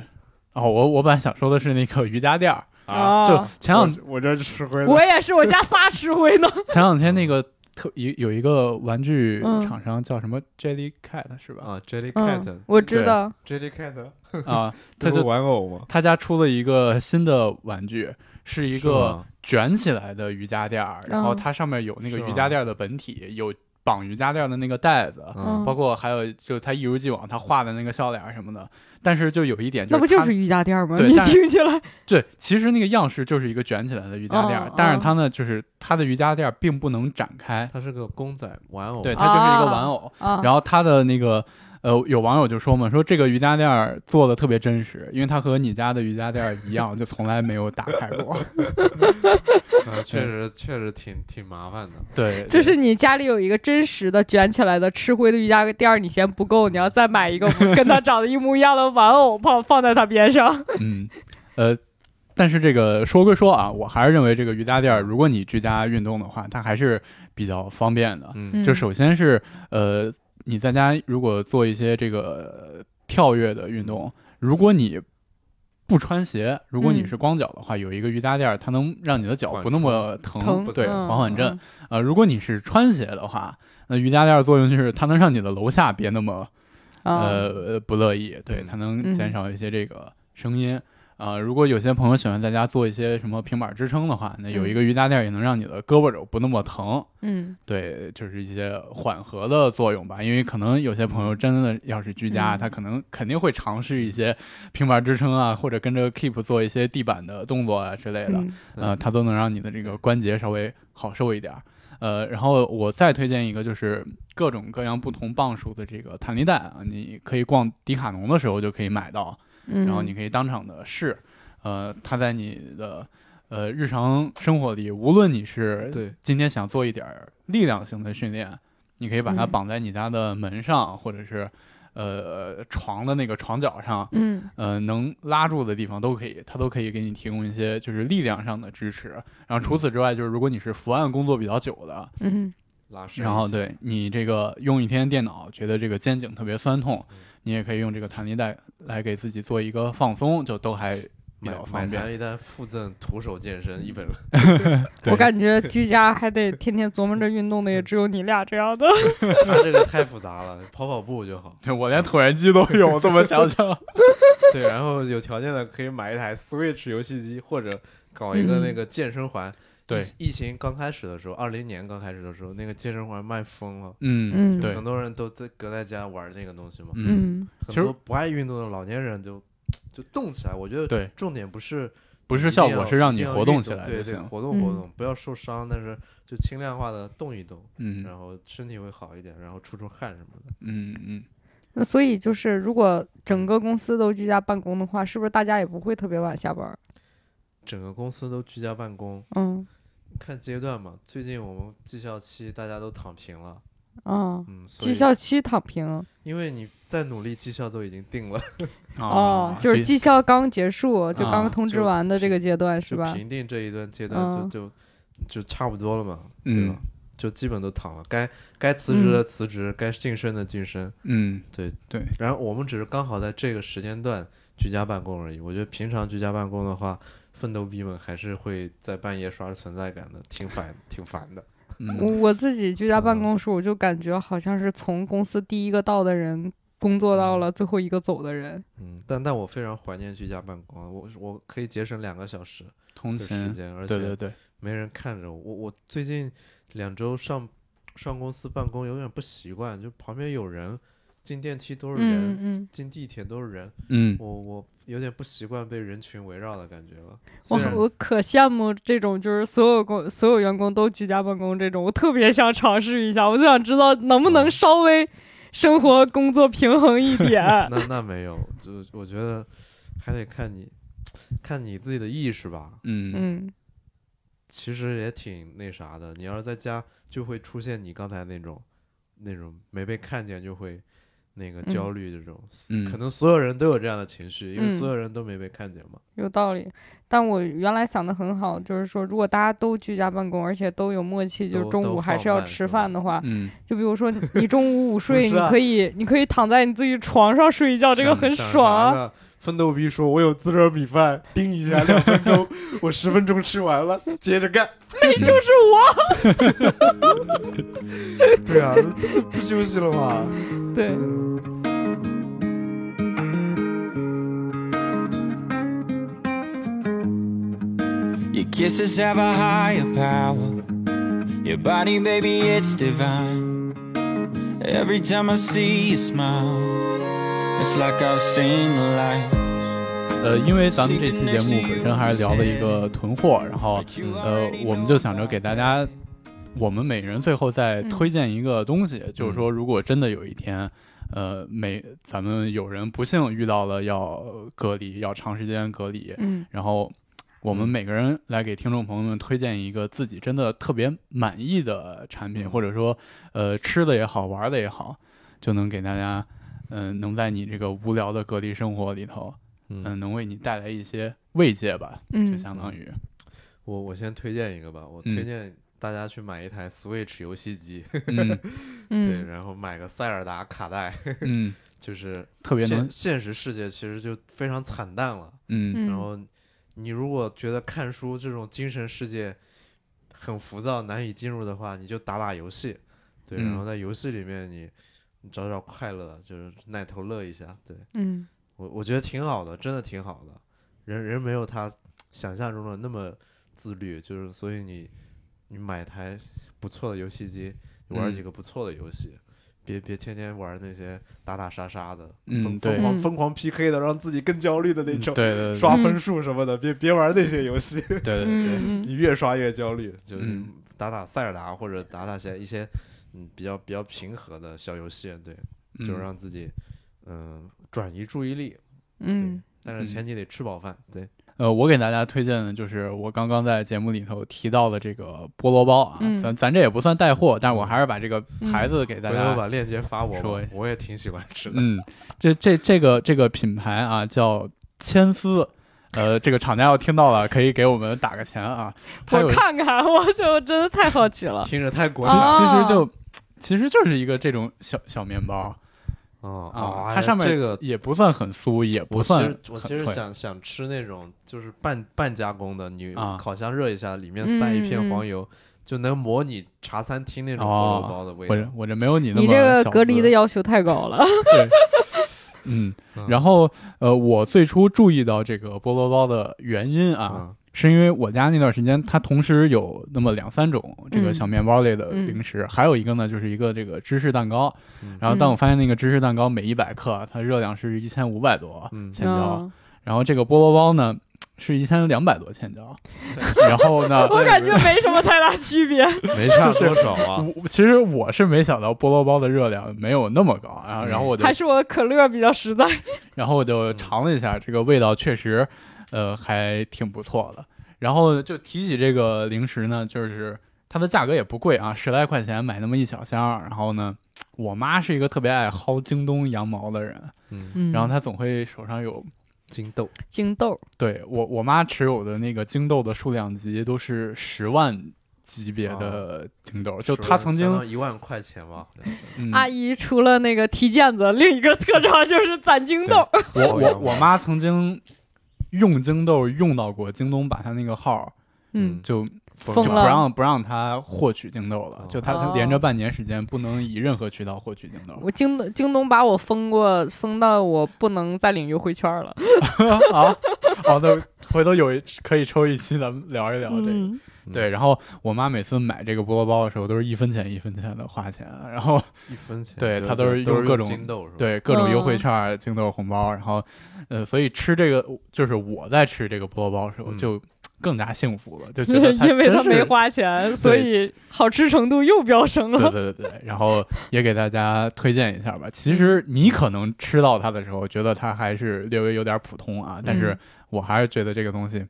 Speaker 4: 哦，我我本来想说的是那个瑜伽垫儿，
Speaker 5: 啊，
Speaker 4: 就
Speaker 3: 啊，
Speaker 4: 前两
Speaker 5: 我我这吃亏
Speaker 3: 我
Speaker 5: 了，
Speaker 3: 也是，我家仨吃灰呢。
Speaker 4: 前两天那个特有有一个玩具
Speaker 3: 嗯
Speaker 4: 厂商叫什么 Jellycat 是吧？
Speaker 1: 啊，Jelly
Speaker 3: 嗯
Speaker 1: Cat，，
Speaker 3: 我知道，
Speaker 5: ，Jelly Cat，
Speaker 4: 啊，
Speaker 5: 这不
Speaker 4: 他
Speaker 5: 是
Speaker 4: 就
Speaker 5: 玩偶吗？
Speaker 4: 他家出了一个新的玩具，是一
Speaker 1: 一
Speaker 4: 个卷起来的瑜伽垫儿，然后它上面有那个
Speaker 1: 是吗
Speaker 4: 瑜伽垫儿的本体，有绑瑜伽垫儿的那个带子，
Speaker 1: 嗯
Speaker 3: 嗯
Speaker 4: 包括还有就他一如既往他画的那个笑脸儿什么的。但是就有一点，
Speaker 3: 那不
Speaker 4: 就
Speaker 3: 就是是
Speaker 4: 它
Speaker 3: 瑜伽垫吗？
Speaker 4: 对
Speaker 3: 你
Speaker 4: 但
Speaker 3: 听起来，
Speaker 4: 对，其实那个样式就是一个卷起来的瑜伽垫儿
Speaker 3: 哦，
Speaker 4: 但是它呢，就是它的瑜伽垫儿并不能展开，
Speaker 1: 它是个公仔玩偶，啊
Speaker 4: 对，它就是一个
Speaker 3: 哦
Speaker 4: 玩偶。
Speaker 3: 啊，
Speaker 4: 然后它的那个。呃，有网友就说嘛，说这个瑜伽垫儿做的特别真实，因为它和你家的瑜伽垫儿一样，就从来没有打开 过。
Speaker 1: 啊确实确实挺挺麻烦的。
Speaker 4: 对，
Speaker 3: 就
Speaker 4: 对
Speaker 3: 是你家里有一个真实的卷起来的吃灰的瑜伽垫儿，你嫌不够，你要再买一个跟 它长得一模一样的玩偶放放在它边上。
Speaker 4: 嗯，呃，但是这个说归说啊，我还是认为这个瑜伽垫儿，如果你居家运动的话，它还是比较方便的。
Speaker 1: 嗯
Speaker 4: 就首先是呃，你在家如果做一些这个呃跳跃的运动，如果你不穿鞋，如果你
Speaker 3: 嗯
Speaker 4: 是光脚的话，有一个瑜伽垫儿，它能让你的脚
Speaker 1: 缓
Speaker 4: 不那
Speaker 1: 冲
Speaker 4: 么疼，
Speaker 3: 疼
Speaker 4: 对，
Speaker 3: 嗯
Speaker 4: 缓缓震。
Speaker 3: 嗯
Speaker 4: 呃，如果你是穿鞋的话，那瑜伽垫儿作用就是它能让你的楼下别那么
Speaker 3: 啊，
Speaker 4: 呃不乐意，对，
Speaker 1: 嗯
Speaker 4: 它能
Speaker 3: 嗯
Speaker 4: 减少一些这个声音。啊、如果有些朋友喜欢在家做一些什么平板支撑的话，那有一
Speaker 3: 嗯
Speaker 4: 个瑜伽垫儿也能让你的胳膊肘不那么疼，
Speaker 3: 嗯，
Speaker 4: 对，就是一些缓和的作用吧。因为可能有些朋友真的要是居家，
Speaker 3: 嗯
Speaker 4: 他可能肯定会尝试一些平板支撑啊，或者跟着 Keep 做一些地板的动作啊之类的。
Speaker 3: 嗯
Speaker 4: 呃，它都能让你的这个关节稍微好受一点儿。呃，然后我再推荐一个，就是各种各样不同磅数的这个弹力带啊，你可以逛迪卡侬的时候就可以买到，
Speaker 3: 嗯
Speaker 4: 然后你可以当场的试。呃，它在你的呃日常生活里，无论你是
Speaker 1: 对，
Speaker 4: 今天想做一点儿力量型的训练，你可以把它
Speaker 3: 嗯
Speaker 4: 绑在你家的门上，或者是呃床的那个床角上，
Speaker 3: 嗯
Speaker 4: 呃，能拉住的地方都可以，它都可以给你提供一些就是力量上的支持。然后除此之外，就是如果你是伏案工作比较久的，
Speaker 3: 嗯
Speaker 1: 拉伸一下，
Speaker 4: 然后对你这个用一天电脑觉得这个肩颈特别酸痛，你也可以用这个弹力带来给自己做一个放松，就都还比
Speaker 1: 买
Speaker 4: 较方
Speaker 1: 买
Speaker 4: 便。
Speaker 1: 一单附赠徒手健 身一本，
Speaker 4: 对嗯
Speaker 3: 我感觉居家还得天天琢磨着运动的，也只有你俩这样的。
Speaker 1: 他这个太复杂了， 跑跑步就好。
Speaker 4: 对我连椭圆机都有，这么 想想，
Speaker 1: 对，然后有条件的可以买一台 Switch 游戏机，或者搞一个那个健身环。
Speaker 4: 对
Speaker 1: 疫，疫情刚开始的时候，二零年刚开始的时候，那个健身环卖疯了，
Speaker 4: 嗯，
Speaker 3: 嗯
Speaker 4: 对
Speaker 1: 很，多人都在隔在家玩那个东西嘛。
Speaker 4: 嗯，
Speaker 3: 嗯
Speaker 1: 很
Speaker 4: 其实
Speaker 1: 多不爱运动的老年人就就动起来。我觉得
Speaker 4: 对，
Speaker 1: 重点不是
Speaker 4: 不是
Speaker 1: 一定
Speaker 4: 效果，
Speaker 1: 要
Speaker 4: 是让
Speaker 1: 一
Speaker 4: 你
Speaker 1: 定要
Speaker 4: 活
Speaker 1: 运
Speaker 4: 动起来就
Speaker 1: 对对，
Speaker 4: 行。
Speaker 1: 活
Speaker 3: 嗯
Speaker 1: 动活动，不要受伤，但是就轻量化的动一动，
Speaker 4: 嗯
Speaker 1: 然后身体会好一点，然后出出汗什么的。
Speaker 4: 嗯嗯，
Speaker 3: 那所以就是，如果整个公司都居家办公的话，是不是大家也不会特别晚下班儿？
Speaker 1: 整个公司都居家办公，
Speaker 3: 嗯
Speaker 1: 看阶段嘛。最近我们绩效期大家都躺平了，
Speaker 3: 啊，
Speaker 1: 嗯，所
Speaker 3: 绩
Speaker 1: 以啊
Speaker 3: 效期躺平
Speaker 1: 因为你再努力，绩效都已经定了，
Speaker 3: 哦，就是绩效刚结束，就
Speaker 4: 啊
Speaker 3: 刚通知
Speaker 1: 就
Speaker 3: 完的这
Speaker 1: 平
Speaker 3: 个阶段是
Speaker 1: 就
Speaker 3: 吧？
Speaker 1: 评定这一段阶段就
Speaker 3: 嗯
Speaker 1: 就就差不多了嘛，对
Speaker 4: 嗯
Speaker 1: 吧？就基本都躺了，该该辞职
Speaker 3: 嗯
Speaker 1: 的辞职，该晋升的晋升。
Speaker 4: 嗯
Speaker 1: 然后我们只是刚好在这个时间段居家办公而已。我觉得平常居家办公的话，奋斗逼们还是会在半夜刷存在感的，挺烦，挺烦的。
Speaker 3: 我
Speaker 4: 嗯，
Speaker 3: 我自己居家办公时，我就感觉好像是从公司第一个到的人，工作到了最后一个走的人。
Speaker 1: 嗯，但但我非常怀念居家办公啊，我我可以节省两个小时
Speaker 4: 通
Speaker 1: 的时
Speaker 4: 勤，
Speaker 1: 间，而
Speaker 4: 对对
Speaker 1: 且
Speaker 4: 对，
Speaker 1: 没人看着我。我我最近两周上上公司办公有点不习惯，就旁边有人，进电梯都是人，
Speaker 3: 嗯嗯，
Speaker 1: 进地铁都是人，
Speaker 4: 嗯，
Speaker 1: 我我有点不习惯被人群围绕的感觉了。
Speaker 3: 我
Speaker 1: 虽然
Speaker 3: 我可羡慕这种，就是所有工所有员工都居家办公这种，我特别想尝试一下，我就想知道能不
Speaker 1: 嗯
Speaker 3: 能稍微生活工作平衡一 点。
Speaker 1: 那那没有，就我觉得还得看你看你自己的意识吧。
Speaker 4: 嗯
Speaker 3: 嗯
Speaker 1: 其实也挺那啥的，你要是在家就会出现你刚才那种那种没被看见就会那个焦虑这种，
Speaker 4: 嗯
Speaker 1: 可能所有人都有这样的情绪，因为
Speaker 3: 嗯
Speaker 1: 所有人都没被看见嘛。
Speaker 3: 有道理，但我原来想的很好，就是说，如果大家都居家办公，而且都有默契，就是
Speaker 1: 都
Speaker 3: 中
Speaker 1: 都
Speaker 3: 午还
Speaker 1: 放
Speaker 3: 是要
Speaker 1: 慢
Speaker 3: 吃
Speaker 1: 是吧
Speaker 3: 饭的话，
Speaker 4: 嗯，
Speaker 3: 就比如说你你中午午 睡，
Speaker 1: 是
Speaker 3: 你
Speaker 1: 啊
Speaker 3: 可以你可以躺在你自己床上睡一觉，哦这个
Speaker 1: 想
Speaker 3: 很爽啊。！
Speaker 1: 想啥呢奋斗逼说：“我有自热米饭，叮一下两分 钟，我十分钟吃完了，接着干。
Speaker 3: 你 就是我，”
Speaker 4: 嗯
Speaker 1: 对啊，这不休息了吗？
Speaker 3: 对。
Speaker 6: Your kisses have a higher power. Your body, baby, it's divine. Every time I see you smile, it's like I've seen the light.
Speaker 4: 呃，因为咱们这期节目本身还是聊了一个囤货，然后呃，我们就想着给大家，我们每人最后
Speaker 3: 嗯
Speaker 4: 再推荐一个东西，
Speaker 1: 嗯
Speaker 4: 就是说，如果真的有一天，呃，每咱们有人不幸遇到了要隔离，要长时间隔离，
Speaker 3: 嗯，
Speaker 4: 然后我们每个人来给听众朋友们推荐一个自己真的特别满意的产品，或者说呃吃的也好，玩的也好，就能给大家，嗯、能在你这个无聊的隔离生活里头，嗯、
Speaker 1: 嗯，
Speaker 4: 能为你带来一些慰藉吧，
Speaker 3: 嗯
Speaker 4: 就相当于，
Speaker 1: 我我先推荐一个吧，我
Speaker 4: 嗯
Speaker 1: 推荐大家去买一台 Switch 游戏机，
Speaker 4: 嗯
Speaker 1: 对，
Speaker 3: 嗯
Speaker 1: 然后买个塞尔达卡带，
Speaker 4: 嗯，
Speaker 1: 就是
Speaker 4: 特别能
Speaker 1: 现，现实世界其实就非常惨淡了。
Speaker 4: 嗯
Speaker 1: 然后你如果觉得看书这种精神世界很浮躁，难以进入的话，你就打打游戏，对，
Speaker 4: 嗯
Speaker 1: 然后在游戏里面你你找找快乐，就是耐头乐一下，对
Speaker 3: 嗯
Speaker 1: 我我觉得挺好的，真的挺好的。人人没有他想象中的那么自律，就是所以你你买台不错的游戏机，你玩
Speaker 4: 嗯
Speaker 1: 几个不错的游戏，别别天天玩那些打打杀杀的，
Speaker 4: 嗯
Speaker 1: 疯
Speaker 4: 对
Speaker 1: 疯狂
Speaker 3: 嗯
Speaker 1: 疯狂 PK 的，让自己更焦虑的那
Speaker 4: 嗯对
Speaker 1: 种，
Speaker 4: 对对
Speaker 1: 刷
Speaker 3: 嗯
Speaker 1: 分数什么的，别别玩那些游戏，
Speaker 4: 对对对，
Speaker 3: 嗯
Speaker 1: 你越刷越焦虑，就是
Speaker 4: 嗯
Speaker 1: 打打塞尔达或者打打些一些嗯比较比较平和的小游戏，对，
Speaker 4: 嗯
Speaker 1: 就让自己嗯转移注意力，
Speaker 3: 嗯
Speaker 1: 但
Speaker 5: 嗯
Speaker 4: 嗯
Speaker 1: 是前提得吃饱饭，对，
Speaker 4: 呃，我给大家推荐的就是我刚刚在节目里头提到的这个菠萝包啊，
Speaker 3: 嗯
Speaker 4: 咱咱这也不算带货，但是我还是把这个牌子给大
Speaker 5: 回
Speaker 4: 家
Speaker 5: 头把链接发我
Speaker 4: 说
Speaker 1: 哎
Speaker 5: 吧，我也挺喜欢吃的。
Speaker 4: 嗯，这这这个这个品牌啊叫千丝，呃，这个厂家要听到了可以给我们打个钱啊。它有
Speaker 3: 我看看，我就真的太好奇了。
Speaker 5: 听着太国
Speaker 4: 其
Speaker 5: 际
Speaker 3: 啊
Speaker 4: 其实就其实就是一个这种小小面包
Speaker 5: 哦
Speaker 4: 啊，
Speaker 5: 哎
Speaker 4: 它上面
Speaker 1: 这个
Speaker 4: 也不算很酥，也不
Speaker 1: 我其
Speaker 4: 算
Speaker 1: 实我
Speaker 4: 很
Speaker 1: 其实
Speaker 4: 脆
Speaker 1: 想想吃那种就是半半加工的，你
Speaker 4: 啊
Speaker 1: 烤箱热一下，里面塞一
Speaker 3: 嗯嗯
Speaker 1: 片黄油，就能模拟茶餐厅那种菠
Speaker 4: 哦
Speaker 1: 萝包的味
Speaker 4: 我
Speaker 1: 道
Speaker 4: 这。我这没有你那么
Speaker 3: 你这个
Speaker 4: 小
Speaker 3: 隔离
Speaker 4: 资
Speaker 3: 的要求太高了，
Speaker 4: 对，嗯，然后呃，我最初注意到这个菠萝包的原因啊，
Speaker 1: 嗯
Speaker 4: 是因为我家那段时间它同时有那么两三种这个
Speaker 3: 嗯。
Speaker 4: 小面包类的零食，还有一个呢就是一个这个芝士蛋糕。
Speaker 1: 嗯
Speaker 4: 然后当我发现那个芝士蛋糕每一百克它热量是一千五百多
Speaker 1: 嗯
Speaker 4: 千焦，然后这个菠萝包呢是一千两百多千焦，然后 呢
Speaker 3: 我感觉没什么太大区 别。
Speaker 1: 没差
Speaker 4: 就
Speaker 1: 多
Speaker 4: 是
Speaker 1: 少啊，
Speaker 4: 我其实我是没想到菠萝包的热量没有那么高，
Speaker 3: 嗯
Speaker 4: 然后然后我就
Speaker 3: 还是我可乐比较实在。
Speaker 4: 然后我就尝了一下，这个味道确实，呃，还挺不错的。然后就提起这个零食呢，就是它的价格也不贵啊，十来块钱买那么一小箱儿。然后呢，我妈是一个特别爱薅京东羊毛的人，
Speaker 1: 嗯
Speaker 3: 嗯
Speaker 4: 然后她总会手上有，
Speaker 1: 金豆
Speaker 3: 金豆，
Speaker 4: 对我我妈持有的那个京豆的数量级都是十万级别的京豆，就她曾经，
Speaker 1: 一万块钱吧，好像是
Speaker 4: 嗯、
Speaker 3: 阿姨除了那个踢毽子，另一个特长就是攒金豆。
Speaker 4: 我我
Speaker 5: 羊
Speaker 4: 我
Speaker 5: 毛
Speaker 4: 妈曾经用京豆用到过京东把她那个号儿。
Speaker 3: 嗯，
Speaker 4: 就不
Speaker 3: 疯
Speaker 4: 就不
Speaker 3: 了
Speaker 4: 让不让他获取京豆了，就他他
Speaker 3: 哦
Speaker 4: 连着半年时间不能以任何渠道获取京豆
Speaker 3: 我京东京东把我封过，封到我不能再领优惠券了。
Speaker 4: 啊。好的，回头有一可以抽一期咱们聊一 聊这个。
Speaker 3: 嗯，
Speaker 4: 对，然后我妈每次买这个菠萝包的时候都是一分钱一分钱的花钱，然后
Speaker 1: 一分钱，
Speaker 4: 对
Speaker 1: 对
Speaker 4: 它都
Speaker 1: 对
Speaker 4: 是
Speaker 1: 都
Speaker 4: 用各
Speaker 1: 用
Speaker 4: 种
Speaker 1: 金豆是吧？
Speaker 4: 对各种优惠
Speaker 3: 嗯
Speaker 4: 券、京豆红包，然后呃，所以吃这个就是我在吃这个菠萝包的时候
Speaker 1: 嗯
Speaker 4: 就更加幸福了，就觉得它
Speaker 3: 因为他
Speaker 4: 真是
Speaker 3: 没花钱，所以好吃程度又飙升
Speaker 4: 对
Speaker 3: 了。
Speaker 4: 对对对，然后也给大家推荐一下吧。其实你可能吃到它的时候，觉得它还是略微有点普通啊，但是我还是觉得这个东西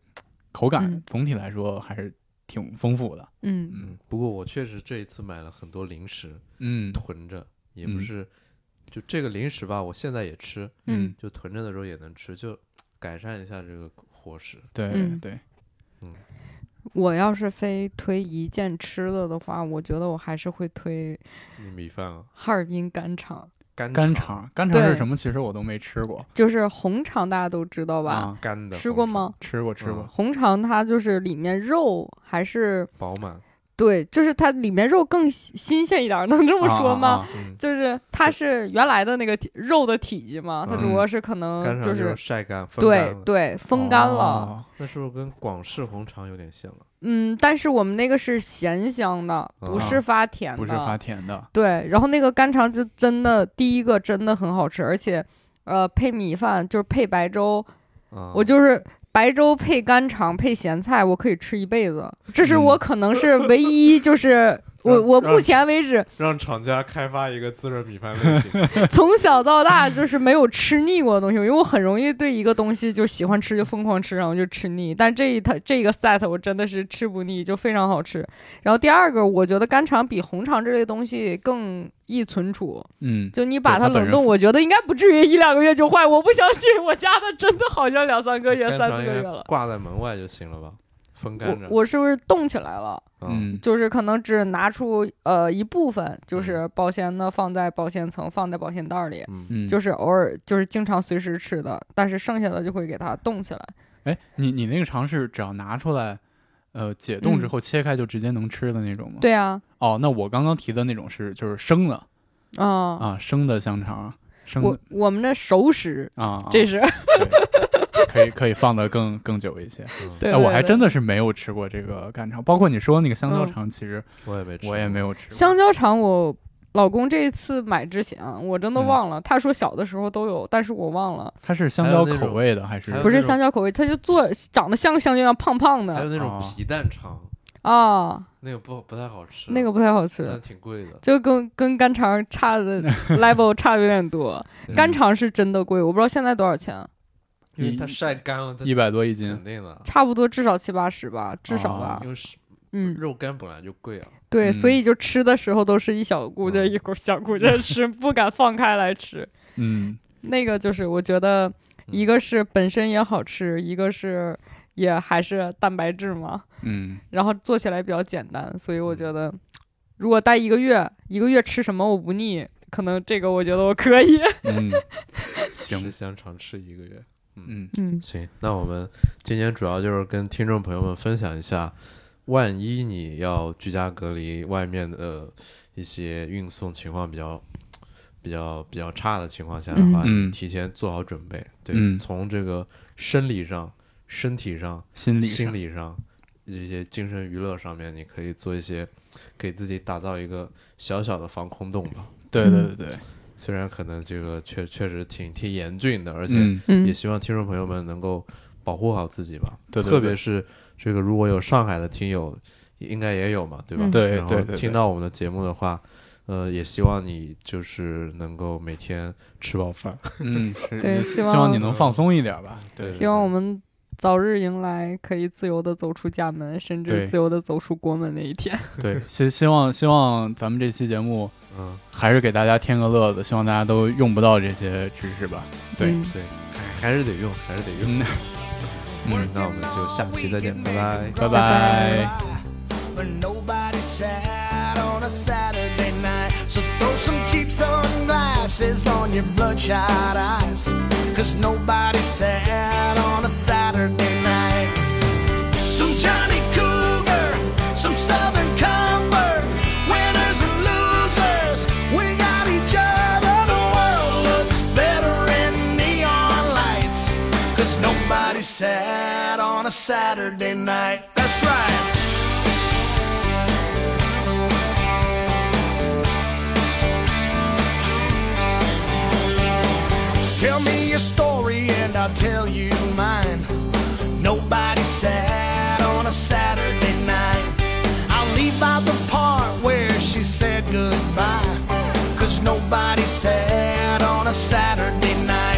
Speaker 4: 口感
Speaker 3: 嗯
Speaker 4: 总体来说还是挺丰富的。
Speaker 3: 嗯
Speaker 1: 嗯，不过我确实这一次买了很多零食
Speaker 4: 嗯
Speaker 1: 囤着，也不
Speaker 4: 嗯
Speaker 1: 是就这个零食吧，我现在也吃，
Speaker 4: 嗯，
Speaker 1: 就囤着的时候也能吃，就改善一下这个伙食。
Speaker 4: 对
Speaker 3: 嗯
Speaker 4: 对，
Speaker 3: 我要是非推一件吃的的话，我觉得我还是会推
Speaker 1: 你米饭啊，
Speaker 3: 哈尔滨干肠，
Speaker 1: 干
Speaker 4: 干
Speaker 1: 肠
Speaker 4: 肠干肠是
Speaker 3: 对
Speaker 4: 什么？其实我都没吃过
Speaker 3: 就是红肠，大家都知道吧？
Speaker 4: 啊，
Speaker 1: 干的
Speaker 3: 吃
Speaker 1: 红
Speaker 3: 过
Speaker 1: 肠？
Speaker 3: 吗？
Speaker 4: 吃过吃过
Speaker 1: 嗯。
Speaker 3: 红肠它就是里面肉还是
Speaker 1: 饱满，
Speaker 3: 对，就是它里面肉更新新鲜一点儿，能这么说吗？
Speaker 4: 啊？啊啊
Speaker 1: 嗯，
Speaker 3: 就是它是原来的那个体肉的体积嘛，它只
Speaker 4: 嗯
Speaker 3: 不过是可
Speaker 1: 干
Speaker 3: 能
Speaker 1: 肠
Speaker 3: 就
Speaker 1: 就是
Speaker 3: 是
Speaker 1: 晒干，风干
Speaker 3: 对
Speaker 1: 了
Speaker 3: 对风干了，
Speaker 4: 哦
Speaker 1: 那是不是跟广式红肠有点像啊了？
Speaker 3: 嗯，但是我们那个是咸香的，不是发甜的，
Speaker 4: 嗯哦不是发甜的。
Speaker 3: 对，然后那个干肠就真的第一个真的很好吃，而且呃配米饭就是配白粥，
Speaker 1: 啊，
Speaker 3: 我就是。白粥配干肠配咸菜，我可以吃一辈子。这是我可能是唯一，就是我
Speaker 5: 让
Speaker 3: 我
Speaker 5: 让
Speaker 3: 目前为止
Speaker 5: 让厂家开发一个自热米饭类型。
Speaker 3: 从小到大就是没有吃腻过的东西，因为我很容易对一个东西就喜欢吃就疯狂吃，然后就吃腻。但这一它这个 set 我真的是吃不腻，就非常好吃。然后第二个，我觉得干肠比红肠这类东西更易存储，
Speaker 4: 嗯，
Speaker 3: 就你把
Speaker 4: 对它本
Speaker 3: 冷
Speaker 4: 人
Speaker 3: 冻，
Speaker 4: 腐
Speaker 3: 我觉得应该不至于一两个月就坏。我不相信，我家的真的好像两三个月、
Speaker 1: 干
Speaker 3: 三
Speaker 1: 肠
Speaker 3: 四
Speaker 1: 应
Speaker 3: 个
Speaker 1: 该
Speaker 3: 月了。
Speaker 1: 挂在门外就行了吧？风干着
Speaker 3: 我，我是不是冻起来了？
Speaker 1: 嗯
Speaker 4: 嗯
Speaker 3: 就是可能只拿出呃一部分，就是保鲜的放在保鲜层，放在保鲜袋里。
Speaker 1: 嗯，
Speaker 4: 嗯，
Speaker 3: 就是偶尔就是经常随时吃的，但是剩下的就会给它冻起来。
Speaker 4: 哎，你你那个肠是只要拿出来，呃，解冻之
Speaker 3: 嗯
Speaker 4: 后切开就直接能吃的那种吗？。
Speaker 3: 对啊，
Speaker 4: 哦，那我刚刚提的那种是就是生的，
Speaker 3: 啊、
Speaker 4: 啊，生的香肠，生
Speaker 3: 我
Speaker 4: 的
Speaker 3: 我们的熟食，
Speaker 4: 啊，
Speaker 3: 这是
Speaker 4: 对可以可以放的更更久一些。
Speaker 1: 嗯
Speaker 3: 对
Speaker 4: 哎，我还真
Speaker 3: 的
Speaker 4: 的是没有吃过这个干肠，包括你说那个香蕉
Speaker 3: 嗯
Speaker 4: 肠，其实
Speaker 1: 我也没吃，
Speaker 4: 我也没。有吃过。
Speaker 3: 香蕉肠我。老公这一次买之前，我真的
Speaker 4: 嗯
Speaker 3: 忘了。他说小的时候都有，但是我忘了，
Speaker 4: 它是香
Speaker 1: 还
Speaker 4: 蕉
Speaker 1: 有那
Speaker 4: 口
Speaker 1: 种
Speaker 4: 味的还是
Speaker 1: 还？有
Speaker 3: 不是
Speaker 1: 那种
Speaker 3: 香蕉口味，他就做长得像香蕉一样胖胖
Speaker 1: 还有
Speaker 3: 的
Speaker 1: 那
Speaker 4: 哦
Speaker 1: 种皮蛋肠，哎
Speaker 3: 啊，
Speaker 1: 那个不不太好吃，
Speaker 3: 那个不太好
Speaker 1: 但
Speaker 3: 吃，
Speaker 1: 挺贵的。
Speaker 3: 就跟跟干 肠差的 level 差的有点多。
Speaker 1: 对
Speaker 3: 干肠是真的贵，我不知道现在多少钱。
Speaker 1: 因为
Speaker 4: 一
Speaker 1: 它晒干了，它
Speaker 4: 一百多一斤
Speaker 1: 肯，定的，
Speaker 3: 差不多至少七八十吧，至少吧
Speaker 4: 啊。
Speaker 1: 因为是
Speaker 3: 嗯，
Speaker 1: 肉干本来就贵啊。
Speaker 3: 对，
Speaker 4: 嗯
Speaker 3: 所以就吃的时候都是一小股劲儿
Speaker 1: 嗯
Speaker 3: 一股小股劲儿吃，不敢放开来吃。
Speaker 4: 嗯
Speaker 3: 那个就是我觉
Speaker 1: 嗯
Speaker 3: 得，一个是本身也好吃，一个是也还是蛋白质嘛，
Speaker 4: 嗯
Speaker 3: 然后做起来比较简单，所以我觉得如果待一个月，一个月吃什么我不腻，可能这个我觉得我可以。
Speaker 4: 嗯，
Speaker 1: 吃
Speaker 4: 行，
Speaker 1: 香肠吃一个月。
Speaker 4: 嗯
Speaker 3: 嗯，
Speaker 1: 行，那我们今天主要就是跟听众朋友们分享一下，万一你要居家隔离，外面的一些运送情况比较、比较、比较差的情况下的话，
Speaker 4: 嗯
Speaker 1: 你提前做好准备。对，
Speaker 4: 嗯
Speaker 1: 从这个生理上、身体上、
Speaker 4: 心理
Speaker 1: 心
Speaker 4: 理
Speaker 1: 理上、一些精神娱乐上面，你可以做一些给自己打造一个小小的防空洞吧。
Speaker 4: 对
Speaker 3: 嗯
Speaker 4: 对对对，
Speaker 1: 虽然可能这个确确实挺挺严峻的，而且、
Speaker 4: 嗯
Speaker 1: 也希望听众朋友们能够保护好自己吧。
Speaker 4: 对对
Speaker 1: 特
Speaker 4: 对
Speaker 1: 别是这个如果有上海的听友，应该也有嘛，对吧？
Speaker 3: 嗯
Speaker 4: 对
Speaker 1: 然
Speaker 4: 对
Speaker 1: 后
Speaker 4: 对对
Speaker 1: 听到我们的节目的话，呃，也希望你就是能够每天吃饱饭。
Speaker 4: 嗯是，
Speaker 3: 对
Speaker 4: 也
Speaker 3: 希
Speaker 4: 希
Speaker 3: 望
Speaker 4: 望你能放松一点吧，对
Speaker 1: 嗯对
Speaker 3: 希望我们早日迎来可以自由的走出家门，甚
Speaker 4: 对
Speaker 3: 至自由的走出国门那一天。
Speaker 4: 对，希希望希望咱们这期节目
Speaker 1: 嗯，
Speaker 4: 还是给大家添个乐子，希望大家都用不到这些知识吧，对
Speaker 3: 嗯
Speaker 1: 对，还还是得用，还是得用。
Speaker 4: 嗯 嗯，
Speaker 1: 那我们就下期再见，拜拜。
Speaker 4: 拜拜。
Speaker 7: But nobody's sad on a Saturday night. So throw some cheap sunglasses on your bloodshot eyes. Cause nobody's sad on a Saturday night. Some Johnny Cougar, some Southern Comfort. Winners and losers, we got each other. The world looks better in neon lights. Cause nobody's sad on a Saturday night. That's right. Tell me your story and I'll tell you mine. Nobody's sad on a Saturday night. I'll leave out the part where she said goodbye. Cause nobody's sad on a Saturday night.